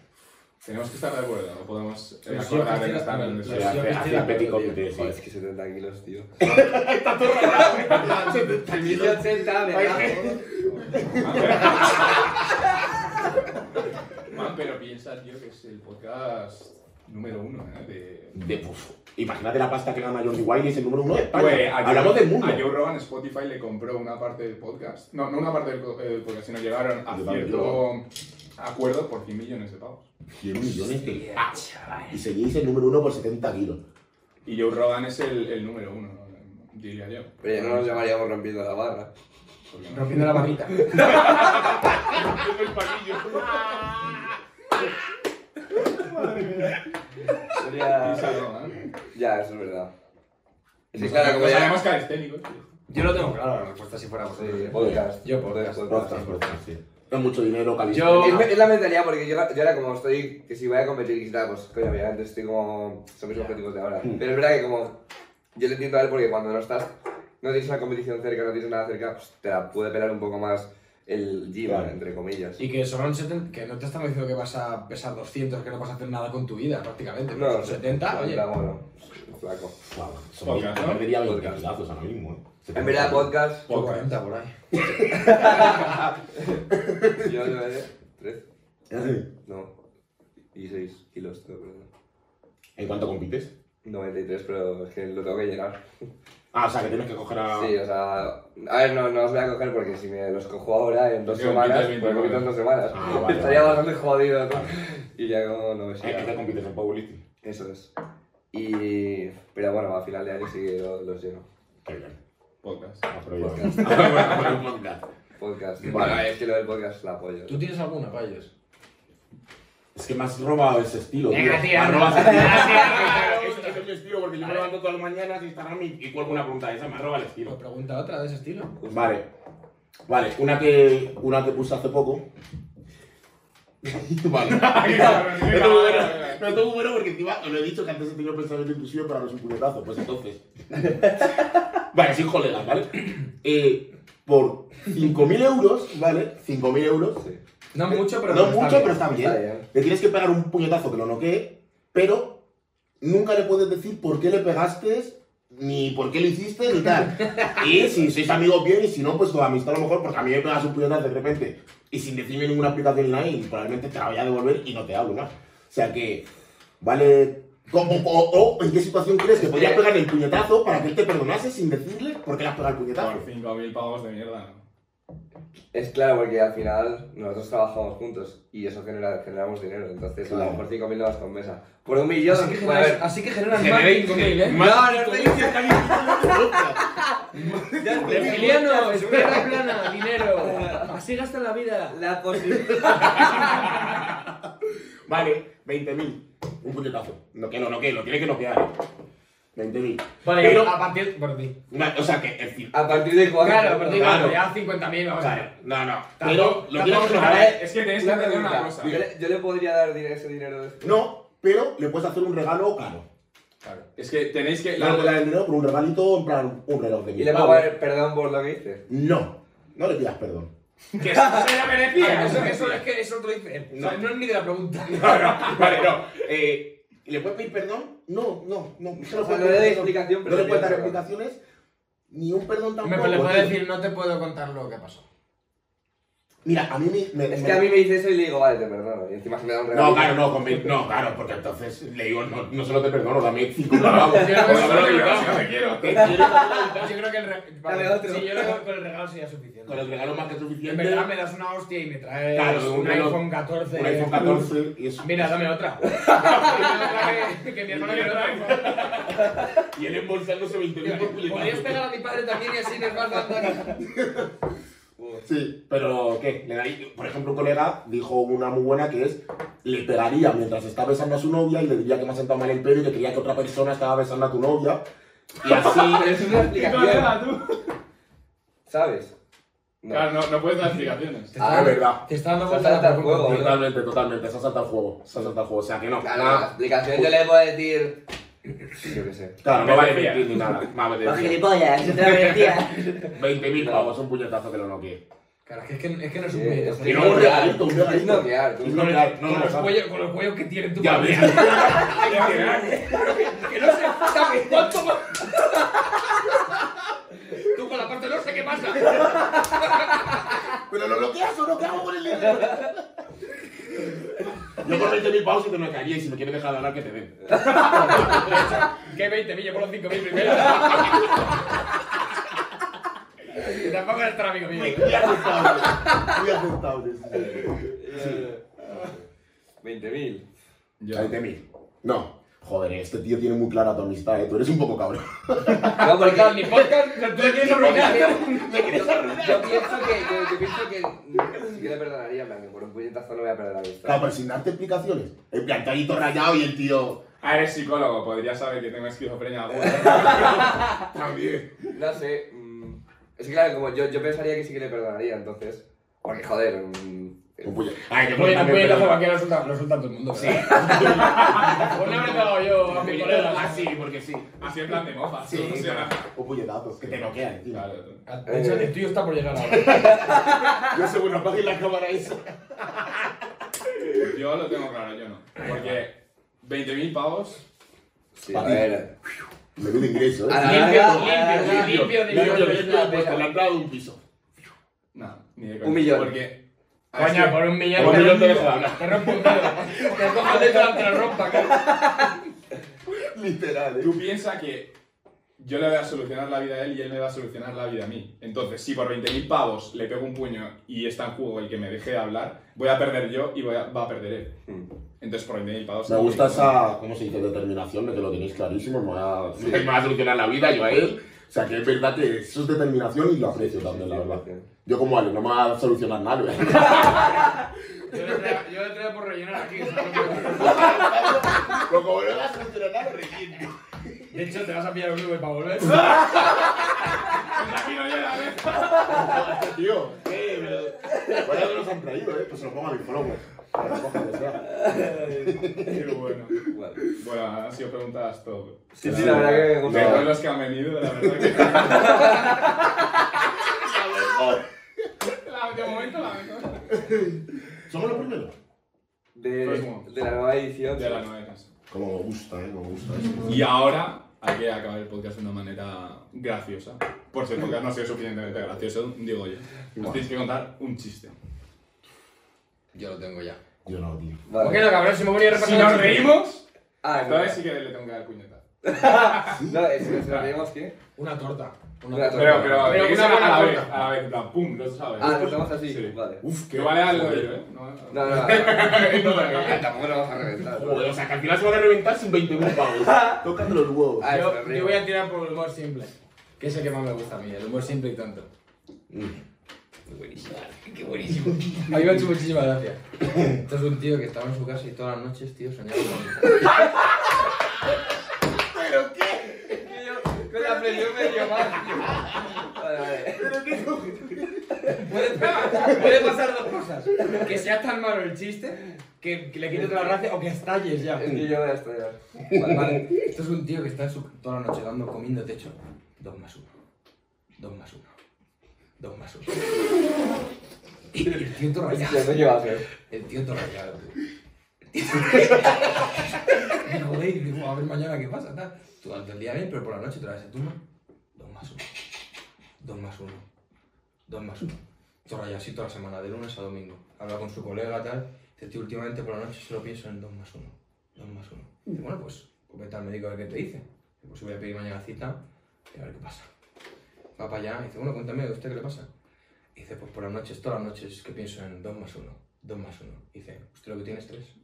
Speaker 4: Tenemos que estar de acuerdo, no podemos eh,
Speaker 1: Pero sí,
Speaker 4: acordar
Speaker 1: sí,
Speaker 4: en estar en
Speaker 1: sí,
Speaker 2: Se
Speaker 1: sí.
Speaker 4: el
Speaker 2: hace, hace el petit comité, sí.
Speaker 5: Joder, es que 70 kilos, tío.
Speaker 2: También-
Speaker 5: 80, ¿verdad?
Speaker 4: Man, pero piensa, tío, que es el podcast número uno, ¿eh? De...
Speaker 2: De puf. Imagínate la pasta que gana Jordi Wiley, es el número uno de España.
Speaker 4: Güey, a Joe-
Speaker 2: Hablamos del mundo.
Speaker 4: A Joe Rogan Spotify le compró una parte del podcast. No, no una parte del co- eh, podcast, sino llegaron a
Speaker 2: Yo también,
Speaker 4: cierto acuerdo por 100 millones de pavos.
Speaker 2: 100 millones de Y seguís el número uno por 70 kilos.
Speaker 4: Y Joe Rogan es el, el número uno, ¿no? diría yo.
Speaker 5: Pero ya no nos llamaríamos rompiendo la barra.
Speaker 4: ¿Por qué no?
Speaker 1: Rompiendo la barrita.
Speaker 5: Sería...
Speaker 2: Ah.
Speaker 4: Piensa Rogan.
Speaker 5: Ya, eso es verdad. Es que
Speaker 4: Nos
Speaker 5: claro, como
Speaker 4: nos
Speaker 5: ya...
Speaker 4: haremos calisténicos, tío.
Speaker 1: Yo lo tengo claro, la respuesta si fuera vosotros.
Speaker 5: Sí, podcast.
Speaker 1: Yo podcast.
Speaker 2: Ostras, ostras, sí. Es mucho dinero, caliente.
Speaker 1: Yo-
Speaker 5: Es, me- es la mentalidad, porque yo, yo ahora como estoy, que si voy a competir y tal, pues coño, obviamente estoy como, son mis objetivos de ahora. Pero es verdad que como, yo le entiendo a él porque cuando no estás, no tienes una competición cerca, no tienes nada cerca, pues te la puede pelar un poco más el diva,
Speaker 2: Claro.
Speaker 5: entre comillas.
Speaker 1: Y que son 70, que no te estamos diciendo que vas a pesar 200, que no vas a hacer nada con tu vida prácticamente. pero son 70, oye.
Speaker 5: está bueno, flaco.
Speaker 2: Fua, son
Speaker 4: Podcast,
Speaker 2: veinte-
Speaker 4: ¿no?
Speaker 2: yo perdería 20
Speaker 5: Podcast.
Speaker 2: pedazos ahora mismo, ¿eh?
Speaker 5: En verdad, podcast,
Speaker 1: Son 40 por ahí.
Speaker 5: yo le daré 3,
Speaker 2: ¿En
Speaker 5: no, y 6 kilos, no, perdón.
Speaker 2: cuánto compites?
Speaker 5: 93, pero es que lo tengo que llenar.
Speaker 2: Ah, o sea, que tienes que coger a... eh,
Speaker 5: Sí, o sea, a ver, no, no os voy a coger porque si me los cojo ahora en dos
Speaker 4: Yo
Speaker 5: semanas,
Speaker 4: quito el
Speaker 5: pues me quito en dos semanas.
Speaker 2: Ah, vale, vale.
Speaker 5: Estaría bastante jodido, ¿no? Y ya como no me
Speaker 2: ¿En qué te
Speaker 5: siga.
Speaker 2: compites en powerlifting?
Speaker 5: Eso es. Y. Pero bueno, a final de año sí que lo- los lleno.
Speaker 2: Qué bien. Ah,
Speaker 4: Podcast.
Speaker 2: Aprovechamos.
Speaker 5: Podcast.
Speaker 2: Aprovechamos el podcast.
Speaker 5: Podcast.
Speaker 2: Vale.
Speaker 5: Bueno, es que lo del podcast la apoyo.
Speaker 1: ¿Tú tienes alguna, Payos?
Speaker 2: Es que me has robado ese estilo, tío.
Speaker 6: Venga, tío,
Speaker 2: Me has robado ese
Speaker 6: tío.
Speaker 2: estilo.
Speaker 6: Gracias, tío.
Speaker 2: Este es mi estilo porque yo me levanto todas las mañanas, Instagram y, y cuelgo una pregunta de esa. Me has robado el
Speaker 1: Pues
Speaker 2: estilo.
Speaker 1: pregunta otra de ese estilo.
Speaker 2: Vale. Vale, una que, una que puse hace poco. vale. no estuvo bueno, no estuvo bueno porque encima os lo he dicho que antes he tenido pensamiento inclusive para los un puñetazo, pues entonces. vale, sin colegas, ¿vale? Eh, por 5.000 euros, ¿vale? 5.000 euros.
Speaker 5: Sí.
Speaker 1: No mucho, pero.
Speaker 2: no
Speaker 1: está
Speaker 2: mucho,
Speaker 1: bien.
Speaker 2: pero está bien.
Speaker 5: Está bien.
Speaker 2: Le tienes que pegar un puñetazo que lo noquee, pero nunca le puedes decir por qué le pegaste, ni por qué lo hiciste, ni tal. y si sois amigos bien, y si no, pues con amistad a lo mejor, porque a mí me pegas un puñetazo de repente, y sin decirme ninguna explicación ni nada, y probablemente te la vaya a devolver y no te hablo más. O sea que, vale. ¿cómo- o, o en qué situación crees que podrías pegarle el puñetazo para que él te perdonase sin decirle por qué le has pegado el puñetazo?
Speaker 4: Por 5.000 pavos de mierda, ¿no?
Speaker 5: Es claro, porque al final nosotros trabajamos juntos y eso genera, generamos dinero. Entonces, a
Speaker 2: Claro.
Speaker 5: lo mejor 5.000 no vas con mesa. Por un millón,
Speaker 1: Así que,
Speaker 5: bueno, a
Speaker 1: generas,
Speaker 5: ver.
Speaker 1: así que generas más
Speaker 6: Generéis-
Speaker 1: 5.000, ¿eh?
Speaker 6: Más-
Speaker 1: Emiliano, es tierra plana, dinero. Así gasta la vida.
Speaker 5: La posibilidad.
Speaker 2: Vale, 20.000. Un puñetazo. No, que no, no, que lo tiene que noquear. eh. 20.000.
Speaker 1: Vale,
Speaker 2: Pero-
Speaker 1: a partir. Por ti.
Speaker 2: Una- O sea, que el fin.
Speaker 5: A partir de cuándo.
Speaker 1: Claro, por ti,
Speaker 2: Claro.
Speaker 1: claro. Ya 50.000, vamos a ver.
Speaker 2: No, no.
Speaker 1: Tampoco-
Speaker 2: Pero lo tienes que
Speaker 4: tampoco-
Speaker 2: noquear.
Speaker 4: Vale, es que tenéis que
Speaker 5: Una
Speaker 4: entender una
Speaker 5: pregunta.
Speaker 4: cosa.
Speaker 5: Yo le, yo le podría dar dinero- ese dinero este- después.
Speaker 2: No, pero le puedes hacer un regalo caro.
Speaker 4: Es que tenéis que.
Speaker 2: No le puedes dar el dinero por un regalito, en plan, un reloj de
Speaker 5: Y
Speaker 2: mil
Speaker 5: le puedo
Speaker 2: pavos.
Speaker 5: dar perdón por lo que hice.
Speaker 2: No, no le pidas perdón.
Speaker 6: Que se la
Speaker 1: Tía,
Speaker 6: merecía.
Speaker 1: eso, eso es que eso te lo dice él. O sea, no es ni de la pregunta.
Speaker 2: No, no, vale, no. Eh, ¿y ¿Le puedes pedir perdón? No, no, no. no
Speaker 5: sea,
Speaker 2: puedes pedir
Speaker 5: no le doy
Speaker 2: perdón.
Speaker 5: explicación, pero
Speaker 2: No le
Speaker 5: le
Speaker 2: puedes
Speaker 5: pido
Speaker 2: dar
Speaker 5: perdón.
Speaker 2: explicaciones, ni un perdón
Speaker 1: Me,
Speaker 2: tampoco.
Speaker 1: le puede
Speaker 2: tío.
Speaker 1: decir, no te puedo contar lo que pasó.
Speaker 2: Mira, a mí me. me-
Speaker 5: Es
Speaker 2: me-
Speaker 5: que a mí me dice eso y le digo, vale, te perdono. Y encima se me da un regalo.
Speaker 2: No, claro, no, conven- no, claro, porque entonces le digo, no, no solo te perdono, dame cinco pavos.
Speaker 1: Pues Yo
Speaker 4: Pues
Speaker 1: creo que eso
Speaker 2: Por
Speaker 1: es lo
Speaker 2: haberlo
Speaker 1: que
Speaker 2: evitado.
Speaker 1: pasa.
Speaker 4: quiero.
Speaker 1: Yo creo que el re- vale,
Speaker 5: Dale
Speaker 1: sí,
Speaker 5: otro.
Speaker 1: yo creo que con el regalo sería suficiente.
Speaker 2: Con el regalo más que
Speaker 1: En
Speaker 2: suficiente.
Speaker 1: verdad me das una hostia y me traes
Speaker 2: Claro,
Speaker 1: un,
Speaker 2: un reloj-
Speaker 1: iPhone 14.
Speaker 2: un iPhone 14 y eso.
Speaker 1: Mira, dame otra. que, que mi hermano me lo trae.
Speaker 2: Y él embolsándose 20 mil por
Speaker 1: Podrías
Speaker 2: puñetazo.
Speaker 1: pegar a mi padre también y así nos vas dando aquí.
Speaker 2: Sí, pero ¿qué? Le daría- por ejemplo, un colega dijo una muy buena que es, le pegaría mientras está besando a su novia y le diría que me ha sentado mal el pelo y que creía que otra persona estaba besando a tu novia. Y así...
Speaker 5: Sí, pero es una explicación.
Speaker 4: tú.
Speaker 5: ¿Sabes? No.
Speaker 4: Claro, no, no puedes dar explicaciones.
Speaker 2: Ah, es verdad.
Speaker 1: Te está dando
Speaker 5: Se
Speaker 1: vueltas
Speaker 5: salta
Speaker 1: la
Speaker 5: el juego.
Speaker 1: pregunta.
Speaker 2: Totalmente, totalmente, se ha saltado el juego, se ha saltado el juego, o sea que no.
Speaker 5: Claro, la
Speaker 2: nada.
Speaker 5: explicación yo le puedo decir. Yo qué sé.
Speaker 2: Claro, no vale
Speaker 4: Mentira.
Speaker 2: mentir ni nada. Vale, mentira.
Speaker 7: gilipollas, eso te lo merecías.
Speaker 2: 20.000 pavos, un puñetazo que lo noquee.
Speaker 1: Claro, es que, es que, es que no es un
Speaker 5: Sí,
Speaker 1: medio.
Speaker 5: es
Speaker 2: Y luego un regalito, un
Speaker 5: Es
Speaker 2: regalito.
Speaker 5: noquear, tú.
Speaker 2: Es noquear, no,
Speaker 1: con,
Speaker 2: no,
Speaker 1: los
Speaker 2: no.
Speaker 1: cuellos, con los cuellos que tiene tu
Speaker 2: Ya
Speaker 1: padre.
Speaker 2: ves.
Speaker 1: Que no se sabe cuánto va-
Speaker 6: Tú con la parte no sé qué pasa.
Speaker 2: Pero lo bloqueas o no, ¿qué hago con el dinero? Yo con 20.000 pavos y te me caería y si me quieres dejar de hablar que te den.
Speaker 1: Que 20.000, yo por los 5.000 primero. Que Tampoco eres tan amigo mío.
Speaker 2: Muy aceptable. Muy aceptable. sí.
Speaker 5: 20.000.
Speaker 4: Yo.
Speaker 2: 20.000. No. Joder, este tío tiene muy clara tu amistad, eh. Tú eres un poco cabrón.
Speaker 5: No, porque
Speaker 1: Claro, mi podcast no te quieres arruinar.
Speaker 5: yo pienso que. Yo, yo pienso que. Yo le perdonaría, en plan, que por un puñetazo no voy a perder la
Speaker 2: Claro,
Speaker 5: amistad.
Speaker 2: pero sin darte explicaciones. El plantadito rayado y el tío.
Speaker 4: Ah, eres psicólogo, podría saber que tengo esquizofrenia alguna.
Speaker 2: También.
Speaker 5: No sé. mm, Es que claro, como yo, yo pensaría que sí que le perdonaría, entonces. Porque joder. mm,
Speaker 2: Un puñe- Ay, que
Speaker 1: Oye,
Speaker 2: puñetazo,
Speaker 1: un puñetazo
Speaker 2: pero-
Speaker 1: cualquiera lo suelta, lo suelta todo el mundo. Sí.
Speaker 6: Un abrazo yo a mi colega.
Speaker 1: Ah,
Speaker 6: Así, porque sí.
Speaker 4: Así en plan de mofa.
Speaker 2: Sí,
Speaker 4: o sea,
Speaker 2: Un puñetazo, que te noquean. encima.
Speaker 4: claro.
Speaker 1: De hecho, Ah, el tuyo está por llegar ahora.
Speaker 2: Yo seguro apagué la cámara eso.
Speaker 4: Yo lo tengo claro, yo no. Porque 20.000 pavos.
Speaker 5: Sí, a ver.
Speaker 2: Menudo ingreso, ¿eh?
Speaker 1: Ah,
Speaker 5: A la
Speaker 6: Limpio,
Speaker 5: larga, a la larga,
Speaker 6: limpio,
Speaker 5: limpio,
Speaker 6: limpio, limpio,
Speaker 5: limpio,
Speaker 6: limpio.
Speaker 5: limpio.
Speaker 6: Pues por la entrada de un piso.
Speaker 4: No, ni de
Speaker 5: Un millón.
Speaker 4: Porque.
Speaker 1: Coño, por un millón.
Speaker 4: Por un millón te
Speaker 1: rompo-
Speaker 4: dejo una.
Speaker 1: Te rompo un dedo.
Speaker 3: Te cojo de la otra ropa, cabrón.
Speaker 2: Literal, ¿eh?
Speaker 4: Tú piensas que yo le voy a solucionar la vida a él y él me va a solucionar la vida a mí. Entonces, si por 20.000 pavos le pego un puño y está en juego el que me deje de hablar, voy a perder yo y voy a- va a perder él.
Speaker 5: Mm,
Speaker 4: Entonces, por 20.000 pavos.
Speaker 2: Me gusta esa, ¿cómo se dice? Determinación de que lo tenéis clarísimo. Me va a, me va a solucionar la vida, yo a él. O sea, que es verdad que eso es determinación y lo aprecio también, la verdad. Yo como Ale, no me va a solucionar nada. ¿verdad?
Speaker 3: Yo le traigo- Yo le traigo por rellenar aquí. eso no puedo.
Speaker 2: Pero como no me va a solucionar nada, relleno.
Speaker 1: De hecho, te vas a pillar un Uber para volver.
Speaker 2: Tío, eh, pero... Vaya que nos han traído, ¿eh? Pues se lo pongo a mi follower. Que lo coja, que sea.
Speaker 4: Qué bueno.
Speaker 5: Bueno.
Speaker 4: Bueno, han sido preguntas top.
Speaker 5: Sí, sí, la verdad que me
Speaker 4: Los
Speaker 5: gusta.
Speaker 4: los que han venido, la verdad que. La- de momento la mejor.
Speaker 2: Somos los primeros.
Speaker 5: De,
Speaker 4: Próximo.
Speaker 5: de la nueva edición.
Speaker 4: De la nueva casa.
Speaker 2: Como me gusta, ¿eh? Como me gusta eso.
Speaker 4: Y ahora hay que acabar el podcast de una manera graciosa. Por si el podcast no ha sido suficientemente gracioso, digo yo. Nos tienes que contar un chiste.
Speaker 1: Yo lo tengo ya.
Speaker 2: Yo no, tío.
Speaker 5: Vale.
Speaker 1: ¿Por qué no, cabrón? Si me voy a ir
Speaker 4: Si nos
Speaker 1: repasando.
Speaker 4: reímos,
Speaker 5: Ah, es
Speaker 4: entonces
Speaker 5: verdad.
Speaker 4: sí que le tengo que dar puñeta.
Speaker 5: No, es que nos reímos que.
Speaker 1: Una torta.
Speaker 5: Una torta.
Speaker 4: Pero, pero,
Speaker 1: Pero
Speaker 4: tiene que
Speaker 1: una
Speaker 4: ser a la
Speaker 1: buena
Speaker 4: vez,
Speaker 1: torta.
Speaker 4: a la vez, en plan, pum, no se sabe.
Speaker 5: Ah, nos vamos así.
Speaker 4: Sí.
Speaker 5: Vale.
Speaker 2: Uf,
Speaker 4: Que vale al rollo,
Speaker 2: Joder.
Speaker 4: ¿eh? No, no.
Speaker 5: No, no, no. no.
Speaker 4: Bueno,
Speaker 5: Tampoco lo vas a reventar. ¿no?
Speaker 2: Joder, o sea, que al final se van a reventar sin 20.000 pavos. Tócate los huevos.
Speaker 5: Ah,
Speaker 1: Yo,
Speaker 5: es
Speaker 1: yo voy a tirar por el humor simple. Que es el que más me gusta a mí, el humor simple y tonto.
Speaker 5: Buenísimo. Qué buenísimo.
Speaker 1: Mm. A mí me ha hecho muchísima gracia. Esto es un tío que estaba en su casa y todas las noches, tío, soñaba con
Speaker 5: Con la presión medio más, tío. Vale, vale.
Speaker 1: Puede, puede pasar dos cosas. Que sea tan malo el chiste, que, que le quites la gracia o que estalles ya.
Speaker 5: Es que yo voy a estallar.
Speaker 1: Vale, vale. Esto es un tío que está en su, toda la noche dando, comiendo techo. Dos más uno. Dos más uno. Dos más uno. Y el tío todo rayado.
Speaker 5: Hostia, coño va a ser.
Speaker 1: El tío todo rayado. Y joder, y digo, a ver mañana qué pasa. tal. Tú durante el día bien, pero por la noche otra vez el turno. Dos más uno. Dos más uno. Dos más uno. Todo rayado así toda la semana, de lunes a domingo. Habla con su colega, tal. Dice, tío, últimamente por la noche solo pienso en dos más uno. Dos más uno. Dice, bueno, pues, pues vete al médico a ver qué te dice. Dice, Pues voy a pedir mañana cita y a ver qué pasa. Va para allá y dice, bueno, cuéntame, ¿a usted qué le pasa? Y dice, pues por las noches, todas las noches que pienso en dos más uno. Dos más uno. Y dice, ¿usted lo que tiene es tres?